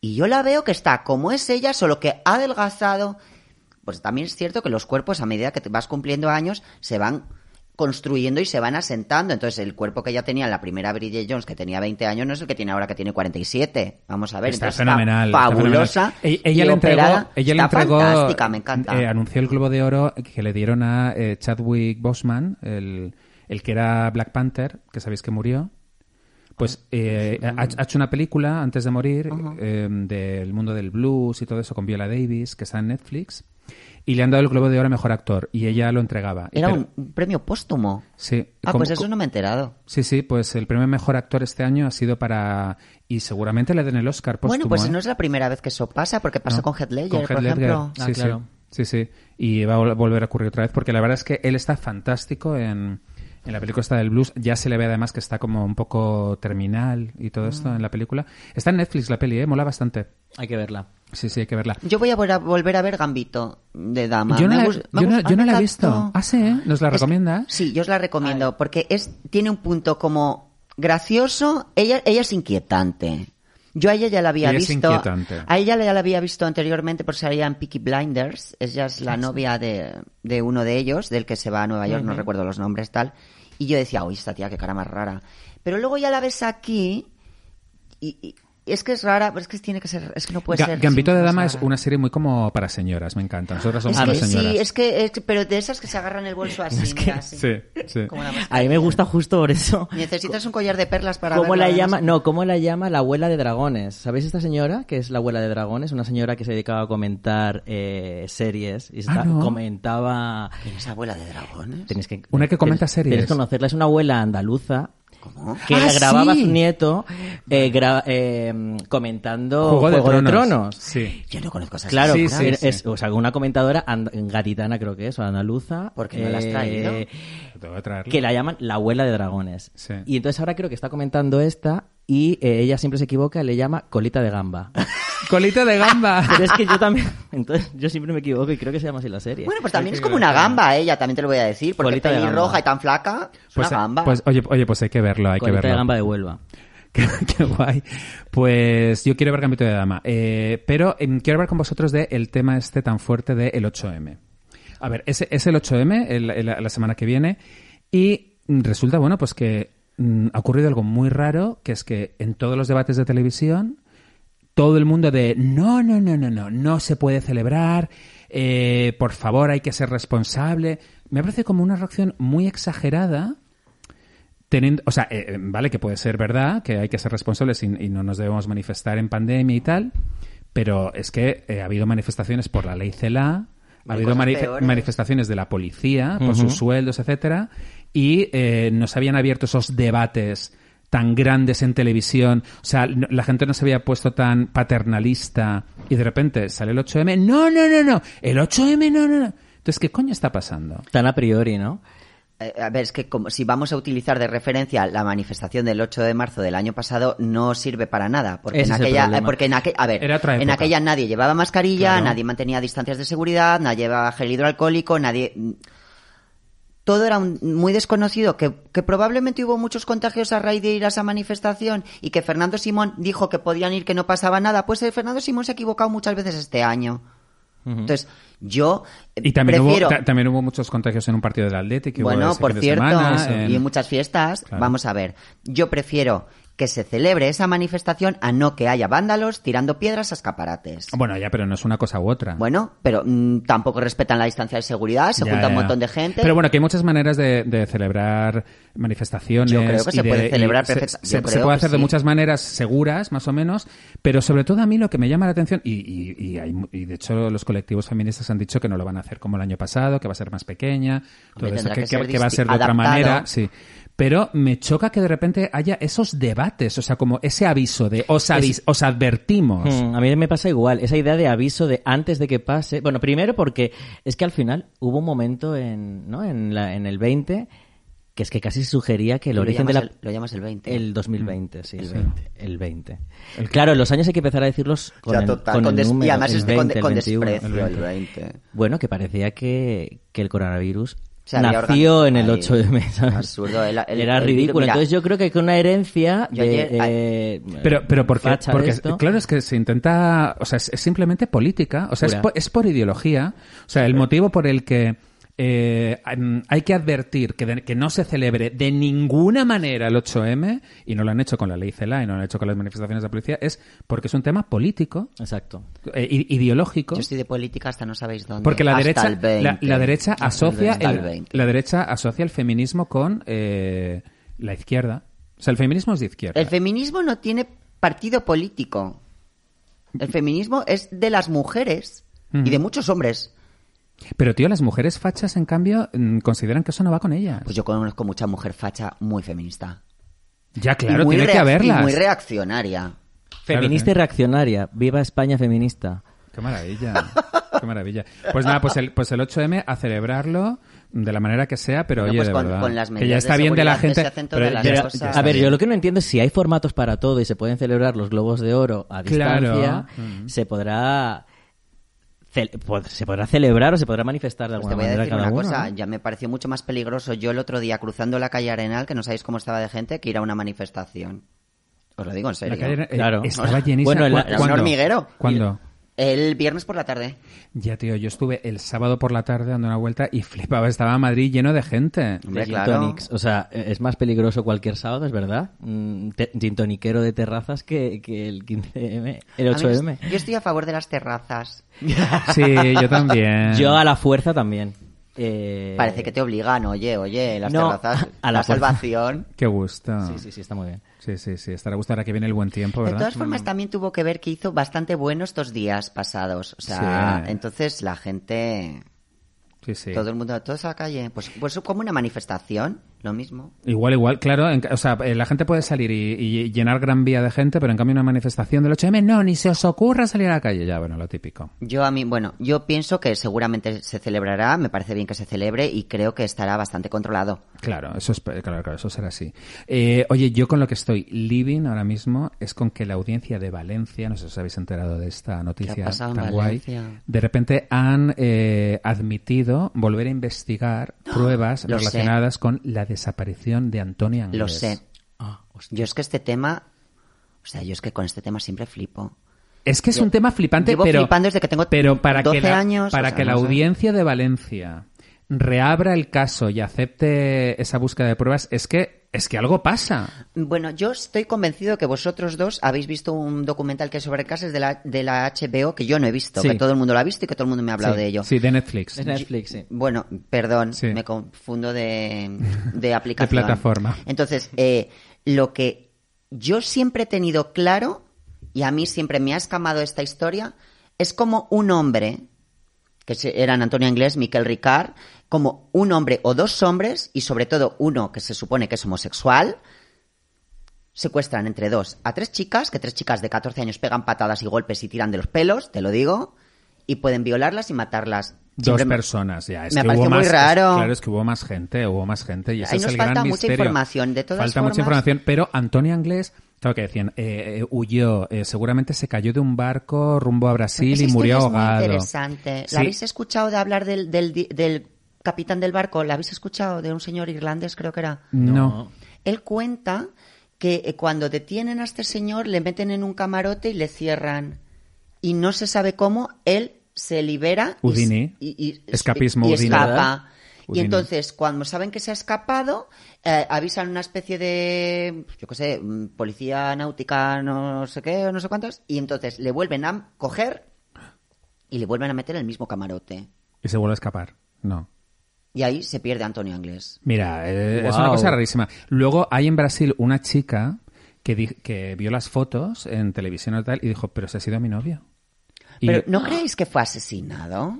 Speaker 4: Y yo la veo que está como es ella, solo que ha adelgazado. Pues también es cierto que los cuerpos a medida que te vas cumpliendo años se van construyendo y se van asentando. Entonces el cuerpo que ella tenía en la primera Bridget Jones, que tenía 20 años, no es el que tiene ahora que tiene 47. Vamos a ver,
Speaker 2: está
Speaker 4: entonces
Speaker 2: fenomenal. está
Speaker 4: fabulosa.
Speaker 2: fenomenal. E- Ella
Speaker 4: y
Speaker 2: le entregó.
Speaker 4: operada.
Speaker 2: Ella le
Speaker 4: Está
Speaker 2: entregó
Speaker 4: fantástica, me encanta.
Speaker 2: eh, anunció el Globo de Oro que le dieron a eh, Chadwick Boseman, el, el que era Black Panther, que sabéis que murió. Pues eh, ha, ha hecho una película antes de morir eh, del mundo del blues y todo eso con Viola Davis, que está en Netflix. Y le han dado el Globo de Oro a Mejor Actor. Y ella lo entregaba. Y
Speaker 4: Era
Speaker 2: pero-
Speaker 4: un, un premio póstumo.
Speaker 2: Sí.
Speaker 4: Ah,
Speaker 2: como-
Speaker 4: pues eso no me he enterado.
Speaker 2: Sí, sí, pues el premio mejor actor este año ha sido para. Y seguramente le den el Oscar póstumo.
Speaker 4: bueno, pues
Speaker 2: ¿eh?
Speaker 4: no es la primera vez que eso pasa, porque pasó
Speaker 2: No.
Speaker 4: con Heath Ledger,
Speaker 2: Con
Speaker 4: por
Speaker 2: Heath Ledger,
Speaker 4: ejemplo.
Speaker 2: Sí,
Speaker 3: Ah,
Speaker 2: sí.
Speaker 3: claro.
Speaker 2: Sí, sí. Y va a vol- volver a ocurrir otra vez, porque la verdad es que él está fantástico en, en la película esta del blues. Ya se le ve además que está como un poco terminal y todo
Speaker 4: Mm.
Speaker 2: esto en la película. Está en Netflix la peli, ¿eh? Mola bastante.
Speaker 3: Hay que verla.
Speaker 2: Sí, sí, hay que verla.
Speaker 4: Yo voy a vol- a volver a ver Gambito de Dama.
Speaker 2: yo no
Speaker 4: Me
Speaker 2: la,
Speaker 4: gust- me
Speaker 2: yo no-
Speaker 4: gust-
Speaker 2: yo
Speaker 4: ah,
Speaker 2: no
Speaker 4: me
Speaker 2: la he
Speaker 4: encantó.
Speaker 2: visto. Ah, sí, ¿eh? ¿Nos la
Speaker 4: Es-
Speaker 2: recomienda?
Speaker 4: Sí, yo os la recomiendo, porque es tiene un punto como gracioso. Ella, ella es inquietante. Yo a ella ya la había
Speaker 2: Ella es
Speaker 4: visto.
Speaker 2: inquietante.
Speaker 4: A ella ya la había visto anteriormente por salía en Peaky Blinders. Ella es
Speaker 2: Ah,
Speaker 4: la novia de, de uno de ellos, del que se va a Nueva York, no recuerdo los nombres, tal. Y yo decía, uy, esta tía, qué cara más rara. Pero luego ya la ves aquí y, y- y es que es rara, pero es que tiene que ser, es que no puede
Speaker 2: Ga-
Speaker 4: ser.
Speaker 2: Gambito de
Speaker 4: sin-
Speaker 2: Dama
Speaker 4: sin
Speaker 2: es
Speaker 4: rara.
Speaker 2: una serie muy como para señoras, me encanta. Nosotras somos
Speaker 4: Es que
Speaker 2: unas
Speaker 4: sí,
Speaker 2: señoras.
Speaker 4: es que, es que- pero de esas que se agarran el bolso así, mira, así.
Speaker 2: Sí, sí.
Speaker 4: Como la
Speaker 3: A mí me gusta justo por eso.
Speaker 4: Necesitas un collar de perlas para
Speaker 3: ¿Cómo
Speaker 4: verlo,
Speaker 3: la
Speaker 4: además.
Speaker 3: llama? No, ¿cómo la llama la abuela de dragones? ¿Sabéis esta señora que es la abuela de dragones? Una señora que se dedicaba a comentar eh, series y está-
Speaker 2: Ah, no.
Speaker 3: comentaba
Speaker 4: ¿Tienes abuela de dragones?
Speaker 3: Tenéis que-
Speaker 2: Una que comenta
Speaker 3: tenéis-
Speaker 2: series.
Speaker 3: Tenéis que conocerla. Es una abuela andaluza
Speaker 4: ¿Cómo?
Speaker 3: que
Speaker 2: Ah,
Speaker 3: la grababa
Speaker 2: sí.
Speaker 3: su nieto eh, gra- eh, comentando
Speaker 2: Juego,
Speaker 3: Juego,
Speaker 2: de Tronos. Sí.
Speaker 4: Yo no conozco esas
Speaker 3: Claro,
Speaker 2: Sí,
Speaker 4: cosas.
Speaker 2: sí,
Speaker 3: era-
Speaker 2: sí.
Speaker 3: es o sea, una comentadora and- gaditana creo que es, o andaluza. Eh,
Speaker 4: ¿Por qué no la has traído?
Speaker 2: Tengo que traerlo.
Speaker 3: Que la llaman la abuela de dragones.
Speaker 2: Sí.
Speaker 3: Y entonces ahora creo que está comentando esta y eh, ella siempre se equivoca, le llama colita de gamba.
Speaker 2: Colita de gamba.
Speaker 3: Pero [LAUGHS] es que yo también, entonces yo siempre me equivoco y creo que se llama así la serie.
Speaker 4: Bueno, pues también es como una gamba ella, también te lo voy a decir, porque
Speaker 3: Bolita de gamba.
Speaker 4: pelirroja y tan flaca, es
Speaker 2: pues,
Speaker 4: una gamba.
Speaker 2: pues, oye, oye, pues hay que verlo, hay
Speaker 3: colita
Speaker 2: que
Speaker 3: de
Speaker 2: verlo.
Speaker 3: gamba de Huelva.
Speaker 2: [LAUGHS] Qué, qué guay. Pues yo quiero ver Gambito de Dama. Eh, pero em, quiero hablar con vosotros del tema este tan fuerte del 8M. A ver, es, es el 8M el- el- la semana que viene y mm, resulta, bueno, pues que mm, ha ocurrido algo muy raro, que es que en todos los debates de televisión todo el mundo de no, no, no, no, no, no se puede celebrar, eh, por favor hay que ser responsable. Me parece como una reacción muy exagerada teniendo, o sea, eh, eh, vale que puede ser verdad que hay que ser responsables y, y no nos debemos manifestar en pandemia y tal, pero es que eh, ha habido manifestaciones por la ley CELA, ha
Speaker 4: Hay
Speaker 2: habido
Speaker 4: cosas
Speaker 2: manife-
Speaker 4: peores.
Speaker 2: manifestaciones de la policía por sus sueldos, etcétera, y eh, no se habían abierto esos debates tan grandes en televisión, o sea, no- la gente no se había puesto tan paternalista y de repente sale el 8M, no, no, no, no, el 8M, no, no, no. Entonces, ¿qué coño está pasando?
Speaker 3: Tan a priori, ¿no?
Speaker 4: Eh, a ver, es que como, si vamos a utilizar de referencia la manifestación del 8 de marzo del año pasado, no sirve para nada. Porque
Speaker 3: Ese
Speaker 4: en
Speaker 3: es el
Speaker 4: aquella,
Speaker 3: problema.
Speaker 4: eh, porque en aquel, a ver,
Speaker 2: Era otra
Speaker 4: en
Speaker 2: época.
Speaker 4: aquella nadie llevaba mascarilla,
Speaker 2: Claro.
Speaker 4: nadie mantenía distancias de seguridad, nadie llevaba gel hidroalcohólico, nadie. mm, Todo era un- muy desconocido, que, que probablemente hubo muchos contagios a raíz de ir a esa manifestación y que Fernando Simón dijo que podían ir, que no pasaba nada. Pues eh, Fernando Simón se ha equivocado muchas veces este año. Entonces, yo eh,
Speaker 2: Y también,
Speaker 4: prefiero...
Speaker 2: hubo, ta- también hubo muchos contagios en un partido del Athletic. que hubo
Speaker 4: Bueno,
Speaker 2: ese
Speaker 4: por
Speaker 2: fin de
Speaker 4: cierto,
Speaker 2: semana,
Speaker 4: eso,
Speaker 2: en-
Speaker 4: y en muchas fiestas,
Speaker 2: Claro.
Speaker 4: vamos a ver, yo prefiero que se celebre esa manifestación a no que haya vándalos tirando piedras a escaparates.
Speaker 2: Ah, Bueno, ya, pero no es una cosa u otra.
Speaker 4: Bueno, pero mm, tampoco respetan la distancia de seguridad, se
Speaker 2: Ya,
Speaker 4: junta un
Speaker 2: ya.
Speaker 4: montón de gente.
Speaker 2: Pero bueno, que hay muchas maneras de, de celebrar manifestaciones.
Speaker 4: Yo creo que
Speaker 2: y
Speaker 4: se
Speaker 2: de-
Speaker 4: puede
Speaker 2: y
Speaker 4: celebrar
Speaker 2: se-
Speaker 4: perfecta-
Speaker 2: Se,
Speaker 4: yo
Speaker 2: se
Speaker 4: creo
Speaker 2: puede
Speaker 4: que
Speaker 2: hacer de
Speaker 4: sí.
Speaker 2: muchas maneras seguras, más o menos, pero sobre todo a mí lo que me llama la atención, y, y- y hay mu- y de hecho los colectivos feministas han dicho que no lo van a hacer como el año pasado, que va a ser más pequeña, todo esto,
Speaker 4: tendrá
Speaker 2: que,
Speaker 4: que ser
Speaker 2: que- que va a
Speaker 4: disti-
Speaker 2: ser de otra
Speaker 4: adaptado.
Speaker 2: manera. Sí. Pero me choca que de repente haya esos debates, o sea, como ese aviso de os, avis- os advertimos.
Speaker 3: Mm, a mí me pasa igual, esa idea de aviso de antes de que pase. Bueno, primero porque es que al final hubo un momento en, ¿no? en, la- en el 20 que es que casi sugería que el
Speaker 4: Lo
Speaker 3: origen de la...
Speaker 4: llamas el- lo llamas el 20.
Speaker 3: El 2020, sí, el
Speaker 2: Sí.
Speaker 3: 20. El 20. claro, los años hay que empezar a decirlos con
Speaker 4: Ya,
Speaker 3: el,
Speaker 4: total,
Speaker 3: con
Speaker 4: con
Speaker 3: el
Speaker 4: des-
Speaker 3: número,
Speaker 4: y además
Speaker 3: el
Speaker 4: este con,
Speaker 3: 20, el
Speaker 4: con
Speaker 3: 21, el
Speaker 4: desprecio
Speaker 3: 20.
Speaker 4: el 20.
Speaker 3: Bueno, que parecía que, que el coronavirus
Speaker 4: Se había
Speaker 3: nació
Speaker 4: organizado
Speaker 3: en el
Speaker 4: ahí.
Speaker 3: 8M, ¿sabes?
Speaker 4: Absurdo, el- el-
Speaker 3: Era
Speaker 4: el virus,
Speaker 3: ridículo.
Speaker 4: mira.
Speaker 3: Entonces yo creo que hay una herencia
Speaker 4: Yo
Speaker 3: de...
Speaker 4: ayer- ay.
Speaker 3: eh,
Speaker 2: Pero, pero porque,
Speaker 3: facha de
Speaker 2: porque
Speaker 3: esto.
Speaker 2: claro, es que se intenta, o sea, es, es simplemente política, o sea, es
Speaker 3: Pura.
Speaker 2: po- es por, ideología, o sea, el motivo por el que eh, am- hay que advertir que, de- que no se celebre de ninguna manera el 8M, y no lo han hecho con la ley CELA y no lo han hecho con las manifestaciones de la policía, es porque es un tema político,
Speaker 3: Exacto.
Speaker 2: eh, i- ideológico.
Speaker 4: Yo estoy de política hasta no sabéis dónde.
Speaker 2: Porque la
Speaker 4: Hasta
Speaker 2: derecha,
Speaker 4: el 20.
Speaker 2: la, la derecha
Speaker 4: Hasta el
Speaker 2: asocia
Speaker 4: 20. Hasta
Speaker 2: el,
Speaker 4: el 20.
Speaker 2: la derecha asocia el feminismo con eh, la izquierda. O sea, el feminismo es de izquierda.
Speaker 4: El feminismo no tiene partido político. El feminismo es de las mujeres y de muchos hombres.
Speaker 2: Pero tío, las mujeres fachas, en cambio, mm, consideran que eso no va con ellas.
Speaker 4: Pues yo conozco mucha mujer facha muy feminista.
Speaker 2: ya,
Speaker 4: Y
Speaker 2: claro,
Speaker 4: muy
Speaker 2: tiene que
Speaker 4: reac-
Speaker 2: haberlas.
Speaker 4: Y muy reaccionaria.
Speaker 2: Claro,
Speaker 3: Feminista y
Speaker 2: tiene-
Speaker 3: reaccionaria. Viva España feminista.
Speaker 2: Qué maravilla. Qué maravilla. Pues nada, pues el, pues el 8M a celebrarlo de la manera que sea, pero
Speaker 4: Bueno,
Speaker 2: oye,
Speaker 4: pues
Speaker 2: de
Speaker 4: con-
Speaker 2: verdad,
Speaker 4: con las
Speaker 2: que ya
Speaker 4: medidas de
Speaker 2: está bien de la
Speaker 4: seguridad que
Speaker 2: gente.
Speaker 4: se hacen todas
Speaker 2: pero
Speaker 4: las
Speaker 2: ya-
Speaker 4: cosas.
Speaker 2: ya está
Speaker 3: A ver,
Speaker 2: bien.
Speaker 3: yo lo que no entiendo es si hay formatos para todo y se pueden celebrar los globos de oro a
Speaker 2: Claro.
Speaker 3: distancia, se podrá cel- pod- se podrá celebrar o se podrá manifestar de
Speaker 4: Pues
Speaker 3: alguna
Speaker 4: te voy a
Speaker 3: manera
Speaker 4: decir
Speaker 3: cada
Speaker 4: una
Speaker 3: uno.
Speaker 4: cosa,
Speaker 3: ¿no?
Speaker 4: ya me pareció mucho más peligroso yo el otro día cruzando la calle Arenal, que no sabéis cómo estaba de gente, que ir a una manifestación. Os lo digo en
Speaker 2: La
Speaker 4: serio.
Speaker 2: calle eh,
Speaker 3: Claro.
Speaker 2: estaba llenísima.
Speaker 3: Bueno, la-
Speaker 2: ¿Cu-
Speaker 4: Era un
Speaker 2: ¿cuándo?
Speaker 4: hormiguero.
Speaker 2: ¿Cuándo?
Speaker 4: El viernes por la tarde.
Speaker 2: Ya, tío, yo estuve el sábado por la tarde dando una vuelta y flipaba. Estaba Madrid lleno de gente.
Speaker 4: Hombre,
Speaker 3: De gin
Speaker 4: claro.
Speaker 3: tonics. O sea, eh, es más peligroso cualquier sábado, es verdad. Mm, te- Gin toniquero de terrazas que, que el 15M, el
Speaker 4: A mí-
Speaker 3: 8M.
Speaker 4: yo estoy a favor de
Speaker 2: [LAUGHS]
Speaker 4: las terrazas.
Speaker 2: Sí, yo
Speaker 4: [LAUGHS]
Speaker 2: también.
Speaker 3: Yo a la fuerza también. Eh,
Speaker 4: Parece que te obligan, oye, oye, las
Speaker 3: no,
Speaker 4: terrazas,
Speaker 3: [LAUGHS] a la fuerza. [LAUGHS]
Speaker 4: salvación.
Speaker 2: Qué gusto.
Speaker 3: Sí, sí, sí, está muy bien.
Speaker 2: Sí, sí, sí. Estará gusto ahora que viene el buen tiempo,
Speaker 3: Pues
Speaker 2: ¿verdad?
Speaker 4: De todas formas, también tuvo que ver que hizo bastante bueno estos días pasados. O sea,
Speaker 2: Sí.
Speaker 4: entonces la gente,
Speaker 2: Sí, sí.
Speaker 4: todo el mundo, todos a la calle. Pues, pues como una manifestación. lo mismo.
Speaker 2: Igual, igual, claro. en ca- o sea, eh, la gente puede salir y, y llenar gran vía de gente, pero en cambio una manifestación del 8M, no, ni se os ocurra salir a la calle. Ya, bueno, lo típico.
Speaker 4: Yo a mí, bueno, yo pienso que seguramente se celebrará, me parece bien que se celebre y creo que estará bastante controlado.
Speaker 2: Claro, eso es, claro, claro, eso será así. Eh, oye, yo con lo que estoy living ahora mismo es con que la audiencia de Valencia, no sé si os habéis enterado de esta noticia
Speaker 4: pasado
Speaker 2: tan
Speaker 4: en
Speaker 2: guay,
Speaker 4: Valencia?
Speaker 2: de repente han eh, admitido volver a
Speaker 4: [GASPS]
Speaker 2: investigar pruebas
Speaker 4: Lo sé.
Speaker 2: relacionadas con la desaparición de Antonio Anglés.
Speaker 4: Lo sé.
Speaker 3: Ah,
Speaker 4: Yo es que este tema, o sea, yo es que con este tema siempre flipo.
Speaker 2: Es que es un tema flipante,
Speaker 4: Llevo
Speaker 2: pero,
Speaker 4: flipando desde que tengo
Speaker 2: pero para
Speaker 4: 12
Speaker 2: que la,
Speaker 4: años,
Speaker 2: Para
Speaker 4: o sea,
Speaker 2: que la
Speaker 4: no sé.
Speaker 2: audiencia de Valencia reabra el caso y acepte esa búsqueda de pruebas, es que, es que algo pasa.
Speaker 4: Bueno, yo estoy convencido que vosotros dos habéis visto un documental que es sobre casos de la, de la HBO que yo no he visto,
Speaker 2: Sí.
Speaker 4: que todo el mundo lo ha visto y que todo el mundo me ha hablado
Speaker 2: sí,
Speaker 4: de ello.
Speaker 2: Sí, de Netflix.
Speaker 3: Es Netflix, sí.
Speaker 4: Bueno, perdón,
Speaker 2: Sí.
Speaker 4: me confundo de,
Speaker 2: [LAUGHS]
Speaker 4: de aplicación.
Speaker 2: De plataforma.
Speaker 4: Entonces, eh, lo que yo siempre he tenido claro, y a mí siempre me ha escamado esta historia, es como un hombre, que se- eran Antonio Inglés, Miquel Ricard, como un hombre o dos hombres, y sobre todo uno que se supone que es homosexual, secuestran entre dos a tres chicas, que tres chicas de 14 años pegan patadas y golpes y tiran de los pelos, te lo digo, y pueden violarlas y matarlas.
Speaker 2: Dos
Speaker 4: Siempre me-
Speaker 2: personas, ya. Es
Speaker 4: me
Speaker 2: que
Speaker 4: pareció
Speaker 2: hubo
Speaker 4: muy
Speaker 2: más, es-
Speaker 4: raro.
Speaker 2: claro, es que hubo más gente, hubo más gente. Y ese
Speaker 4: Ahí
Speaker 2: es
Speaker 4: nos
Speaker 2: el
Speaker 4: falta
Speaker 2: gran
Speaker 4: mucha
Speaker 2: misterio.
Speaker 4: información, de todas
Speaker 2: Falta
Speaker 4: formas-
Speaker 2: mucha información, pero Antonio Anglés, claro que decían, eh, eh, huyó, eh, seguramente se cayó de un barco rumbo a Brasil
Speaker 4: Esa
Speaker 2: y
Speaker 4: historia
Speaker 2: murió
Speaker 4: es muy
Speaker 2: ahogado.
Speaker 4: interesante.
Speaker 2: Sí.
Speaker 4: ¿La habéis escuchado de hablar del, del di- del capitán del barco? ¿La habéis escuchado de un señor irlandés, creo que era?
Speaker 2: No.
Speaker 4: Él cuenta que eh, cuando detienen a este señor le meten en un camarote y le cierran. Y no se sabe cómo, él se libera. y-
Speaker 2: Houdini.
Speaker 4: Y, y-
Speaker 2: Escapismo
Speaker 4: y
Speaker 2: Houdini, ¿verdad?
Speaker 4: escapa. Y
Speaker 2: Houdini.
Speaker 4: entonces, cuando saben que se ha escapado, eh, avisan una especie de, yo qué sé, mm, policía náutica, no sé qué, o no sé cuántos, y entonces le vuelven a coger y le vuelven a meter en el mismo camarote.
Speaker 2: Y se vuelve a escapar. No.
Speaker 4: Y ahí se pierde Antonio Anglés.
Speaker 2: Mira, eh, es
Speaker 3: Guau.
Speaker 2: una cosa rarísima. Luego hay en Brasil una chica que, di- que vio las fotos en televisión o tal y dijo, pero se ha sido mi novio. Y-
Speaker 4: Pero ¿no creéis que fue asesinado?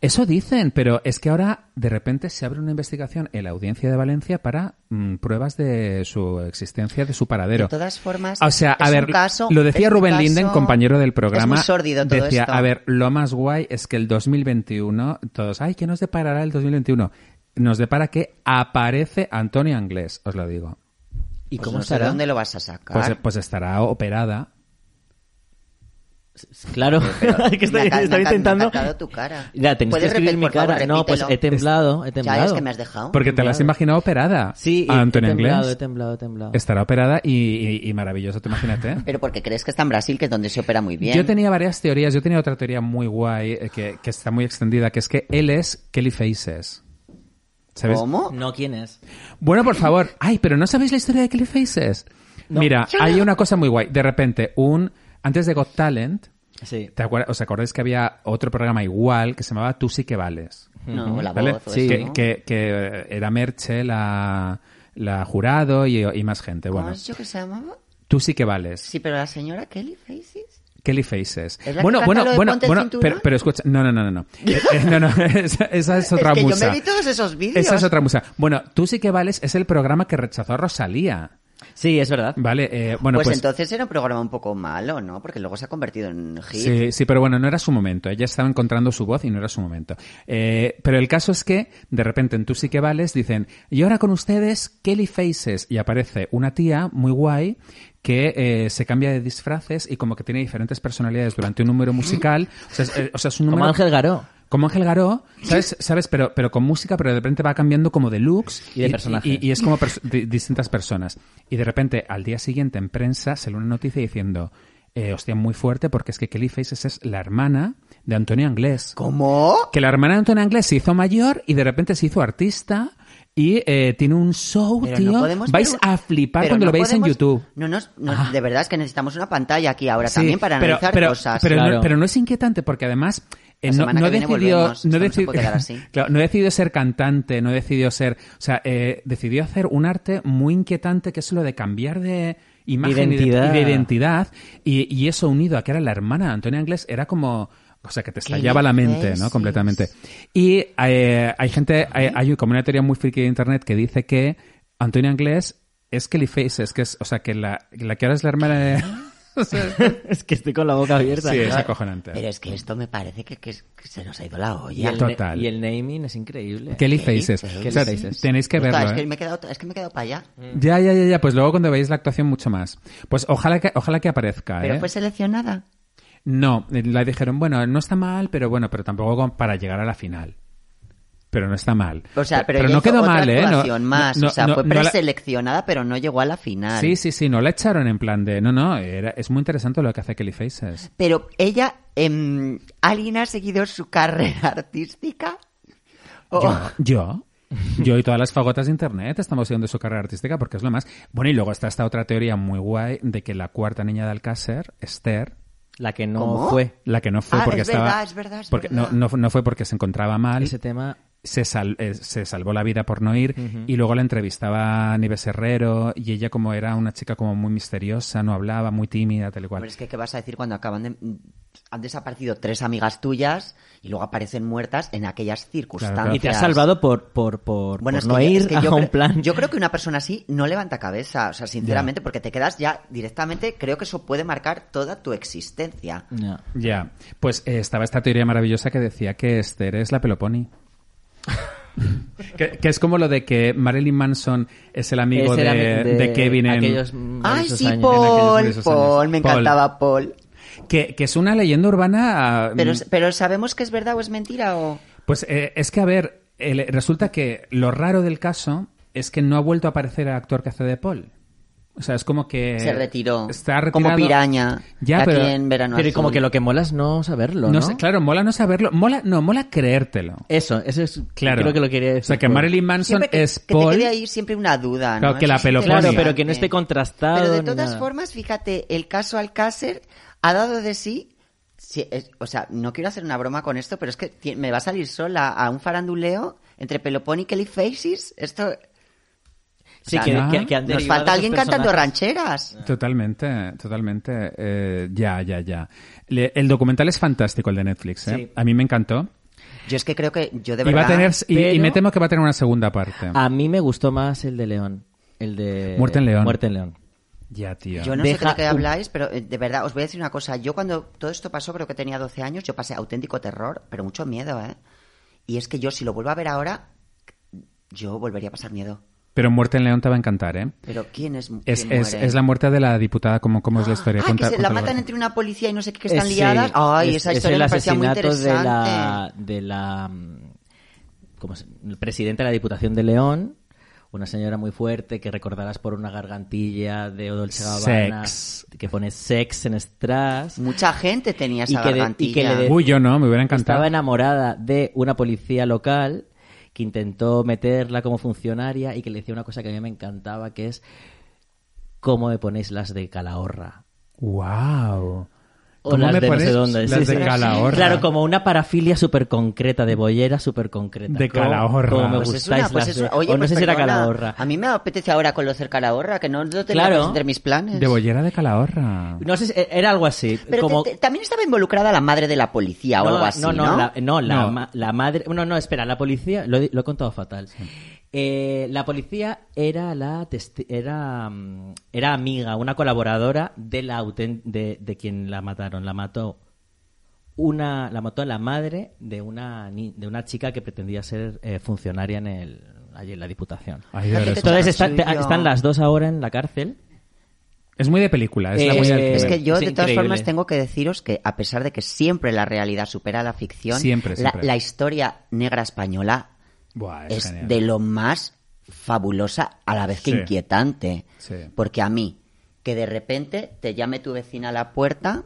Speaker 2: Eso dicen, pero es que ahora de repente se abre una investigación en la audiencia de Valencia para mm, pruebas de su existencia, de su paradero.
Speaker 4: De todas formas,
Speaker 2: o sea, a
Speaker 4: es
Speaker 2: ver,
Speaker 4: un caso-
Speaker 2: lo decía
Speaker 4: es un
Speaker 2: Rubén
Speaker 4: caso-
Speaker 2: Linden, compañero del programa.
Speaker 4: es muy sórdido todo
Speaker 2: decía,
Speaker 4: esto.
Speaker 2: a ver, lo más guay es que el 2021, todos, ay, ¿qué nos deparará el 2021? Nos depara que aparece Antonio Anglés, os lo digo.
Speaker 3: ¿Y
Speaker 4: Pues
Speaker 3: cómo
Speaker 4: no sé
Speaker 3: estará?
Speaker 4: ¿Dónde lo vas a sacar?
Speaker 2: Pues, pues estará operada.
Speaker 3: Claro, [LAUGHS] es que
Speaker 4: Eh,
Speaker 3: estoy,
Speaker 4: Me ha ca- me
Speaker 3: estoy
Speaker 4: ha ca-
Speaker 3: intentando.
Speaker 4: Me ha cagado tu cara.
Speaker 3: Ya, tenéis que
Speaker 4: ¿Puedes
Speaker 3: escribir
Speaker 4: repetir,
Speaker 3: mi
Speaker 4: por favor,
Speaker 3: cara. no, pues
Speaker 4: repítelo?
Speaker 3: he temblado, he temblado.
Speaker 4: Ya es que me has dejado.
Speaker 2: Porque te la has
Speaker 3: Temblado.
Speaker 2: imaginado operada.
Speaker 3: Sí,
Speaker 2: a
Speaker 3: he-
Speaker 2: Antonio
Speaker 3: he temblado,
Speaker 2: Anglés.
Speaker 3: he temblado, he temblado.
Speaker 2: Estará operada y, y- y maravilloso, te imagínate. ¿eh?
Speaker 4: Pero porque crees que está en Brasil, que es donde se opera muy bien.
Speaker 2: Yo tenía varias teorías. Yo tenía otra teoría muy guay eh, que, que está muy extendida, que es que él es Kelly Faces. ¿Sabes?
Speaker 4: ¿Cómo?
Speaker 3: No, ¿quién es?
Speaker 2: Bueno, por favor. Ay, pero ¿no sabéis la historia de Kelly Faces? Mira, hay una cosa muy guay. De repente, un... Antes de Got Talent,
Speaker 3: Sí.
Speaker 2: ¿te acuer- ¿os acordáis que había otro programa igual que se llamaba Tú sí que vales?
Speaker 4: No, la
Speaker 2: ¿Vale?
Speaker 4: voz. o
Speaker 2: que,
Speaker 4: eso, ¿no?
Speaker 2: que- que, eh, era Merche, la, la jurado y, y más gente.
Speaker 4: ¿Cómo
Speaker 2: Bueno,
Speaker 4: has dicho que se llamaba?
Speaker 2: Tú sí que vales.
Speaker 4: Sí, pero la señora Kelly Faces.
Speaker 2: Kelly Faces.
Speaker 4: ¿Es la que
Speaker 2: bueno,
Speaker 4: canta
Speaker 2: bueno,
Speaker 4: lo de
Speaker 2: bueno,
Speaker 4: ponte el
Speaker 2: bueno,
Speaker 4: cinturón?
Speaker 2: pero, pero escucha, no, no, no, no,
Speaker 4: [LAUGHS]
Speaker 2: no, Eh, eh, no, [LAUGHS] no, esa, esa es otra
Speaker 4: es que
Speaker 2: musa.
Speaker 4: yo me vi todos esos vídeos.
Speaker 2: esa es otra musa. Bueno, tú sí que vales es el programa que rechazó a Rosalía,
Speaker 3: Sí, es verdad.
Speaker 2: vale. Eh, bueno,
Speaker 4: pues,
Speaker 2: pues,
Speaker 4: entonces era un programa un poco malo, ¿no? Porque luego se ha convertido en hit.
Speaker 2: sí, sí, pero bueno, no era su momento. Ella estaba encontrando su voz y no era su momento. Eh, pero el caso es que de repente en tú sí que vales dicen y ahora con ustedes Kelly Faces y aparece una tía muy guay que eh, se cambia de disfraces y como que tiene diferentes personalidades durante un número musical. O sea, es, eh, o sea, es un
Speaker 3: Como
Speaker 2: número
Speaker 3: Ángel
Speaker 2: [LAUGHS]
Speaker 3: Garó.
Speaker 2: Como Ángel Garó, ¿sabes? ¿Sabes? Pero, pero con música, pero de repente va cambiando como de looks.
Speaker 3: Y de personaje.
Speaker 2: Y, y es como pers- di- distintas personas. Y de repente, al día siguiente, en prensa, sale una noticia diciendo, eh, hostia, muy fuerte, porque es que Kelly Faces es la hermana de Antonio Anglés.
Speaker 4: ¿Cómo?
Speaker 2: Que la hermana de Antonio Anglés se hizo mayor y de repente se hizo artista y eh, tiene un show,
Speaker 4: Pero
Speaker 2: tío.
Speaker 4: no podemos
Speaker 2: Vais
Speaker 4: ver un-
Speaker 2: a flipar
Speaker 4: pero
Speaker 2: cuando
Speaker 4: no
Speaker 2: lo veáis
Speaker 4: podemos-
Speaker 2: en YouTube.
Speaker 4: No, no, no,
Speaker 2: Ah.
Speaker 4: de verdad es que necesitamos una pantalla aquí ahora
Speaker 2: Sí,
Speaker 4: también para
Speaker 2: pero-
Speaker 4: analizar
Speaker 2: pero,
Speaker 4: cosas.
Speaker 2: Pero,
Speaker 3: Claro.
Speaker 2: no, pero no es inquietante porque además eh,
Speaker 4: La
Speaker 2: no,
Speaker 4: semana
Speaker 2: no
Speaker 4: que viene
Speaker 2: decidió,
Speaker 4: volvemos.
Speaker 2: no,
Speaker 4: Esto no se
Speaker 2: decidió [LAUGHS]
Speaker 4: puede quedar así.
Speaker 2: claro, no decidió ser cantante, no decidió ser, o sea, eh, decidió hacer un arte muy inquietante que es lo de cambiar de imagen y de-
Speaker 3: Identidad.
Speaker 2: y de identidad y, y eso unido a que era la hermana de Antonio Anglés era como o sea, que te estallaba la mente, ¿no?
Speaker 4: dices?
Speaker 2: Completamente. Y eh, hay gente, hay, hay como una teoría muy friki de internet que dice que Antonio Anglés es Kelly Faces, que es, o sea, que la, la que ahora es la hermana
Speaker 4: [LAUGHS]
Speaker 2: de... o sea,
Speaker 3: es que estoy con la boca abierta.
Speaker 2: sí, es acojonante.
Speaker 4: Pero es que esto me parece que, que es- que se nos ha ido la
Speaker 3: Y
Speaker 4: olla.
Speaker 3: el,
Speaker 2: Total.
Speaker 3: y el naming es increíble.
Speaker 2: Kelly
Speaker 4: Kelly
Speaker 2: Faces.
Speaker 4: Faces.
Speaker 2: O sea,
Speaker 3: Kelly Faces.
Speaker 2: tenéis que
Speaker 4: Ostras,
Speaker 2: verlo.
Speaker 4: es,
Speaker 2: ¿eh?
Speaker 4: que me he quedado, es que me he quedado para allá.
Speaker 2: Ya, ya, ya, ya. Pues luego cuando veáis la actuación mucho más. Pues ojalá que, ojalá que aparezca.
Speaker 4: Pero pues-
Speaker 2: ¿eh?
Speaker 4: fue seleccionada.
Speaker 2: No, eh, la dijeron, bueno, no está mal, pero bueno, pero tampoco como para llegar a la final. Pero no está mal.
Speaker 4: O sea,
Speaker 2: Pe-
Speaker 4: pero, ella
Speaker 2: no
Speaker 4: hizo
Speaker 2: quedó
Speaker 4: otra
Speaker 2: mal, ¿eh? No-
Speaker 4: actuación más.
Speaker 2: no-
Speaker 4: o sea,
Speaker 2: no-
Speaker 4: fue
Speaker 2: no la-
Speaker 4: preseleccionada, pero no llegó a la final.
Speaker 2: Sí, sí, sí, no la echaron en plan de, no, no, era- es muy interesante lo que hace Kelly Faces.
Speaker 4: Pero ella, em, ¿alguien ha seguido su [LAUGHS] carrera artística? O- [LAUGHS] oh.
Speaker 2: Yo, yo y todas las fagotas de internet estamos siguiendo su carrera artística porque es lo más. Bueno, y luego está esta otra teoría muy guay de que la cuarta niña de Alcácer, Esther,
Speaker 3: La que no
Speaker 4: ¿Cómo?
Speaker 3: fue.
Speaker 2: la que no fue
Speaker 4: Ah,
Speaker 2: porque
Speaker 4: es
Speaker 2: estaba.
Speaker 4: verdad, es verdad, es
Speaker 2: porque
Speaker 4: verdad.
Speaker 2: No, no, no fue porque se encontraba mal.
Speaker 3: Ese tema
Speaker 2: se, sal- eh, se salvó la vida por no ir y luego la entrevistaba Nieves Herrero y ella como era una chica como muy misteriosa, no hablaba, muy tímida, tal y cual.
Speaker 4: Hombre, es que ¿qué vas a decir cuando acaban de... Han desaparecido tres amigas tuyas y luego aparecen muertas en aquellas circunstancias.
Speaker 2: Claro, claro.
Speaker 3: Y te has salvado por, por, por,
Speaker 4: Bueno,
Speaker 3: por
Speaker 4: es
Speaker 3: no
Speaker 4: que,
Speaker 3: ir
Speaker 4: es que yo,
Speaker 3: a un
Speaker 4: creo-
Speaker 3: plan.
Speaker 4: yo creo que una persona así no levanta cabeza, o sea, sinceramente, porque te quedas ya directamente, creo que eso puede marcar toda tu existencia.
Speaker 3: No.
Speaker 2: Ya, pues eh, estaba esta teoría maravillosa que decía que Esther es la
Speaker 3: [LAUGHS]
Speaker 2: Peloponi. que, que es como lo de que Marilyn Manson es el amigo de,
Speaker 3: Ese era mi- de
Speaker 2: de Kevin en...
Speaker 3: aquellos maravillosos
Speaker 4: Ay, sí,
Speaker 3: Mm, años.
Speaker 2: En
Speaker 4: Paul,
Speaker 2: aquellos
Speaker 4: Paul, me
Speaker 2: años. Paul.
Speaker 4: encantaba Paul.
Speaker 2: Que, que es una leyenda urbana... ah,
Speaker 4: Pero,
Speaker 2: mm,
Speaker 4: pero ¿sabemos que es verdad o es mentira o...?
Speaker 2: Pues eh, es que, a ver, el- resulta que lo raro del caso es que no ha vuelto a aparecer el actor que hace de Paul. O sea, es como que...
Speaker 4: Se retiró.
Speaker 2: Está retirado.
Speaker 4: Como piraña.
Speaker 2: Ya,
Speaker 4: aquí
Speaker 2: pero-
Speaker 4: en verano
Speaker 3: Pero y
Speaker 4: Azul.
Speaker 3: como que lo que mola es no saberlo, ¿no?
Speaker 2: No sé, claro, mola no saberlo. Mola, no, mola creértelo.
Speaker 3: Eso, eso es
Speaker 2: Claro.
Speaker 3: creo que lo quería decir.
Speaker 2: O sea, que
Speaker 3: Paul.
Speaker 2: Marilyn Manson
Speaker 4: Siempre que,
Speaker 2: es
Speaker 4: que
Speaker 2: Paul.
Speaker 4: te quede ahí siempre una duda, ¿no?
Speaker 2: Claro, que
Speaker 4: Eso
Speaker 2: la
Speaker 4: es interesante.
Speaker 2: Peloponi.
Speaker 3: Claro, pero que no esté contrastado.
Speaker 4: Pero de
Speaker 3: ni
Speaker 4: todas
Speaker 3: nada.
Speaker 4: formas, fíjate, el caso Alcácer ha dado de sí. sí, es- o sea, no quiero hacer una broma con esto, pero es que ti- me va a salir sola a un faranduleo entre Peloponi y Kelly Faces. Esto.
Speaker 3: Sí,
Speaker 4: o sea,
Speaker 3: que,
Speaker 2: ¿no?
Speaker 3: que- que han
Speaker 4: Nos
Speaker 3: derivado
Speaker 4: falta alguien
Speaker 3: esos
Speaker 4: cantando
Speaker 3: personajes.
Speaker 4: rancheras.
Speaker 2: Totalmente, totalmente. eh, ya, ya, ya. Le- el documental es fantástico, el de Netflix. ¿eh?
Speaker 3: Sí.
Speaker 2: A mí me encantó.
Speaker 4: Yo es que creo que yo de
Speaker 2: Y, va
Speaker 4: verdad.
Speaker 2: a tener, y, y
Speaker 3: pero- Ah,
Speaker 2: me temo que va a tener una segunda parte.
Speaker 3: A mí me gustó más el de León. El de.
Speaker 2: Muerte en León.
Speaker 3: Muerte en León.
Speaker 2: Ya, tío.
Speaker 4: Yo no sé
Speaker 3: Deja
Speaker 4: de lo que
Speaker 3: un-
Speaker 4: habláis, pero eh, de verdad, os voy a decir una cosa. Yo cuando todo esto pasó, creo que tenía 12 años, yo pasé auténtico terror, pero mucho miedo, ¿eh? Y es que yo, si lo vuelvo a ver ahora, yo volvería a pasar miedo.
Speaker 2: Pero Muerte en León te va a encantar, ¿eh?
Speaker 4: Pero ¿quién es,
Speaker 2: Es,
Speaker 4: quién
Speaker 2: es-
Speaker 4: muere?
Speaker 2: es la muerte de la diputada, como, como es la historia.
Speaker 4: Ah,
Speaker 2: Cuenta-
Speaker 4: que se la
Speaker 2: cuéntalo,
Speaker 4: matan
Speaker 2: Berta.
Speaker 4: entre una policía y no sé qué que están
Speaker 3: Ese-
Speaker 4: liadas. Ay,
Speaker 3: es-
Speaker 4: esa
Speaker 3: es
Speaker 4: historia
Speaker 3: el
Speaker 4: me parecía muy
Speaker 3: asesinato
Speaker 4: interesante.
Speaker 3: De la, de la, mm, ¿cómo se- el presidente de la Diputación de León, una señora muy fuerte que recordarás por una gargantilla de Dolce Gabbana,
Speaker 2: Sex.
Speaker 3: que pone sex en strass,
Speaker 4: Mucha gente tenía esa
Speaker 3: Y que de- y
Speaker 4: gargantilla.
Speaker 3: que le de-
Speaker 2: Uy, yo no, me hubiera encantado.
Speaker 3: estaba enamorada de una policía local que intentó meterla como funcionaria y que le decía una cosa que a mí me encantaba, que es cómo me ponéis las de calahorra.
Speaker 2: ¡Wow!
Speaker 3: O las de no sé dónde.
Speaker 2: las
Speaker 3: sí,
Speaker 2: de
Speaker 3: sí.
Speaker 2: Calahorra?
Speaker 3: Claro, como una parafilia súper concreta, de bollera súper concreta.
Speaker 2: De
Speaker 3: Como-
Speaker 2: Calahorra.
Speaker 3: Como me
Speaker 2: Pues
Speaker 4: Pues es
Speaker 3: gustáis
Speaker 4: una- pues
Speaker 3: las
Speaker 4: es una-
Speaker 3: de-
Speaker 4: oye,
Speaker 3: O no
Speaker 4: pues
Speaker 3: sé si era
Speaker 4: perdona,
Speaker 3: Calahorra.
Speaker 4: A mí me apetece ahora conocer Calahorra, que no lo tenía
Speaker 3: Claro.
Speaker 4: presente entre mis planes.
Speaker 2: De Bollera de Calahorra.
Speaker 3: No sé si e-, era algo así.
Speaker 4: Pero
Speaker 3: como...
Speaker 4: te- te- también estaba involucrada la madre de la policía o
Speaker 3: no,
Speaker 4: algo así, ¿no?
Speaker 3: No, no, la, no, la,
Speaker 2: No.
Speaker 3: ma- la madre... No, no, espera, la policía... Lo, he- lo he contado fatal. Eh, la policía era la testi- era, mm, era amiga, una colaboradora de la auten- de, de quien la mataron. La mató una la mató la madre de una ni- de una chica que pretendía ser eh, funcionaria en el allí en la diputación.
Speaker 2: Ay, de verdad.
Speaker 3: Entonces está- te-
Speaker 4: Chullo.
Speaker 3: están las dos ahora en la cárcel.
Speaker 2: Es muy de película. Es, la
Speaker 3: Eh,
Speaker 2: muy de-
Speaker 4: Es que yo,
Speaker 3: es
Speaker 4: de todas
Speaker 3: increíble.
Speaker 4: formas, tengo que deciros que, a pesar de que siempre la realidad supera a la ficción,
Speaker 2: Siempre,
Speaker 4: la-
Speaker 2: siempre.
Speaker 4: la historia negra española
Speaker 2: Buah, Ah, es
Speaker 4: es
Speaker 2: genial.
Speaker 4: de lo más fabulosa a la vez que
Speaker 2: Sí.
Speaker 4: inquietante.
Speaker 2: Sí.
Speaker 4: Porque a mí, que de repente te llame tu vecina a la puerta,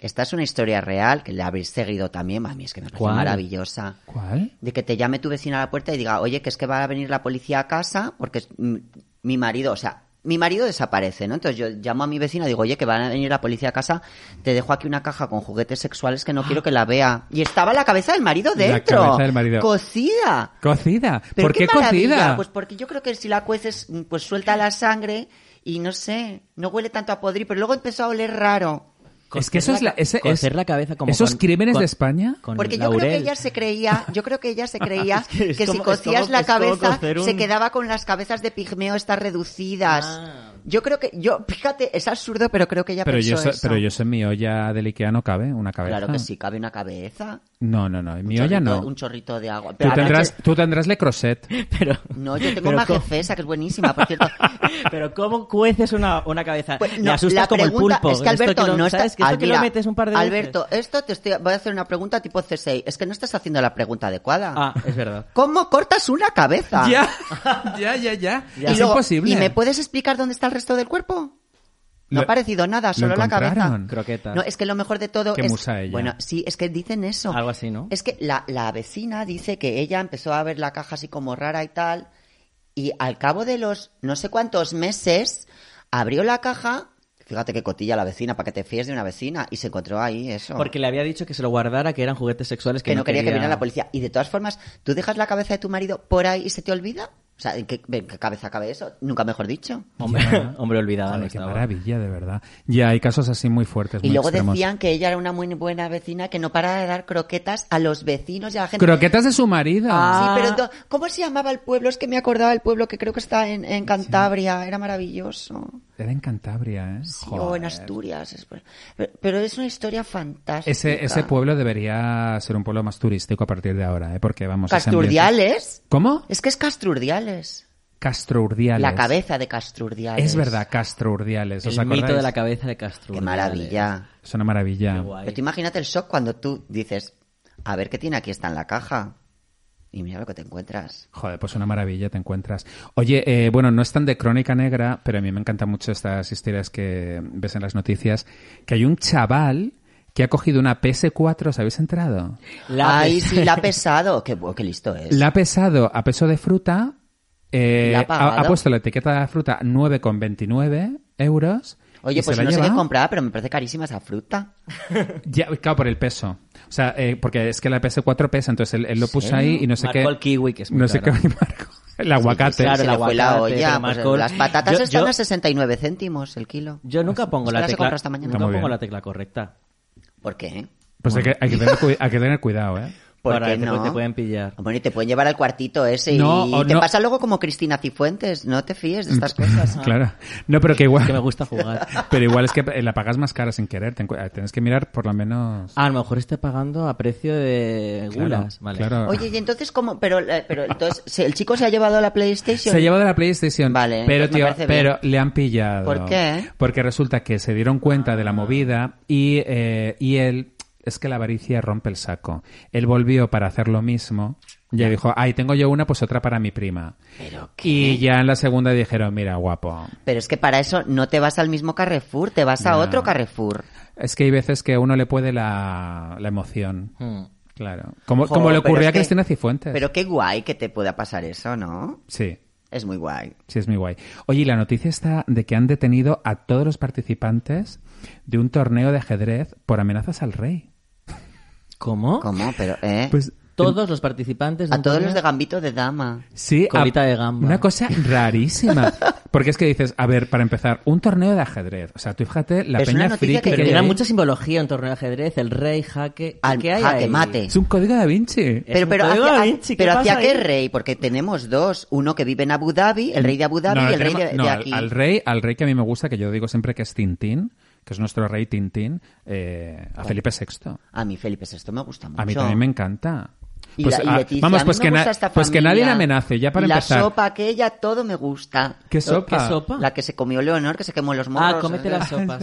Speaker 4: esta es una historia real que la habéis seguido también, a mí es que me parece
Speaker 3: ¿Cuál?
Speaker 4: maravillosa.
Speaker 2: ¿Cuál?
Speaker 4: De que te llame tu vecina a la puerta y diga, oye, que es que va a venir la policía a casa porque es- mm, mi marido, o sea, mi marido desaparece, ¿no? Entonces yo llamo a mi vecina y digo, oye, que va a venir la policía a casa, te dejo aquí una caja con juguetes sexuales que no quiero que la vea. Y estaba la cabeza del marido
Speaker 2: La
Speaker 4: dentro.
Speaker 2: cabeza del marido.
Speaker 4: Cocida.
Speaker 2: Cocida.
Speaker 4: Pero
Speaker 2: ¿Por qué,
Speaker 4: maravilla,
Speaker 2: cocida?
Speaker 4: Pues porque yo creo que si la cueces, mm, pues suelta la sangre y no sé, no huele tanto a podrido, pero luego empezó a oler raro.
Speaker 2: Es que eso es la, ese- es-
Speaker 3: cocer la cabeza como
Speaker 2: esos
Speaker 3: con-
Speaker 2: crímenes
Speaker 3: con-
Speaker 2: de España.
Speaker 3: con
Speaker 4: Porque yo creo
Speaker 3: laurel.
Speaker 4: que ella se creía, yo creo que ella se creía
Speaker 3: [LAUGHS] Es que
Speaker 4: que,
Speaker 3: es
Speaker 4: si
Speaker 3: como- es
Speaker 4: cocías
Speaker 3: como-
Speaker 4: la
Speaker 3: es como
Speaker 4: cabeza
Speaker 3: cocer un-
Speaker 4: se quedaba con las cabezas de pigmeo estas reducidas.
Speaker 3: Ah.
Speaker 4: Yo creo que yo, fíjate, es absurdo, pero creo que ella
Speaker 2: Pero yo,
Speaker 4: pensó
Speaker 2: so-
Speaker 4: eso.
Speaker 2: pero yo sé, en mi olla del Ikea no cabe una cabeza.
Speaker 5: Claro que sí, cabe una cabeza.
Speaker 2: No, no, no. En
Speaker 5: un
Speaker 2: mi olla
Speaker 5: chorrito-
Speaker 2: no.
Speaker 5: Un chorrito de agua.
Speaker 2: Tú
Speaker 5: Pero
Speaker 2: tendrás, tú tendrás le crochet.
Speaker 3: [LAUGHS] Pero,
Speaker 5: No, yo tengo
Speaker 3: pero
Speaker 5: una
Speaker 3: co-
Speaker 5: jefesa que es buenísima, por
Speaker 2: [LAUGHS]
Speaker 5: cierto.
Speaker 3: [LAUGHS] Pero ¿cómo cueces una, una cabeza? [LAUGHS]
Speaker 4: Pues,
Speaker 3: Me
Speaker 4: no,
Speaker 3: asustas
Speaker 4: la
Speaker 3: como el
Speaker 4: pregunta
Speaker 3: pulpo.
Speaker 4: Es que
Speaker 3: Esto
Speaker 4: Alberto
Speaker 3: que lo,
Speaker 4: no
Speaker 3: ¿sabes?
Speaker 4: estás.
Speaker 3: Que esto
Speaker 4: ah,
Speaker 3: que lo
Speaker 4: mira,
Speaker 3: metes un par de veces.
Speaker 4: Alberto, esto te estoy, voy a hacer una pregunta tipo C6. Es que no estás haciendo la pregunta adecuada.
Speaker 3: Ah, es verdad.
Speaker 4: ¿Cómo cortas una cabeza?
Speaker 2: Ya, ya, ya, ya.
Speaker 4: Y
Speaker 2: Es
Speaker 4: luego,
Speaker 2: imposible.
Speaker 4: ¿Y me puedes explicar dónde está el resto del cuerpo?
Speaker 2: Lo-
Speaker 4: No ha parecido nada,
Speaker 2: lo
Speaker 4: solo la cabeza.
Speaker 2: encontraron.
Speaker 3: Croquetas.
Speaker 4: No, es que lo mejor de todo
Speaker 2: Qué
Speaker 4: es
Speaker 2: musa ella.
Speaker 4: bueno, sí, es que dicen eso.
Speaker 3: Algo así, ¿no?
Speaker 4: Es que la, la vecina dice que ella empezó a ver la caja así como rara y tal y al cabo de los no sé cuántos meses abrió la caja, fíjate que cotilla la vecina para que te fíes de una vecina y se encontró ahí eso.
Speaker 3: Porque le había dicho que se lo guardara, que eran juguetes sexuales que,
Speaker 4: que, no quería, que viniera la policía. Y de todas formas, ¿tú dejas la cabeza de tu marido por ahí y se te olvida? O sea, ¿en qué, en qué cabeza cabe eso? Nunca mejor dicho.
Speaker 3: [LAUGHS] Hombre, hombre olvidado.
Speaker 2: Joder,
Speaker 3: no
Speaker 2: qué
Speaker 3: estaba.
Speaker 2: maravilla, de verdad. Ya, hay casos así muy fuertes,
Speaker 4: Y
Speaker 2: muy
Speaker 4: luego
Speaker 2: extremos.
Speaker 4: decían que ella era una muy buena vecina que no paraba de dar croquetas a los vecinos y a la gente.
Speaker 2: Croquetas de su marido.
Speaker 4: Sí, pero do- ¿cómo se llamaba el pueblo? Es que me acordaba del pueblo que creo que está en, en Cantabria. Era maravilloso.
Speaker 2: Era en Cantabria, ¿eh?
Speaker 4: Sí, o
Speaker 2: Joder.
Speaker 4: en Asturias. es por- Pero, pero es una historia fantástica.
Speaker 2: Ese, ese pueblo debería ser un pueblo más turístico a partir de ahora, ¿eh? Porque vamos ese ambiente-
Speaker 4: Casturdiales.
Speaker 2: ¿Cómo?
Speaker 4: Es que es Casturdiales.
Speaker 2: Castrourdiales.
Speaker 4: La cabeza de Casturdiales.
Speaker 2: Es verdad, Castrourdiales. ¿Os
Speaker 3: El mito
Speaker 2: acordáis?
Speaker 3: de la cabeza de Castro.
Speaker 4: Qué maravilla. Pues,
Speaker 2: Es una maravilla.
Speaker 3: Qué
Speaker 4: Pero
Speaker 3: guay.
Speaker 4: tú imagínate el shock cuando tú dices, a ver qué tiene aquí, está en la caja. Y mira lo que te encuentras.
Speaker 2: Joder, pues una maravilla te encuentras. Oye, eh, bueno, no es tan de crónica negra, pero a mí me encantan mucho estas historias que ves en las noticias, que hay un chaval que ha cogido una PS4, ¿os habéis entrado?
Speaker 3: La
Speaker 4: Ay,
Speaker 3: pes-
Speaker 2: [LAUGHS]
Speaker 4: sí, la ha pesado. Qué, bu- qué listo es.
Speaker 2: La ha pesado a peso de fruta, eh,
Speaker 4: ¿La ha pagado?
Speaker 2: ha, ha puesto la etiqueta de fruta 9,29 euros. y
Speaker 4: Oye,
Speaker 2: se
Speaker 4: pues
Speaker 2: la
Speaker 4: no sé
Speaker 2: lleva.
Speaker 4: qué comprar, pero me parece carísima esa fruta.
Speaker 2: Ya, claro, por el peso. O sea, eh, porque es que la PS4 pesa, entonces él, él lo puso ahí y no sé
Speaker 3: Marcó
Speaker 2: qué.
Speaker 3: el kiwi, que es muy
Speaker 2: No sé qué [LAUGHS]
Speaker 3: caro.
Speaker 2: marcó. El aguacate.
Speaker 4: Se
Speaker 3: pues Claro, el
Speaker 4: le fue la
Speaker 3: aguacate,
Speaker 4: olla,
Speaker 3: pero
Speaker 4: pues,
Speaker 3: Marcol-
Speaker 4: las patatas
Speaker 3: Yo-
Speaker 4: están
Speaker 3: yo-
Speaker 4: a 69 céntimos el kilo. Pues
Speaker 3: Yo nunca pongo
Speaker 4: Espera,
Speaker 3: la
Speaker 4: se
Speaker 3: tecla.
Speaker 4: compra esta mañana.
Speaker 2: Está
Speaker 3: Nunca
Speaker 2: muy
Speaker 3: pongo
Speaker 2: bien.
Speaker 3: la tecla correcta.
Speaker 4: ¿Por qué?
Speaker 2: Pues hay que, hay que tener, cu- hay que tener cuidado, ¿eh?
Speaker 4: ¿Por
Speaker 3: Para
Speaker 4: qué
Speaker 3: que te-
Speaker 4: no?
Speaker 3: te pueden pillar.
Speaker 4: Bueno, y te pueden llevar al cuartito ese
Speaker 2: No, o
Speaker 4: y te
Speaker 2: no.
Speaker 4: pasa luego como Cristina Cifuentes. No te fíes de estas cosas.
Speaker 2: Mm, [LAUGHS] Claro. No, pero que igual.
Speaker 3: Que me gusta
Speaker 4: [LAUGHS]
Speaker 3: jugar. Ah,
Speaker 2: Pero igual es que eh, la pagas más cara sin querer. Ten cu- eh, Tienes que mirar por lo
Speaker 4: Ah,
Speaker 2: menos.
Speaker 3: A lo mejor esté pagando a precio de
Speaker 2: Claro,
Speaker 3: gulas. vale.
Speaker 2: claro.
Speaker 4: Oye, y entonces cómo, pero, eh, pero entonces ¿se- el chico se ha llevado la PlayStation.
Speaker 2: Se ha llevado la PlayStation.
Speaker 4: Vale,
Speaker 2: Pero,
Speaker 4: entonces me
Speaker 2: tío,
Speaker 4: parece
Speaker 2: pero
Speaker 4: bien.
Speaker 2: le han pillado.
Speaker 4: ¿Por qué? Ah.
Speaker 2: Porque resulta que se dieron cuenta de la movida y, eh, y él. Es que la avaricia rompe el saco. Él volvió para hacer lo mismo. Ya dijo, ay, tengo yo una, pues otra para mi prima.
Speaker 4: ¿Pero qué?
Speaker 2: Y ya en la segunda dijeron, mira, guapo.
Speaker 4: Pero es que para eso no te vas al mismo Carrefour, te vas a
Speaker 2: No.
Speaker 4: otro Carrefour.
Speaker 2: Es que hay veces que a uno le puede la, la emoción.
Speaker 3: Hmm.
Speaker 2: Claro. Como,
Speaker 4: Jo,
Speaker 2: como le
Speaker 4: pero
Speaker 2: ocurrió
Speaker 4: es
Speaker 2: a
Speaker 4: que-
Speaker 2: Cristina Cifuentes.
Speaker 4: Pero qué guay que te pueda pasar eso, ¿no?
Speaker 2: Sí.
Speaker 4: Es muy guay.
Speaker 2: Sí, es muy guay. Oye, y la noticia está de que han detenido a todos los participantes de un torneo de ajedrez por amenazas al rey.
Speaker 3: ¿Cómo?
Speaker 4: ¿Cómo? Pero, ¿eh?
Speaker 2: Pues
Speaker 3: Todos los participantes. de
Speaker 4: a
Speaker 3: un
Speaker 4: todos los de
Speaker 3: torneo-
Speaker 4: Gambito de Dama.
Speaker 2: sí, a-
Speaker 3: Colita de gamba.
Speaker 2: Una cosa
Speaker 4: [LAUGHS]
Speaker 2: rarísima. Porque es que dices, a ver, para empezar, un torneo de ajedrez. O sea, tú fíjate la
Speaker 4: Es una
Speaker 2: peña
Speaker 4: noticia
Speaker 2: friki
Speaker 4: que-
Speaker 2: que
Speaker 3: Pero
Speaker 2: hay
Speaker 3: tiene
Speaker 2: ahí.
Speaker 3: mucha simbología en torneo de ajedrez. El rey, jaque.
Speaker 4: Al
Speaker 3: ¿Qué hay
Speaker 4: jaque
Speaker 3: ahí?
Speaker 4: mate.
Speaker 2: Es un código da Vinci.
Speaker 3: Es
Speaker 4: Pero,
Speaker 3: un
Speaker 4: pero,
Speaker 3: código
Speaker 4: hacia,
Speaker 3: da Vinci, ¿qué
Speaker 4: pero hacia
Speaker 3: pasa
Speaker 4: qué
Speaker 3: ahí?
Speaker 4: rey, porque tenemos dos, uno que vive en Abu Dhabi, el rey de Abu Dhabi
Speaker 2: No,
Speaker 4: y el rey
Speaker 2: tenemos-
Speaker 4: de,
Speaker 2: no,
Speaker 4: de
Speaker 2: al-
Speaker 4: aquí.
Speaker 2: Al, rey, al rey que a mí me gusta, que yo digo siempre que es Tintín, que es nuestro rey Tintín, eh, a Felipe VI.
Speaker 4: A mí Felipe esto me gusta mucho.
Speaker 2: A mí también me encanta.
Speaker 4: Y
Speaker 2: Pues,
Speaker 4: la- y
Speaker 2: ah,
Speaker 4: Leticia,
Speaker 2: vamos,
Speaker 4: a mí
Speaker 2: pues,
Speaker 4: me
Speaker 2: que, na-
Speaker 4: gusta esta
Speaker 2: pues que
Speaker 4: familia.
Speaker 2: nadie le amenace, ya para
Speaker 4: la
Speaker 2: empezar.
Speaker 4: [LAUGHS] La sopa aquella, todo me gusta.
Speaker 2: ¿Qué sopa?
Speaker 3: ¿Qué sopa?
Speaker 4: La que se comió Leonor, que se quemó los morros.
Speaker 3: Ah, cómete la
Speaker 4: [LAUGHS]
Speaker 3: sopa.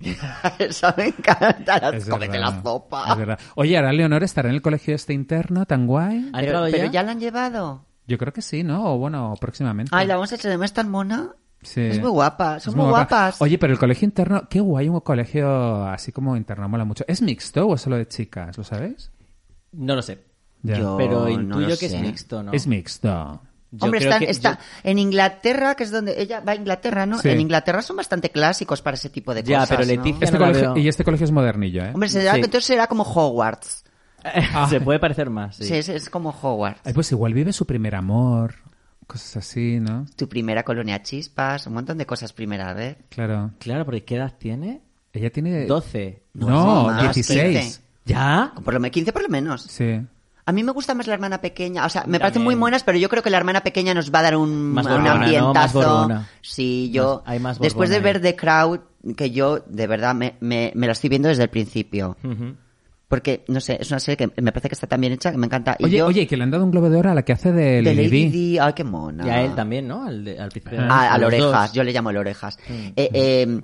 Speaker 3: sí.
Speaker 4: Eso me encanta, la-
Speaker 2: Es
Speaker 4: cómete
Speaker 2: verdad,
Speaker 4: la sopa.
Speaker 2: es verdad. Oye, ahora Leonor estará en el colegio este interno tan guay.
Speaker 3: ¿Ha
Speaker 4: Pero,
Speaker 3: entrado
Speaker 4: pero
Speaker 3: ya?
Speaker 4: ya la han llevado.
Speaker 2: Yo creo que sí, ¿no? O bueno, próximamente.
Speaker 4: Ay, la vamos a echar de menos tan mona.
Speaker 2: Sí.
Speaker 4: Es muy guapa, son
Speaker 2: Es
Speaker 4: muy,
Speaker 2: guapa.
Speaker 4: guapas.
Speaker 2: Oye, pero el colegio interno, qué guay un colegio así como interno, mola mucho. ¿Es mixto o es solo de chicas? ¿Lo sabéis?
Speaker 3: No lo sé.
Speaker 2: Ya.
Speaker 4: Yo-
Speaker 3: Pero
Speaker 4: no
Speaker 3: intuyo
Speaker 4: lo
Speaker 3: que
Speaker 4: sé.
Speaker 3: es mixto, ¿no? [LAUGHS]
Speaker 2: Es mixto.
Speaker 3: Yo
Speaker 4: Hombre,
Speaker 3: creo
Speaker 4: está,
Speaker 3: que-
Speaker 4: está
Speaker 3: yo-
Speaker 4: en Inglaterra, que es donde ella va a Inglaterra, ¿no?
Speaker 2: Sí.
Speaker 4: En Inglaterra son bastante clásicos para ese tipo de
Speaker 3: Ya,
Speaker 4: cosas.
Speaker 3: pero
Speaker 4: ¿no?
Speaker 3: Leticia-
Speaker 2: Este
Speaker 3: no la
Speaker 2: colegio-
Speaker 3: veo.
Speaker 2: y este colegio es modernillo, ¿eh?
Speaker 4: Hombre, será-
Speaker 3: Sí.
Speaker 4: entonces será como Hogwarts.
Speaker 2: Ah.
Speaker 3: Se puede parecer más, sí.
Speaker 4: Sí, es, es como Hogwarts.
Speaker 2: Ay, pues igual vive su primer amor, cosas así, ¿no?
Speaker 4: Tu primera colonia chispas, un montón de cosas primera vez.
Speaker 2: Claro.
Speaker 3: Claro, porque ¿qué edad tiene?
Speaker 2: Ella tiene...
Speaker 3: 12.
Speaker 2: No,
Speaker 6: más,
Speaker 2: 16.
Speaker 6: 15.
Speaker 3: ¿Ya?
Speaker 4: Por lo menos 15 por lo menos.
Speaker 2: Sí.
Speaker 4: A mí me gusta más la hermana pequeña. O sea, me
Speaker 3: También.
Speaker 4: parecen muy buenas, pero yo creo que la hermana pequeña nos va a dar un,
Speaker 3: Más
Speaker 4: un
Speaker 3: borbona, ¿no? Más
Speaker 4: ambientazo.
Speaker 3: borbona.
Speaker 4: sí, yo.
Speaker 3: Más- hay más
Speaker 4: después de
Speaker 3: borbona
Speaker 4: ver The Crowd, que yo de verdad me, me, me la estoy viendo desde el principio. Porque, no sé, es una serie que me parece que está tan bien hecha que me encanta. Y
Speaker 2: Oye,
Speaker 4: yo,
Speaker 2: oye, que le han dado un globo de oro a la que hace de,
Speaker 4: de
Speaker 2: Lady Di.
Speaker 4: Lady Di, ay, qué mona.
Speaker 3: Y a él también, ¿no? Al, de- al príncipe.
Speaker 2: Ah,
Speaker 4: A, a
Speaker 3: los
Speaker 4: la
Speaker 3: dos. Mm.
Speaker 4: orejas, yo le llamo el orejas. Eh, eh,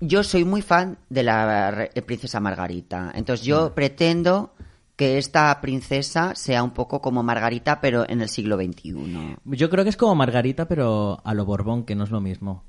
Speaker 4: yo soy muy fan de la re- eh, princesa Margarita, entonces yo
Speaker 3: Mm.
Speaker 4: pretendo que esta princesa sea un poco como Margarita, pero en el siglo XXI.
Speaker 3: Yo creo que es como Margarita, pero a lo Borbón, que no es lo mismo.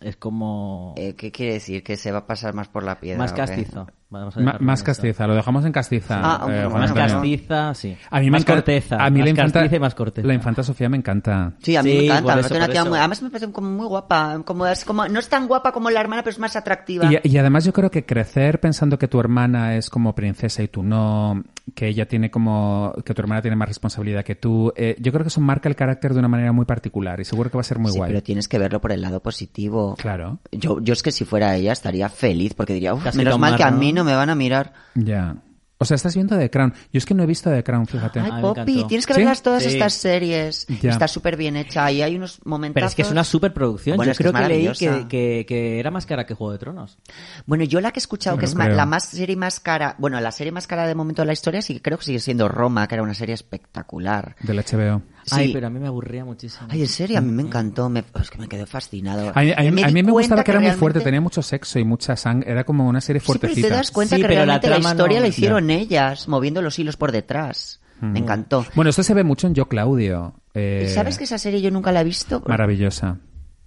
Speaker 3: Es como...
Speaker 4: Eh, ¿Qué quiere decir? ¿Que se va a pasar más por la piedra?
Speaker 3: más
Speaker 4: o qué?
Speaker 3: castizo. Vamos a
Speaker 2: Ma-
Speaker 3: dejarlo
Speaker 2: más
Speaker 3: en eso.
Speaker 2: castiza, lo dejamos en castiza.
Speaker 4: Ah,
Speaker 2: eh,
Speaker 4: bueno,
Speaker 2: Juan
Speaker 3: Más
Speaker 4: Bueno,
Speaker 2: Antonio.
Speaker 3: castiza, sí.
Speaker 2: A mí me
Speaker 3: más
Speaker 2: encanta-
Speaker 3: corteza.
Speaker 2: A mí
Speaker 3: más
Speaker 2: la infanta,
Speaker 3: castiza y más corteza.
Speaker 2: La infanta Sofía me encanta.
Speaker 4: Sí, a mí
Speaker 3: Sí,
Speaker 4: me encanta.
Speaker 3: por
Speaker 4: me
Speaker 3: eso,
Speaker 4: parece una
Speaker 3: por
Speaker 4: tía
Speaker 3: eso.
Speaker 4: muy- además me parece como muy guapa. Como es como, no es tan guapa como la hermana, pero es más atractiva.
Speaker 2: Y, y además yo creo que crecer pensando que tu hermana es como princesa y tú no, que ella tiene como, que tu hermana tiene más responsabilidad que tú, eh, yo creo que eso marca el carácter de una manera muy particular y seguro que va a ser muy
Speaker 4: Sí,
Speaker 2: guay.
Speaker 4: pero tienes que verlo por el lado positivo.
Speaker 2: Claro,
Speaker 4: Yo, yo es que si fuera ella estaría feliz porque diría, "Uf,
Speaker 3: Te has
Speaker 4: menos
Speaker 3: quitado
Speaker 4: mal
Speaker 3: más,
Speaker 4: que a
Speaker 3: ¿no?
Speaker 4: mí no me van a mirar.
Speaker 2: ya. O sea, estás viendo The Crown. Yo es que no he visto The Crown, fíjate.
Speaker 3: Ah,
Speaker 4: Ay,
Speaker 3: me
Speaker 4: Poppy,
Speaker 3: encantó.
Speaker 4: tienes que
Speaker 2: ¿Sí?
Speaker 4: verlas todas
Speaker 3: Sí.
Speaker 4: estas series.
Speaker 2: Ya.
Speaker 4: Está súper bien hecha y hay unos momentos.
Speaker 3: Pero es que es una superproducción.
Speaker 4: Bueno,
Speaker 3: Yo
Speaker 4: es que
Speaker 3: creo
Speaker 4: es
Speaker 3: que leí que,
Speaker 4: maravillosa.
Speaker 3: que- que era más cara que Juego de Tronos.
Speaker 4: Bueno, yo la que he escuchado
Speaker 2: No
Speaker 4: que es ma-
Speaker 2: creo.
Speaker 4: la más serie más cara. Bueno, la serie más cara de momento de la historia sí que creo que sigue siendo Roma, que era una serie espectacular.
Speaker 2: Del HBO.
Speaker 4: Sí.
Speaker 3: Ay, pero a mí me aburría muchísimo.
Speaker 4: Ay, en serio, a mí me encantó. Me, es que me quedé fascinado.
Speaker 2: Mm. A, mí- a mí-
Speaker 4: di
Speaker 2: a mí me gustaba
Speaker 4: cuenta
Speaker 2: que era muy fuerte,
Speaker 4: realmente-
Speaker 2: tenía mucho sexo y mucha sangre. Era como una serie
Speaker 4: Sí, pero
Speaker 2: fuertecita.
Speaker 4: te das cuenta
Speaker 3: Sí,
Speaker 4: que
Speaker 3: pero la
Speaker 4: realmente la,
Speaker 3: trama
Speaker 4: historia
Speaker 3: no-
Speaker 4: la hicieron ellas, moviendo los hilos por detrás. Me encantó.
Speaker 2: Bueno, esto se ve mucho en Yo Claudio. eh,
Speaker 4: ¿Y ¿Sabes que esa serie yo nunca la he visto?
Speaker 2: Maravillosa.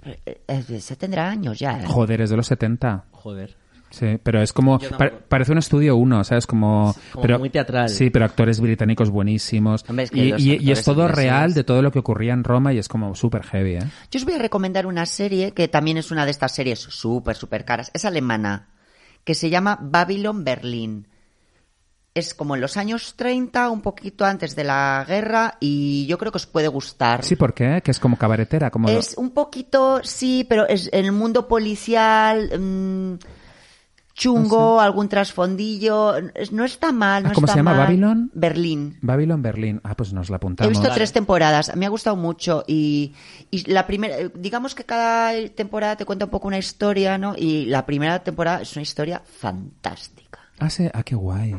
Speaker 4: Eh, eh, Se tendrá años ya. ¿eh?
Speaker 2: Joder, es de los 70.
Speaker 3: Joder.
Speaker 2: Sí, pero es como...
Speaker 3: Yo
Speaker 2: pa-
Speaker 3: tampoco.
Speaker 2: parece un estudio uno, ¿sabes? Como...
Speaker 3: como
Speaker 2: pero,
Speaker 3: muy teatral.
Speaker 2: Sí, pero actores británicos buenísimos.
Speaker 4: Hombre, es que
Speaker 2: y,
Speaker 4: los
Speaker 2: y- y
Speaker 4: actores
Speaker 2: es todo
Speaker 4: ingleses-
Speaker 2: real de todo lo que ocurría en Roma y es como súper heavy, ¿eh?
Speaker 4: Yo os voy a recomendar una serie que también es una de estas series súper, súper caras. Es alemana, que se llama Babylon Berlin. Es como en los años 30, un poquito antes de la guerra, y yo creo que os puede gustar.
Speaker 2: Sí, ¿por qué? Que es como cabaretera, como...
Speaker 4: es un poquito, sí, pero es en el mundo policial, mm, chungo, algún trasfondillo. es- No está mal.
Speaker 2: Ah,
Speaker 4: no
Speaker 2: ¿cómo
Speaker 4: está
Speaker 2: se llama?
Speaker 4: mal.
Speaker 2: ¿Babylon?
Speaker 4: Berlín.
Speaker 2: Babylon, Berlín. Ah, pues nos la
Speaker 4: He
Speaker 2: apuntamos.
Speaker 4: visto tres temporadas, me ha gustado mucho y, y la primera, digamos que cada temporada te cuenta un poco una historia, ¿no? Y la primera temporada es una historia fantástica.
Speaker 2: Ah, sí. Ah, qué guay.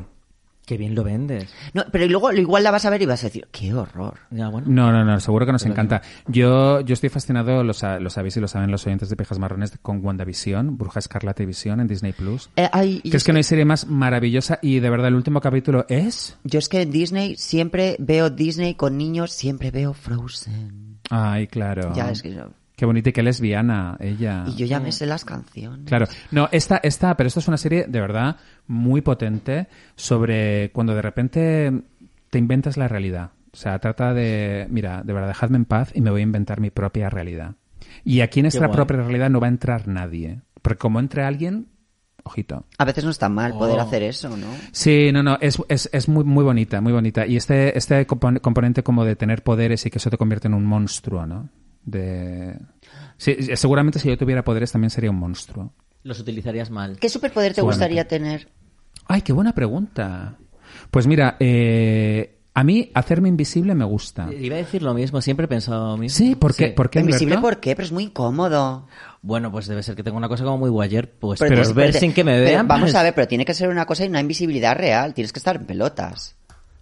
Speaker 3: Qué bien lo vendes.
Speaker 4: No, pero luego igual la vas a ver y vas a decir, qué horror.
Speaker 3: Ya, bueno.
Speaker 2: No, no, no, seguro que nos encanta. Yo, yo estoy fascinado, lo, sa- lo sabéis y lo saben los oyentes de Pejas Marrones, con WandaVision, Bruja Escarlata y Visión en Disney Plus.
Speaker 4: Eh, ay,
Speaker 2: Que
Speaker 4: yo,
Speaker 2: es que no hay serie más maravillosa y de verdad el último capítulo es.
Speaker 4: yo es que en Disney siempre veo Disney con niños, siempre veo Frozen.
Speaker 2: Ay, claro.
Speaker 4: Ya, es que yo-
Speaker 2: Qué bonita y qué lesbiana ella.
Speaker 4: Y yo ya me sé las canciones.
Speaker 2: Ah. Claro, no, esta, esta, pero esta es una serie de verdad muy potente sobre cuando de repente te inventas la realidad. O sea, trata de, mira, de verdad, dejadme en paz y me voy a inventar mi propia realidad. Y aquí en esta
Speaker 3: guay.
Speaker 2: propia realidad no va a entrar nadie. Porque como entre alguien, ojito.
Speaker 4: A veces no está mal poder hacer eso, ¿no?
Speaker 2: Sí, no, no, es, es, es muy, muy bonita, muy bonita. Y este, este compon- componente como de tener poderes y que eso te convierte en un monstruo, ¿no? De... Sí, seguramente si yo tuviera poderes también sería un monstruo.
Speaker 3: Los utilizarías mal.
Speaker 4: ¿Qué superpoder te gustaría tener?
Speaker 2: Ay, qué buena pregunta. Pues mira, eh, a mí hacerme invisible me gusta.
Speaker 3: Iba a decir lo mismo, siempre he pensado lo mismo.
Speaker 2: Sí, ¿por qué? ¿Por qué
Speaker 4: Invisible,
Speaker 2: Alberto?
Speaker 4: ¿por qué? Pero es muy incómodo.
Speaker 3: Bueno, pues debe ser que tengo una cosa como muy guayer, pues
Speaker 4: Pero
Speaker 3: pero
Speaker 4: tienes-
Speaker 3: ver
Speaker 4: pero te-
Speaker 3: sin que me
Speaker 4: pero
Speaker 3: vean.
Speaker 4: vamos
Speaker 3: pues,
Speaker 4: a ver, pero tiene que ser una cosa y una invisibilidad real. Tienes que estar en pelotas.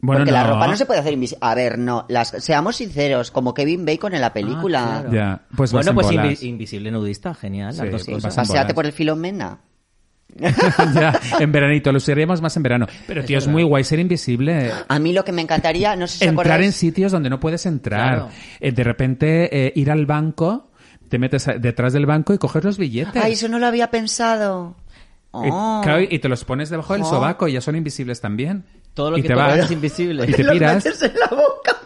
Speaker 2: Bueno,
Speaker 4: Porque la
Speaker 2: no.
Speaker 4: ropa
Speaker 2: [LAUGHS]
Speaker 4: no se puede hacer invisible. A ver, no. Las, seamos sinceros, como Kevin Bacon en
Speaker 2: Ah,
Speaker 4: la película.
Speaker 3: claro.
Speaker 2: Ya, pues vas
Speaker 3: bueno,
Speaker 2: en
Speaker 3: pues invi-
Speaker 2: bolas.
Speaker 3: invisible nudista, genial. las
Speaker 2: Sí,
Speaker 3: dos
Speaker 4: Sí,
Speaker 2: pues
Speaker 3: cosas.
Speaker 2: vas en
Speaker 4: paseate
Speaker 2: bolas.
Speaker 4: por el Filomena.
Speaker 2: ya, en veranito, lo usaríamos más en verano. Pero tío, es muy guay ser invisible.
Speaker 4: A mí lo que me encantaría, no sé si
Speaker 2: entrar en
Speaker 4: acordáis,
Speaker 2: sitios donde no puedes entrar.
Speaker 3: Claro.
Speaker 2: Eh, de repente eh, ir al banco, te metes a- detrás del banco y coges los billetes.
Speaker 4: Ay, eso no lo había pensado.
Speaker 2: Y-
Speaker 4: Oh.
Speaker 2: Eh, claro,
Speaker 4: [LAUGHS]
Speaker 2: y te los pones debajo del
Speaker 4: Oh.
Speaker 2: sobaco y ya son invisibles también.
Speaker 3: Todo lo
Speaker 2: y
Speaker 3: que
Speaker 2: te
Speaker 3: tocas
Speaker 2: vas.
Speaker 3: es invisible.
Speaker 2: Y te
Speaker 4: [LAUGHS] Los
Speaker 2: piras.
Speaker 4: metes en la boca.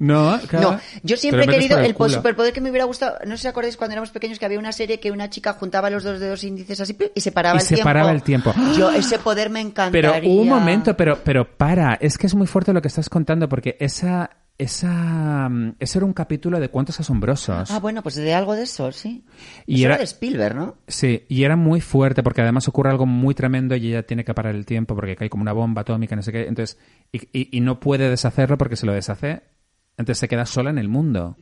Speaker 2: No, claro.
Speaker 4: No, yo siempre
Speaker 2: Te
Speaker 4: he
Speaker 2: lo metes
Speaker 4: querido
Speaker 2: por
Speaker 4: el,
Speaker 2: el culo.
Speaker 4: superpoder que me hubiera gustado. No sé si acordáis cuando éramos pequeños que había una serie que una chica juntaba los dos dedos índices así pi, y separaba
Speaker 2: Y
Speaker 4: el
Speaker 2: separaba
Speaker 4: tiempo.
Speaker 2: el tiempo.
Speaker 4: Yo ese poder me
Speaker 2: Pero
Speaker 4: encantaría.
Speaker 2: un momento, pero, pero para, es que es muy fuerte lo que estás contando porque esa esa, mm, ese era un capítulo de cuentos asombrosos.
Speaker 4: Ah, bueno, pues de algo de eso, sí.
Speaker 2: Y
Speaker 4: Eso
Speaker 2: era-
Speaker 4: de Spielberg, ¿no?
Speaker 2: Sí, y era muy fuerte porque además ocurre algo muy tremendo y ella tiene que parar el tiempo porque cae como una bomba atómica, no sé qué. Entonces, y, y- y no puede deshacerlo porque se lo deshace. Entonces se queda sola en el mundo.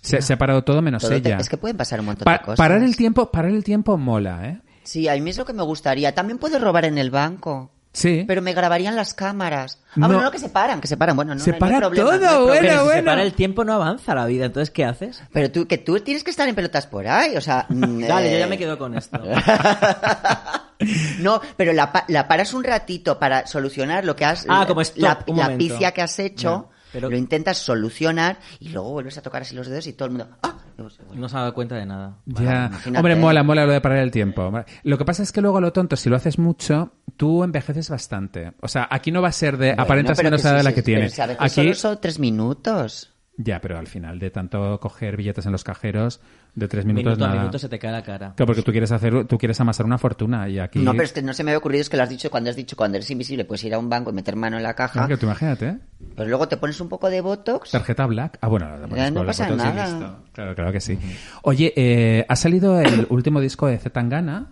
Speaker 2: Se, se ha parado todo menos
Speaker 4: Todo te-
Speaker 2: ella.
Speaker 4: es que pueden pasar un montón
Speaker 2: Pa-
Speaker 4: de cosas.
Speaker 2: parar el tiempo, parar el tiempo mola, ¿eh?
Speaker 4: Sí, a mí es lo que me gustaría. También puedes robar en el banco.
Speaker 2: Sí.
Speaker 4: Pero me grabarían las cámaras. Ah,
Speaker 2: No.
Speaker 4: bueno, no, que se paran, que se paran. Bueno, no,
Speaker 2: Se
Speaker 4: no hay
Speaker 2: para
Speaker 4: problema,
Speaker 2: todo,
Speaker 4: no hay
Speaker 2: bueno,
Speaker 4: problema.
Speaker 3: Pero si se
Speaker 2: bueno.
Speaker 3: para el tiempo no avanza la vida, entonces ¿qué haces?
Speaker 4: Pero tú, que tú tienes que estar en pelotas por ahí,
Speaker 3: [LAUGHS]
Speaker 4: o sea... mm,
Speaker 3: Dale, yo ya
Speaker 4: eh,
Speaker 3: me quedo con
Speaker 4: [LAUGHS]
Speaker 3: esto.
Speaker 4: No, pero la, pa- la paras un ratito para solucionar lo que has...
Speaker 3: Ah,
Speaker 4: la-
Speaker 3: como stop,
Speaker 4: La,
Speaker 3: un
Speaker 4: la
Speaker 3: momento.
Speaker 4: picia que has hecho,
Speaker 3: Ya, pero-
Speaker 4: lo intentas solucionar y luego vuelves a tocar así los dedos y todo el mundo... ¡Ah! Y vos-
Speaker 3: No se ha dado cuenta de nada.
Speaker 2: Ya.
Speaker 4: imagínate.
Speaker 2: Hombre, mola, mola lo de parar el tiempo. Lo que pasa es que luego lo tonto, si lo haces mucho, tú envejeces bastante. O sea, aquí no va a ser de
Speaker 4: Bueno,
Speaker 2: aparentas
Speaker 4: pero
Speaker 2: menos
Speaker 4: que
Speaker 2: edad de
Speaker 4: sí,
Speaker 2: la
Speaker 4: sí,
Speaker 2: que
Speaker 4: pero
Speaker 2: tienes.
Speaker 4: si a veces
Speaker 2: Aquí
Speaker 4: solo son tres minutos.
Speaker 2: ya, pero al final de tanto coger billetes en los cajeros de tres minutos
Speaker 3: Minuto a
Speaker 2: nada.
Speaker 3: minuto se te cae
Speaker 2: [LAUGHS]
Speaker 3: la cara.
Speaker 2: Claro, porque tú quieres hacer, tú quieres amasar una fortuna y aquí.
Speaker 4: No, pero es que no se me había ocurrido, es que lo has dicho cuando has dicho cuando eres invisible, puedes ir a un banco y meter mano en la
Speaker 2: Claro,
Speaker 4: caja.
Speaker 2: que tú imagínate, ¿eh?
Speaker 4: Pues luego te pones un poco de Botox.
Speaker 2: Tarjeta black. Ah, bueno, la pones
Speaker 4: Ya no
Speaker 2: con la
Speaker 4: pasa
Speaker 2: foto, sí,
Speaker 4: nada.
Speaker 2: listo. Claro, claro que sí. Oye, eh, ha salido el
Speaker 3: [COUGHS]
Speaker 2: último disco de Zetangana,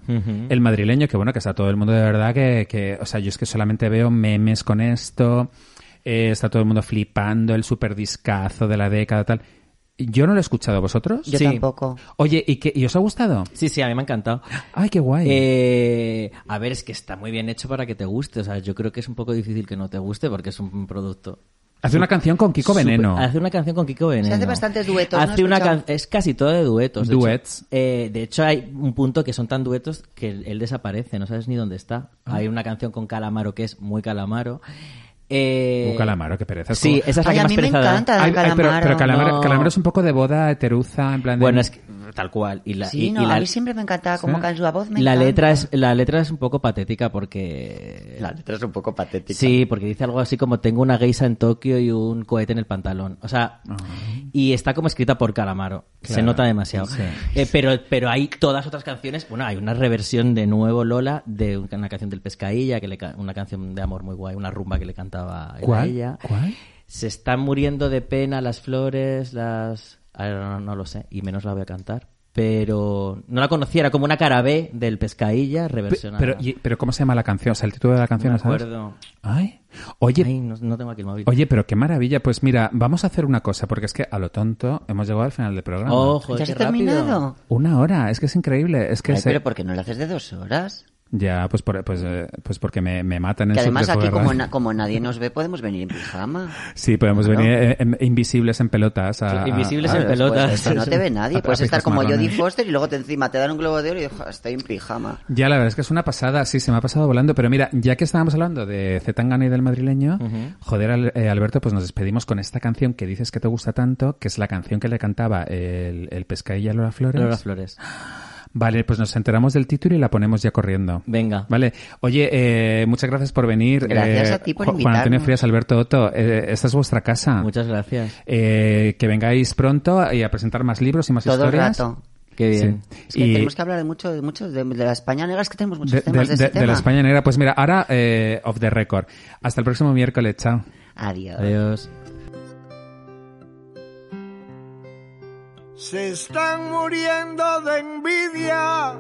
Speaker 2: el madrileño, que bueno, que está todo el mundo de verdad que, que, o sea, yo es que solamente veo memes con esto, eh, está todo el mundo flipando, el super discazo de la década, tal. Yo no lo he escuchado, ¿vosotros?
Speaker 4: Yo
Speaker 3: Sí.
Speaker 4: tampoco.
Speaker 2: Oye, ¿y, qué, ¿y os ha gustado?
Speaker 3: Sí, sí, a mí me ha encantado.
Speaker 2: Ay, qué guay.
Speaker 3: Eh, a ver, es que está muy bien hecho para que te guste. O sea, yo creo que es un poco difícil que no te guste porque es un producto.
Speaker 2: Hace una canción con Kiko
Speaker 3: súper-
Speaker 2: Veneno.
Speaker 3: Hace una canción con Kiko Veneno.
Speaker 4: Se hace bastantes duetos, ¿no?
Speaker 3: Hace una
Speaker 4: Escuchaba.
Speaker 3: can- Es casi todo de duetos. de hecho.
Speaker 2: Duets.
Speaker 3: Eh, de hecho, hay un punto que son tan duetos que él, él desaparece, no sabes ni dónde está.
Speaker 2: Ah.
Speaker 3: Hay una canción con Calamaro que es muy Calamaro. Eh,
Speaker 2: Uh, Calamaro, qué pereza, es
Speaker 3: Sí,
Speaker 2: como-
Speaker 3: esa es la
Speaker 4: Ay,
Speaker 3: que
Speaker 4: a
Speaker 3: más
Speaker 4: mí me
Speaker 3: pereza da.
Speaker 4: encanta Dan
Speaker 2: Ay, ay, pero
Speaker 4: Calamaro.
Speaker 2: pero Calamaro,
Speaker 3: no.
Speaker 2: Calamaro es un poco de boda heteruza, en plan de...
Speaker 3: Bueno, es que- tal cual. Y la,
Speaker 4: Sí,
Speaker 3: y-
Speaker 4: no,
Speaker 3: y la-
Speaker 4: a mí siempre me encantaba cómo
Speaker 2: Sí.
Speaker 4: cansa voz. Me
Speaker 3: la
Speaker 4: encanta.
Speaker 3: letra es la letra es un poco patética porque
Speaker 4: La letra es un poco patética.
Speaker 3: sí porque dice algo así como tengo una geisa en Tokio y un cohete en el pantalón o sea
Speaker 4: Ah.
Speaker 3: y está como escrita por Calamaro se
Speaker 2: Claro.
Speaker 3: nota demasiado
Speaker 2: Sí.
Speaker 3: Eh, pero pero hay todas otras canciones bueno hay una reversión de nuevo Lola de un- una canción del Pescailla que le ca- una canción de amor muy guay una rumba que le cantaba él a
Speaker 2: ¿Cuál?
Speaker 3: ella
Speaker 2: ¿Cuál?
Speaker 3: se están muriendo de pena las flores, las... Ah, no, no, no lo sé, y menos la voy a cantar. Pero no la conocía, era como una cara B del Pescailla
Speaker 2: Pe-
Speaker 3: reversionada.
Speaker 2: Pero, y- pero ¿cómo se llama la canción? O sea, el título de la
Speaker 3: no
Speaker 2: canción,
Speaker 3: me
Speaker 2: ¿lo sabes?
Speaker 3: acuerdo.
Speaker 2: Ay, oye,
Speaker 3: Ay, no, no tengo aquí el móvil.
Speaker 2: oye, pero qué maravilla. Pues mira, vamos a hacer una cosa, porque es que a lo tonto hemos llegado al final del programa.
Speaker 3: Ojo,
Speaker 4: ¿Ya
Speaker 3: qué
Speaker 4: has
Speaker 3: rápido.
Speaker 4: terminado?
Speaker 2: Una hora, es que es increíble. Es que
Speaker 4: Oh. Ay,
Speaker 2: se-
Speaker 4: pero ¿por qué no lo haces de dos horas?
Speaker 2: ya, pues, por- pues, eh, pues porque me, me matan en
Speaker 4: Que además
Speaker 2: Subterfuge
Speaker 4: aquí, como,
Speaker 2: Radio.
Speaker 4: na- como nadie nos ve, podemos venir en pijama.
Speaker 2: Sí, podemos
Speaker 4: Claro.
Speaker 2: venir eh, em- invisibles en pelotas. a- a-
Speaker 3: Invisibles
Speaker 2: a-
Speaker 3: en
Speaker 4: Claro, después
Speaker 3: pelotas.
Speaker 4: de esto no
Speaker 2: [LAUGHS]
Speaker 4: te ve
Speaker 2: A-
Speaker 4: nadie.
Speaker 2: a
Speaker 4: Puedes estar
Speaker 2: pijas
Speaker 4: como Jodie
Speaker 2: marrones.
Speaker 4: Foster y luego te encima te dan un globo de oro y dices, "Jo, estoy en pijama.
Speaker 2: Ya, la verdad es que es una pasada, sí, se me ha pasado volando. Pero mira, ya que estábamos hablando de Zetangana y del madrileño, joder, Al- eh, Alberto, pues nos despedimos con esta canción que dices que te gusta tanto, que es la canción que le cantaba el, el pescadilla a Lola Flores.
Speaker 3: Lola Flores.
Speaker 2: Vale, pues nos enteramos del título y la ponemos ya corriendo.
Speaker 3: Venga.
Speaker 2: Vale, oye, eh, muchas gracias por venir.
Speaker 4: Gracias
Speaker 2: eh,
Speaker 4: a ti por
Speaker 2: Ju- Juan Antonio
Speaker 4: invitarnos.
Speaker 2: Frías, Alberto Otto, eh, esta es vuestra casa.
Speaker 3: Muchas gracias.
Speaker 2: Eh, que vengáis pronto y a presentar más libros y más
Speaker 4: Todo el
Speaker 2: historias.
Speaker 4: rato.
Speaker 3: Qué
Speaker 2: Sí.
Speaker 3: bien.
Speaker 4: Es que
Speaker 2: Y-
Speaker 4: tenemos que hablar de mucho, de mucho, de, de la España negra, es que tenemos muchos
Speaker 2: de, de-
Speaker 4: temas de, ese
Speaker 2: de- de
Speaker 4: tema.
Speaker 2: la España negra. Pues mira, ahora eh, off the record. Hasta el próximo miércoles, chao.
Speaker 4: Adiós.
Speaker 3: Adiós.
Speaker 7: se están muriendo de envidia.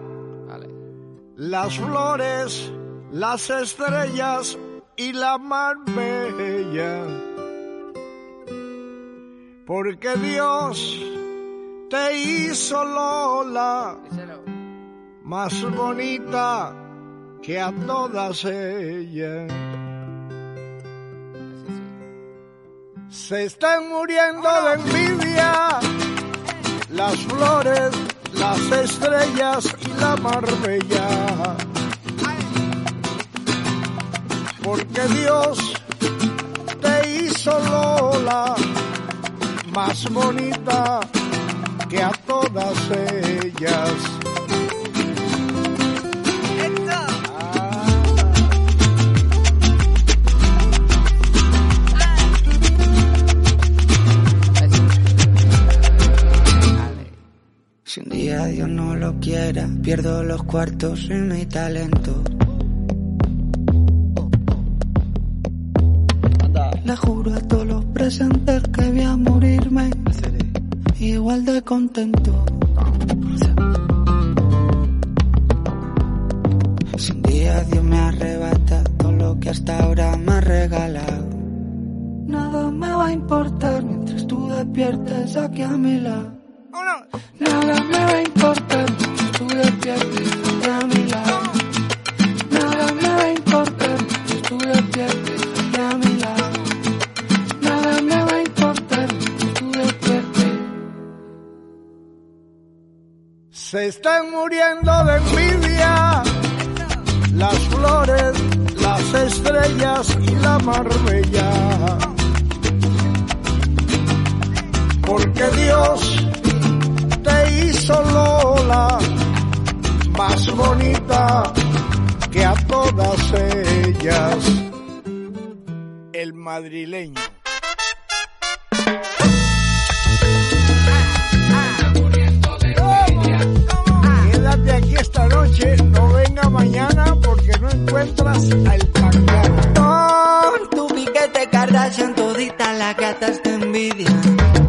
Speaker 7: Las flores, las estrellas y la mar bella. Porque Dios te hizo Lola más bonita que a todas ellas. Se están muriendo de envidia las flores, las estrellas y la marbella. Porque Dios te hizo Lola más bonita que a todas ellas. Ah.
Speaker 8: Si un día Dios no lo quiera, pierdo los cuartos en mi talento. Le juro a todos los presentes que voy a morirme igual de contento. Si un día Dios me arrebata todo lo que hasta ahora me ha regalado, nada me va a importar mientras tú despiertes aquí a mi lado. Nada me va a importar mientras tú despiertes aquí a mi lado. Nada me va a importar mientras tú despiertes aquí a mi lado. Nada me va a importar mientras tú despiertes.
Speaker 7: Se están muriendo de envidia las flores, las estrellas y la marbella. Porque Dios te hizo Lola más bonita que a todas ellas. El madrileño. Quédate aquí esta noche, no venga mañana porque no encuentras al pangano.
Speaker 8: Con tu piquete Kardashian todita las gatas te envidian